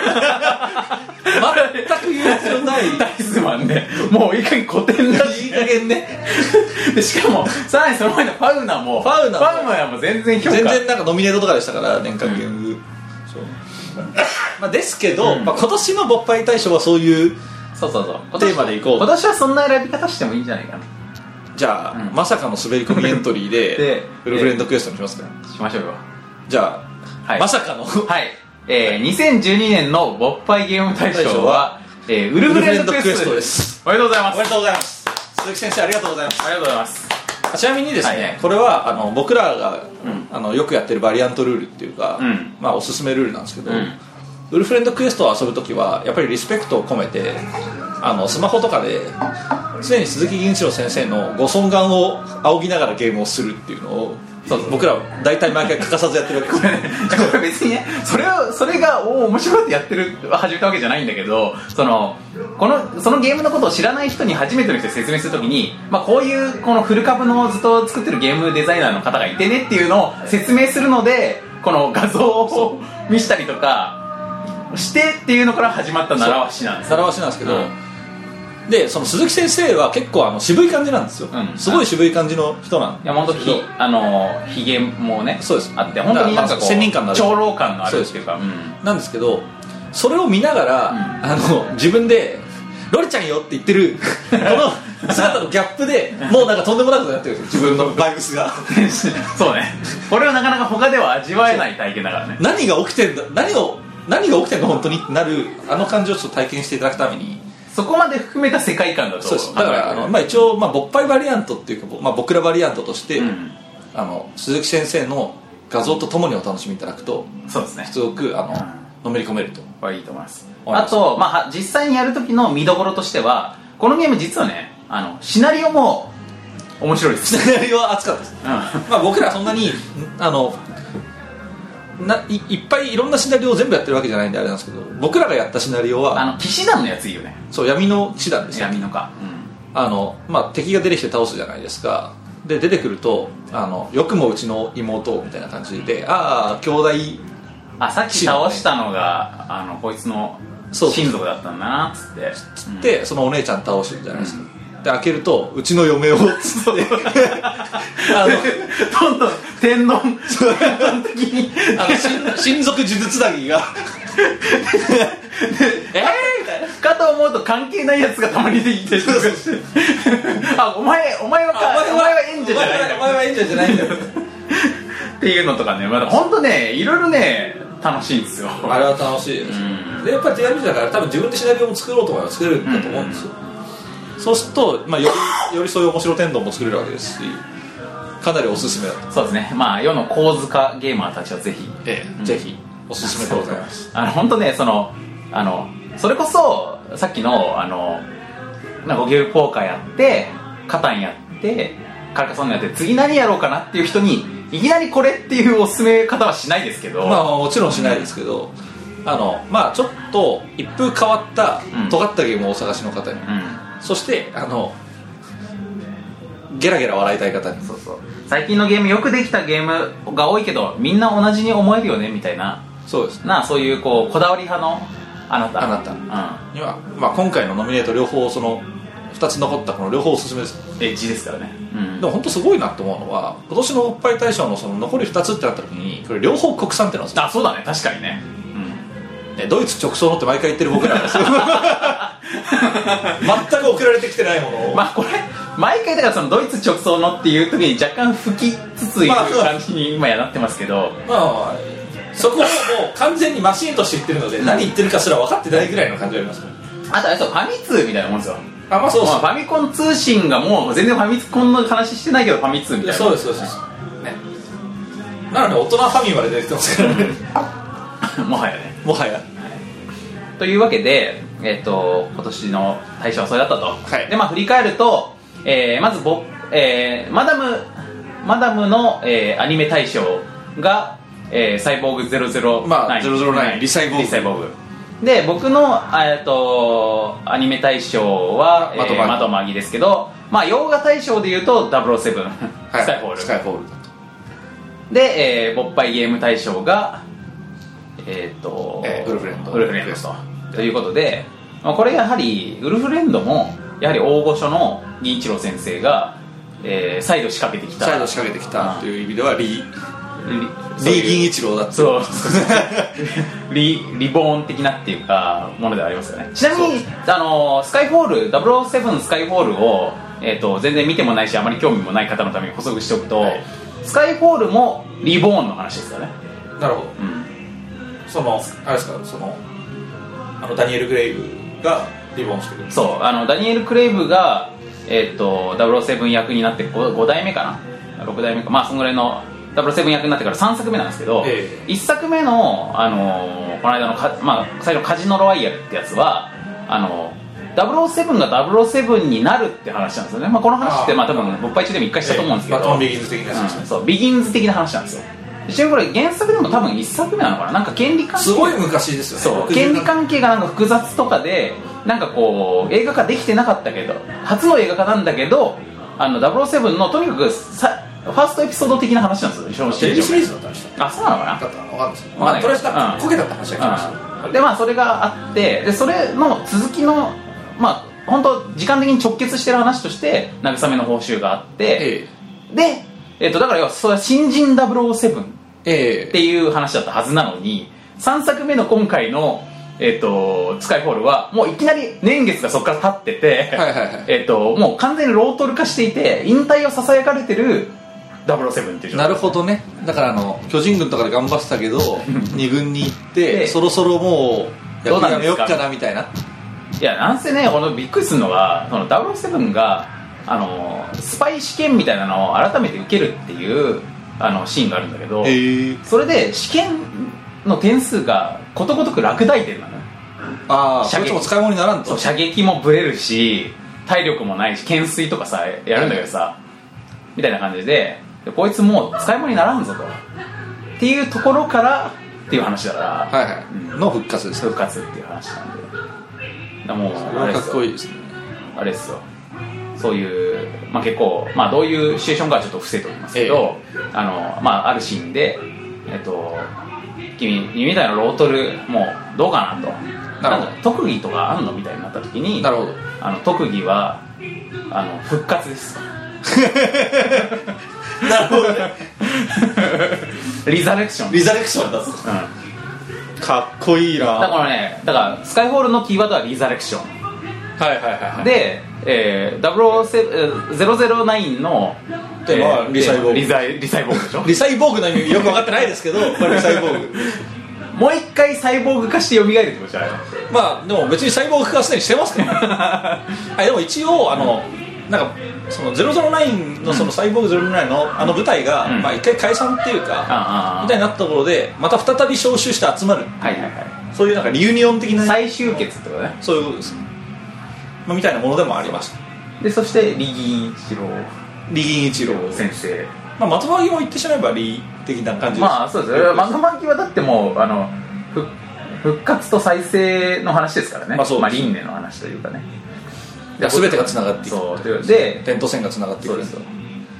全く言う必要ないダイスマンでもういい加減古典だしいい加減ね でしかもさらにその前のファウナもファウナもファウナも全然評価全然なんかノミネートとかでしたから年間ゲーム、そうまあ、ですけど、まあ、今年の勃発大賞はそういうそうそうそう今テ年ーマでいこ今う年はそんな選び方してもいいんじゃないかなじゃあ、うんまさかの滑り込みエントリー ででウルフレンドクエストにしますかしましょうよじゃあ、はいまさか のはい、えー、2012年のボッパイゲーム大大賞賞はは、えー、ウルフレンドクエストウでルフレンドクエストですすおめでとうございまおすめでとうございます鈴木先生ありがとうございますありがとうございますあちなみにですね、はいはいこれはあの僕らが、んあのよくやってるバリアントルールっていうか、うんまあ、おすすめルールなんですけど、うんウルフレンドクエストを遊ぶ時はやっぱりリスペクトを込めてあのスマホとかで常に鈴木銀一郎先生のご尊顔を仰ぎながらゲームをするっていうのを僕らは大体毎回欠かさずやってるわ けですこれ別にねそれをそれがおー面白いってやってる始めたわけじゃないんだけどそのこのそのゲームのことを知らない人に初めての人に説明するときに、まあ、こういうこの古株のずっと作ってるゲームデザイナーの方がいてねっていうのを説明するのでこの画像を見したりとかしてっていうのから始まった習わしなんですよさらわしなんですけど、うんでその鈴木先生は結構あの渋い感じなんですよ、うんすごい渋い感じの人なんいや本当ですけどひあのひげもねそうですあって本当になんかこうだからまあ先入観のある長老感のあるっていうかうんなんですけどそれを見ながら、あの自分で「ロリちゃんよ」って言ってるこの姿のギャップでもうなんかとんでもなくなってるんですよ自分のバイブスが そうねこれはなかなか他では味わえない体験だからね何が起きてんだ何を何が起きてんの本当にってなるあの感情をちょっと体験していただくためにそこまで含めた世界観だとそうですだからあの、まあ、一応、まあ、勃発バリアントっていうか、ぼまあ、僕らバリアントとして、うんあの鈴木先生の画像とともにお楽しみいただくとそうですねすごくあの、うのめり込めると これいいと思いますわかりあましたと、まあ、は実際にやる時の見どころとしてはこのゲーム実はねあのシナリオも面白い です、シナリオは熱かったですうん、あまあ、僕らそんなにんあのないいっぱいいろんなシナリオを全部やってるわけじゃないんであれなんですけど僕らがやったシナリオはの騎士団のやついいよねそう闇の手段ですね闇のか、あの、まあ、敵が出てきて倒すじゃないですかで出てくるとあのよくもうちの妹をみたいな感じでああ兄弟うんあさっき倒したのがあのこいつのそう親族だったんだなっつってでそのお姉ちゃん倒してるじゃないですか、で開けるとうちの嫁をつってあのどんどん天丼天丼的にあの親親族呪術だぎがえー、かと思うと関係ないやつがたまにできてるあお前お前はかお前は演者じゃないんだお前は演者じゃないんだっていうのとかねまだ本当ねいろいろね楽しいんですよあれは楽しいです、うんでやっぱり手紙だから多分自分でシナリオも作ろうと思えば作れるんだと思うんですよ、そうすると、まあ、よりよりそういう面白天丼も作れるわけですしかなりおすすめだと、そうですねまあ世の構図化ゲーマーたちはぜひええぜひおすすめでございます あの本当ねそのあのそれこそさっきのあのなんかゴキブリポーカーやってカタンやってカルカソンヌやって次何やろうかなっていう人にいきなりこれっていうおすすめ方はしないですけど、まあもちろんしないですけど、あのまあちょっと一風変わったうん尖ったゲームをお探しの方に、そしてあのゲラゲラ笑いたい方にうんそうそう最近のゲームよくできたゲームが多いけどみんな同じに思えるよねみたいなそうですねなあそういうこうこだわり派のあなたあなたうには、まあ、今回のノミネート両方その2つ残ったこの両方おすすめですんエッジですからね、うんでも本当すごいなと思うのは今年のおっぱい大賞のその残り2つってなった時にこれ両方国産ってのはあそうだね確かにね、ねドイツ直送のって毎回言ってる僕 らですよ全く送られてきてないものを、まあこれ毎回だからそのドイツ直送のっていう時に若干吹きつついるまあそう感じに今やなってますけど、まあ、そこはもう完全にマシンとして言ってるので何言ってるかすら分かってないぐらいの感じがありますねあ、とあれそうファミ通みたいなもんですよあまあそうまあファミコン通信がもう全然ファミコンの話してないけどファミ通みたいなそうですそうですねなので大人ファミまで出てきてますからね もはやねもはやというわけで、えっと今年の大賞はそれだったと、はいでまあ振り返ると、えーまずぼ、えーマダムマダムの、えーアニメ大賞が、えーサイボーグ009、まあ009リサイボーグリサイボーグで僕のあえっとアニメ大賞はまとまぎえーまとまぎですけど、まあ、洋画大賞でいうと007、スカイホールスカイホールだで、えー、勃発ゲーム大賞がえっ、と、えーウルフレンドウルフレンドとということで、まあ、これやはりウルフレンドもやはり大御所の銀一郎先生が、えー再度仕掛けてきた再度仕掛けてきたという意味ではリーリリー・銀一一郎だってそう リリボーン的なっていうかものではありますよねちなみにあのスカイホール007スカイホールを、えー、と全然見てもないしあまり興味もない方のために補足しておくと、スカイホールもリボーンの話ですよねなるほどうんそのあれですかそのあのダニエル・グレイブがリボンしてくるそうあのダニエル・クレイブが、えー、と007役になって 5, 5代目かな6代目かまあそのぐらいの007役になってから3作目なんですけど、え1作目の、あのーこの間のか、まあ、最初のカジノロワイヤルってやつはあの007が007になるって話なんですよね、まあ、この話ってあーまあ多分勃発中でも1回したと思うんですけど、バトンビギンズ的なやつですうねん、そうビギンズ的な話なんですよちなみにこれ原作でも多分1作目なのかななんか権利関係すごい昔ですよそねう60権利関係がなんか複雑とかでなんかこう映画化できてなかったけど初の映画化なんだけどあの007のとにかくさファーストエピソード的な話なんですよ一緒のシテレビシーリーズズだったんでしあそうなのかなた分かんないですけど、わかんまなあ、いとりあえずなんかうんこけたって話が聞きましたうんでまあそれがあってでそれの続きのまあ本当時間的に直結してる話として慰めの報酬があって、えで、えっとだから要はそれは新人007っええていう話だったはずなのに3作目の今回の、えっとスカイフォールはもういきなり年月がそこから経ってて、はいはいはいえっともう完全にロートル化していて引退をささやかれてる007っていう状態なるほどねだからあの巨人軍とかで頑張ってたけど2軍に行ってでそろそろもうどやうなやんめでよすっかかなみたいないやなんせねこのびっくりするのがその007があのスパイ試験みたいなのを改めて受けるっていうあのシーンがあるんだけど、ええそれで試験の点数がことごとく落第点なのよああそ射れ撃とも使い物にならんそとう射撃もブレるし体力もないし懸垂とかさやるんだけどさみたいな感じででこいつもう使い物にならんぞとっていうところからっていう話だから、はいはいの復活です復活っていう話なんでだからもうこれあはれかでっすこよいいですねあれですよそういう、まあ、結構、まあ、どういうシチュエーションかはちょっと伏せておりますけど、あのまあ、あるシーンで、えっと、君君みたいなロートルもうどうかなとななるほんどか特技とかあんのみたいになった時になるほどあの特技はあの復活ですなるほどね リザレクションリザレクションだぞうんかっこいいなだからねだからスカイホールのキーワードはリザレクションはいはいはいはいで、えー、007 009のテーマはえリサイボーグリザイリサイボーグでしょリサイボーグの意味よく分かってない ですけど、まあ、リサイボーグもう一回サイボーグ化して蘇るってことじゃないのまあでも別にサイボーグ化はすでにして ますけどはいでも一応あのなんかその009のそのサイボーグ009のあの舞台が、んまあ、一回解散っていうあか、ああみたいになったところでまた再び招集して集まるはいはいはそういうなんかリユニオン的いな最終決ってことねそういうことです、まあ、みたいなものでもありましたでそしてリギン一郎リギン一郎先生まあまとまりを言ってしまえばリ的な感じです、まあそうですよマグマキはだってもうあの復復活と再生の話ですからねまあそうですまあ輪廻の話というかねいや全てがつながっていくそうというで点と線がつながっていそうくですよ、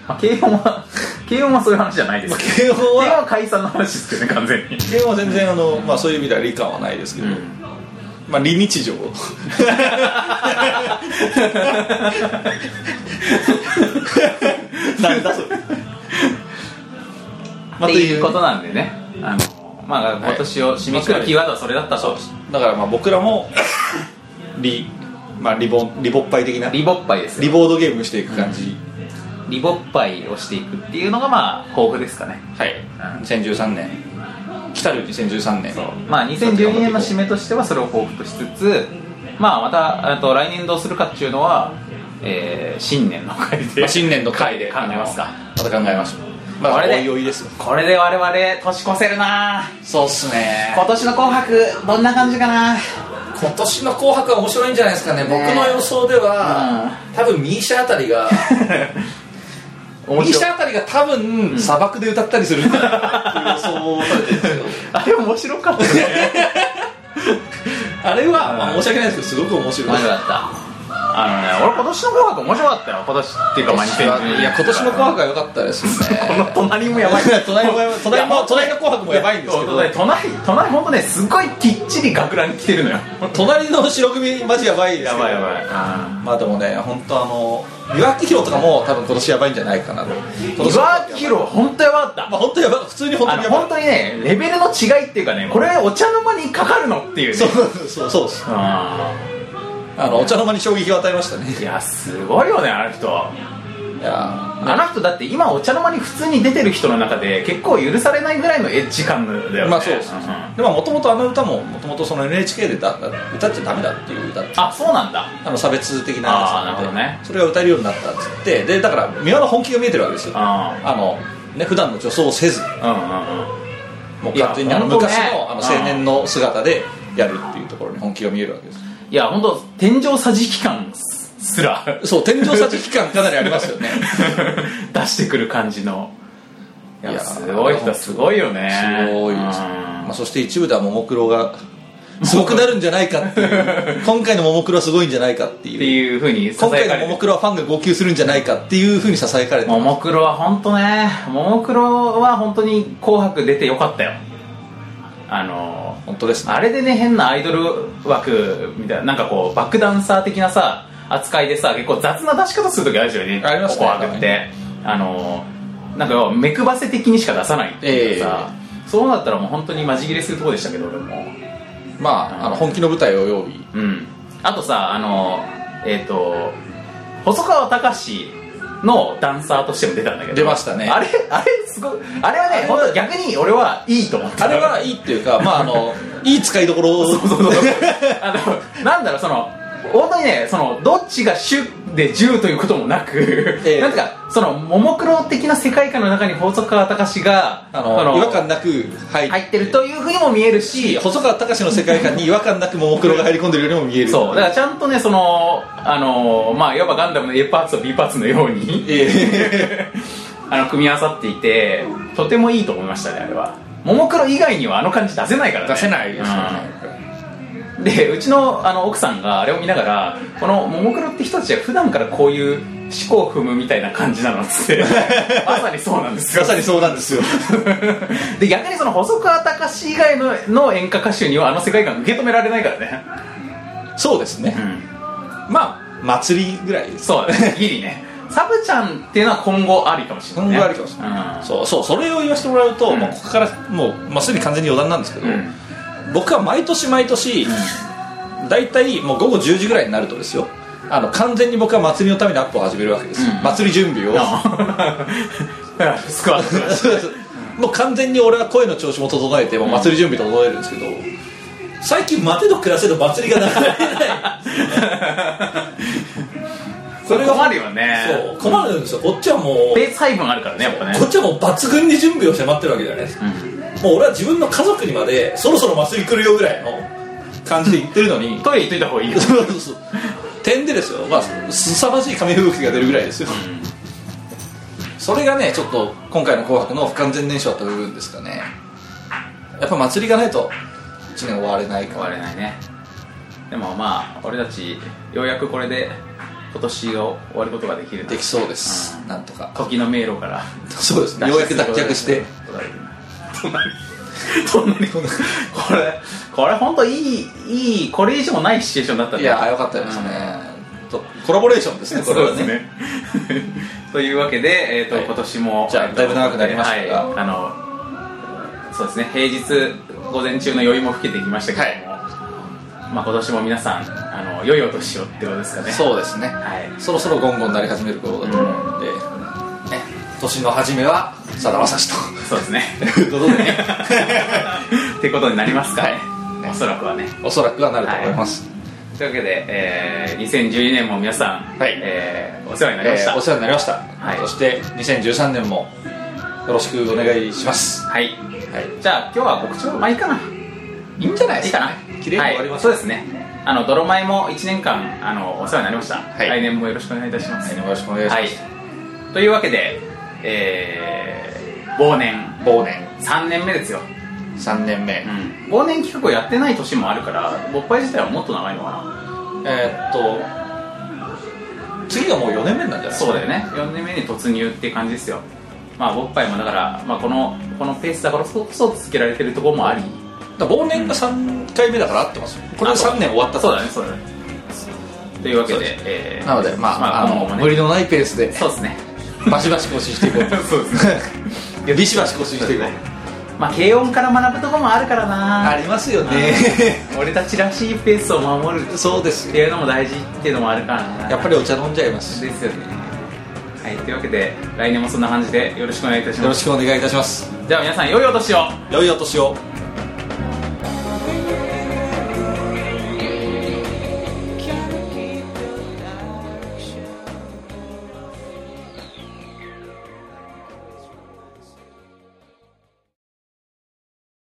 まあ、慶応は慶応はそういう話じゃないですまあけど慶応慶応はは解散の話ですけどね完全に慶応は全然あの、まあ、そういう意味では理感はないですけど、まあ理日常なんだそれまあっとていいううことなんでねあのまあ今年を締めくくるキーワードはそれだったとだからまあ僕らもリ,、まあ、リボンリボッパイ的なリリボッパイですよボードゲームしていく感じ、リボッパイをしていくっていうのがまあ抱負ですかねはい2013年来たる2013年まあ、2012年の締めとしてはそれを抱負としつつ、まあ、またあと来年どうするかっていうのは、えー新年の会でまあ新年の回で考えますかまた考えましょうまああれおでいおいですよこれで我々年越せるなそうっすね今年の「紅白」どんな感じかな今年の「紅白」は面白いんじゃないですかね僕の予想では、多分ミーシャあたりがミーシャあたりが多分砂漠で歌ったりするんだなっていう予想を立ててるんですよあれ面白かったねあれは、まあ、申し訳ないですけどすごく面白い面白かったあのね俺今年の「紅白」面白かったよ今年っていうかまあ2012いや今年の「紅白」は良かったですねこの隣もやばい隣も隣も隣の紅白もやばいんですけど隣隣本当ねすごいきっちり学ラン着てるのよ隣の白組マジやばいですけどいまあでもね本当あの岩木宏とかも多分今年やばいんじゃないかなと今年岩城宏本当やばかったまあ本当やばい普通に本当あにのやばい本当にねレベルの違いっていうかねこれお茶の間にかかるのっていうねそうそうそうですああのお茶の間に衝撃を与えましたーねいやすごいよねあの人いやあの人だって今お茶の間に普通に出てる人の中で結構許されないぐらいのエッジ感だよねまあそうですんんでもともとあの歌ももともとその NHK でだ歌っちゃダメだっていう歌ってあそうなんだあの差別的なやつあーなるほどねそれが歌えるようになったっつってでだから宮の本気が見えてるわけですよああのね普段の女装をせずーうんうんうんもういや完全にあの本当ね昔のあの青年の姿でやるっていうところに本気が見えるわけですいや本当天井さじき感すら そう天井先期間かなりありますよね出してくる感じの いやいやすごい人すごいよねすごいです、うんまあ、そして一部ではももクロがすごくなるんじゃないかっていう 今回のももクロはすごいんじゃないかってっていういうふうに今回囁かのれてももクロはファンが号泣するんじゃないかっていうふうにささやかれてもますもクロは本当ね、ももクロは本当に紅白出てよかったよ。あの、本当ですねあれでね、変なアイドル枠みたいな、なんかこう、バックダンサー的なさ、扱いでさ、結構雑な出し方するときあるじゃんね、ありますね紅白って。あの、なんか要は目くばせ的にしか出さないっていうかさ、そうなったらもう本当にマジ切れするとこでしたけど、俺も。まああの本気の舞台を用意うん、あとさあのえっ、と細川た史のダンサーとしても出たんだけど出ましたねあれあれすごいあれはあねれは本当逆に俺はいいと思ったあれはいいっていうか、まあ、あのいい使いどころをそうそうそうあのなんだろうその本当にねそのどっちが主で10ということもなく、ええなんていうかそのももクロ的な世界観の中に細川た史があのその違和感なく入っ入ってるというふうにも見えるし細川隆の世界観に違 和感なくももクロが入り込んでるようにも見えるそうだからちゃんとねそのあのまあいわばガンダムの A パーツと B パーツのようにえあの組み合わさっていてとてもいいと思いましたねあれはももクロ以外にはあの感じ出せないからね出せないですようんでうちのあの奥さんがあれを見ながらこのももクロって人たちは普段からこういう思考踏むみたいな感じなのっつって まさにそうなんですよまさにそうなんですよで逆にその細川たかし以外のの演歌歌手にはあの世界観受け止められないからねそうですね、まあ祭りぐらいですそうだねギリねサブちゃんっていうのは今後ありかもしれない、ね、今後ありかもしれない、そうそうそれを言わせてもらうと、んもうここからもう、まあ、すでに完全に余談なんですけど、うん僕は毎年毎年、大体もう午後10時ぐらいになるとですよあの完全に僕は祭りのためにアップを始めるわけですよ、うん祭り準備をスク ワットだし そうそうもう完全に俺は声の調子も整えてもう祭り準備整えるんですけど、最近待てど暮らせど祭りがなくなってない それが困るよねそう困るんですよこっちはもうペース配分あるからねやっぱねこっちはもう抜群に準備をして待ってるわけじゃないですか、もう俺は自分の家族にまでそろそろ祭り来るよぐらいの感じで言ってるのにトイレ行っといた方がいいよそうそうそう点でですよ、まあ、すさまじい紙吹雪が出るぐらいですよ、それがねちょっと今回の「紅白」の不完全燃焼だった部分ですかねやっぱ祭りがないと1年終われないか終われないねでもまあ俺たちようやくこれで今年を終わることができるなできそうです、なんとか時の迷路からそうです ねようやく脱却して隣隣これこれ本当いいいいこれ以上ないシチュエーションだったいやよかったですね、とコラボレーションです ねここれれははねね というわけで、えーと今年もじゃあだいぶ長くなりましたがはい、あのそうですね平日午前中の酔いも更けてきましたけども、まあ、今年も皆さんあの良いお年をってことですかねそうですね、はいそろそろゴンゴンになり始める頃だと思うので、ね、年の初めはさだまさしとそうですねということでね ってことになりますかね、おそらくはねおそらくはなると思います、というわけで、えー2012年も皆さん、はいえーお世話になりましえた、ーお世話になりました、はいそして2013年もよろしくお願いしますはい、はいじゃあ今日は告知はまあいいかないいんじゃないいいかな綺麗に終わりましたはい、そうですねあの泥米も1年間あのお世話になりました、い来年もよろしくお願いいたします来年もよろしくお願いします、はい、というわけで、えー忘年忘年3年目ですよ、 3年目、忘年企画をやってない年もあるから勃発自体はもっと長いのかなえーっと次がもう4年目なんじゃないですかそうだよね4年目に突入って感じですよまあ勃発もだから、まあ、このこのペースだからこそ続けられてるところもありだから忘年が3回目だから合ってますよこれで3年終わったそうだねそうだねというわけでえーなのでまあ,、あ、今後のもね無理のないペースでそうです ねバシバシ更新していこ うそうですいやビシバシ更新していこうまあ軽音から学ぶとこもあるからなありますよね俺たちらしいペースを守るっそうですてよいうのも大事っていうのもあるからなやっぱりお茶飲んじゃいますよですよねはいというわけで来年もそんな感じでよろしくお願いいたしまろすしくお願いいたしますじゃあ皆さん良いお年を良いお年を